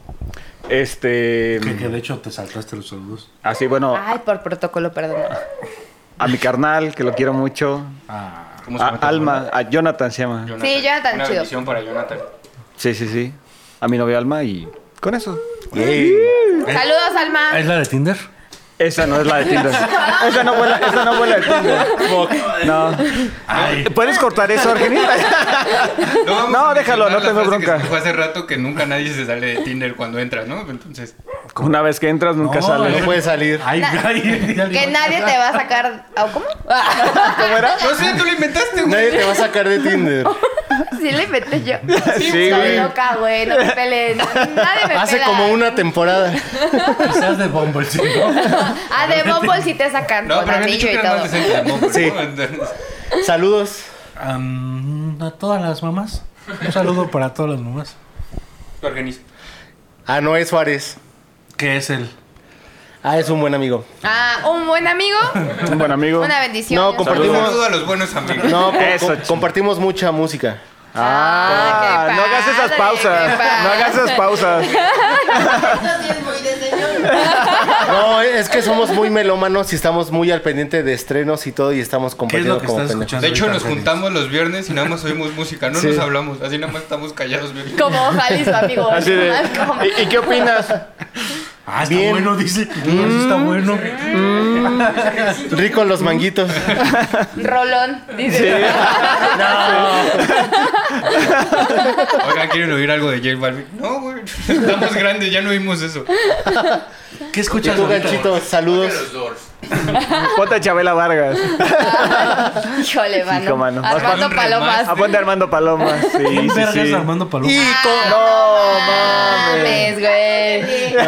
[SPEAKER 7] Este.
[SPEAKER 5] Que, que de hecho te saltaste los saludos.
[SPEAKER 7] Así, bueno,
[SPEAKER 6] Ay, por protocolo, perdón.
[SPEAKER 7] a mi carnal, que lo quiero mucho.
[SPEAKER 3] ¿Cómo
[SPEAKER 7] A
[SPEAKER 3] tu
[SPEAKER 7] Alma,
[SPEAKER 3] abuelo?
[SPEAKER 7] a Jonathan se llama.
[SPEAKER 3] Jonathan.
[SPEAKER 6] Sí, Jonathan,
[SPEAKER 3] Una
[SPEAKER 6] chido.
[SPEAKER 3] bendición para Jonathan.
[SPEAKER 7] Sí, sí, sí. A mi novia Alma y con eso.
[SPEAKER 6] Saludos, Alma.
[SPEAKER 5] ¿Es la de Tinder?
[SPEAKER 7] Esa no es la de Tinder. Esa no fue la, esa no fue la de Tinder. No. ¿Puedes cortar eso, Argentina?
[SPEAKER 3] No, vamos
[SPEAKER 7] No,
[SPEAKER 3] a
[SPEAKER 7] déjalo, no
[SPEAKER 3] mencionar la frase
[SPEAKER 7] tengo
[SPEAKER 3] que
[SPEAKER 7] bronca.
[SPEAKER 3] se dijo hace rato que nunca nadie se sale de Tinder cuando entra, ¿no? Entonces,
[SPEAKER 7] Una vez que entras, nunca
[SPEAKER 5] No,
[SPEAKER 7] sales.
[SPEAKER 4] No puede salir.
[SPEAKER 5] Ay, ay, ay,
[SPEAKER 6] Que nadie te va a sacar. ¿O cómo?
[SPEAKER 7] ¿Cómo era?
[SPEAKER 3] no sé, tú lo inventaste, güey.
[SPEAKER 4] Nadie te va a sacar de Tinder.
[SPEAKER 6] sí, le inventé yo.
[SPEAKER 7] Sí,
[SPEAKER 6] Estoy
[SPEAKER 7] güey.
[SPEAKER 6] loca, güey. No me peleen. Nadie me
[SPEAKER 4] Hace
[SPEAKER 6] pela.
[SPEAKER 4] como una temporada.
[SPEAKER 5] Quizás de Bumble, sí, ¿no?
[SPEAKER 6] Ah, de Bumble sí te sacan
[SPEAKER 3] No,
[SPEAKER 6] con
[SPEAKER 3] pero me han dicho
[SPEAKER 6] anillo y
[SPEAKER 3] que eran más
[SPEAKER 6] todo.
[SPEAKER 3] decentes. de Bumble,
[SPEAKER 4] Sí.
[SPEAKER 3] ¿no? Entonces,
[SPEAKER 4] Saludos.
[SPEAKER 5] Am, a todas las mamás. Un saludo para todas las mamás.
[SPEAKER 3] tu organiza.
[SPEAKER 4] A Noé Suárez.
[SPEAKER 5] ¿Qué es el?
[SPEAKER 4] Ah, es un buen amigo.
[SPEAKER 6] Ah, un buen amigo.
[SPEAKER 7] Un buen amigo.
[SPEAKER 6] Una bendición.
[SPEAKER 4] No,
[SPEAKER 6] Yo soy-
[SPEAKER 3] Un
[SPEAKER 4] Compartimos-
[SPEAKER 3] saludo a los buenos amigos.
[SPEAKER 4] No, co-
[SPEAKER 7] Eso,
[SPEAKER 4] co-
[SPEAKER 7] chingada.
[SPEAKER 4] compartimos mucha música.
[SPEAKER 7] Ah,
[SPEAKER 6] Ah, qué
[SPEAKER 7] no hagas esas
[SPEAKER 6] padre,
[SPEAKER 7] pausas.
[SPEAKER 6] qué padre.
[SPEAKER 7] No hagas esas pausas.
[SPEAKER 9] Eso sí es muy de señor.
[SPEAKER 4] No, es que somos muy melómanos y estamos muy al pendiente de estrenos y todo y estamos
[SPEAKER 5] ¿Qué es
[SPEAKER 4] compartiendo
[SPEAKER 5] lo que
[SPEAKER 4] como
[SPEAKER 5] estás
[SPEAKER 4] pendejos.
[SPEAKER 5] escuchando?
[SPEAKER 3] De hecho,
[SPEAKER 5] ahorita,
[SPEAKER 3] nos
[SPEAKER 5] Argenis?
[SPEAKER 3] juntamos los viernes y nada más oímos música, no
[SPEAKER 4] Sí.
[SPEAKER 3] nos hablamos, así nada más estamos callados. bien.
[SPEAKER 6] Como Jalisco, amigo.
[SPEAKER 7] Así de,
[SPEAKER 6] Como-
[SPEAKER 7] ¿Y, y qué opinas?
[SPEAKER 5] Ah, está
[SPEAKER 4] Bien.
[SPEAKER 5] bueno, dice. No, sí está bueno.
[SPEAKER 4] Ricos los manguitos.
[SPEAKER 6] Rolón, dice.
[SPEAKER 3] Oigan, ¿quieren oír algo de J Balvin? No, güey, estamos grandes, ya no oímos eso.
[SPEAKER 4] Y
[SPEAKER 5] ¿Qué escuchas
[SPEAKER 4] tú,
[SPEAKER 5] ahorita?
[SPEAKER 4] ganchito, saludos.
[SPEAKER 8] Los Doors.
[SPEAKER 7] Ponte a Chabela Vargas.
[SPEAKER 6] Híjole, mano.
[SPEAKER 7] Hijo, mano.
[SPEAKER 6] Armando
[SPEAKER 3] Vas con un
[SPEAKER 6] Palomas.
[SPEAKER 7] A ponte Armando Paloma. Sí,
[SPEAKER 5] ¿Quién
[SPEAKER 7] sí,
[SPEAKER 5] vergas
[SPEAKER 7] sí.
[SPEAKER 5] Armando Paloma?
[SPEAKER 4] Y con-
[SPEAKER 6] Ah.
[SPEAKER 7] No
[SPEAKER 6] mames,
[SPEAKER 7] mames.
[SPEAKER 6] güey.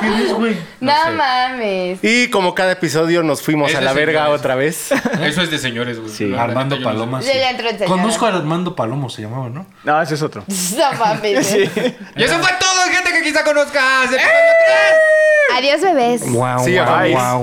[SPEAKER 5] ¿Quién es, güey?
[SPEAKER 6] No, mames.
[SPEAKER 4] Y como cada episodio nos fuimos
[SPEAKER 3] Ese
[SPEAKER 4] a la
[SPEAKER 3] señor
[SPEAKER 4] verga
[SPEAKER 3] es-
[SPEAKER 4] otra vez.
[SPEAKER 3] Eso es de señores, güey.
[SPEAKER 7] Sí.
[SPEAKER 3] La neta,
[SPEAKER 5] Armando
[SPEAKER 3] yo no sé.
[SPEAKER 5] Paloma.
[SPEAKER 6] Yo
[SPEAKER 5] sí.
[SPEAKER 6] ya entro en señora.
[SPEAKER 5] Conozco a Armando Palomo, se llamaba, ¿no?
[SPEAKER 7] No, ese es otro.
[SPEAKER 6] No mames.
[SPEAKER 3] Y eso fue todo, gente que quizá conozcas. Episodio tres.
[SPEAKER 6] Adiós, bebés.
[SPEAKER 5] Wow,
[SPEAKER 4] Sí, guau, guys.
[SPEAKER 5] wow,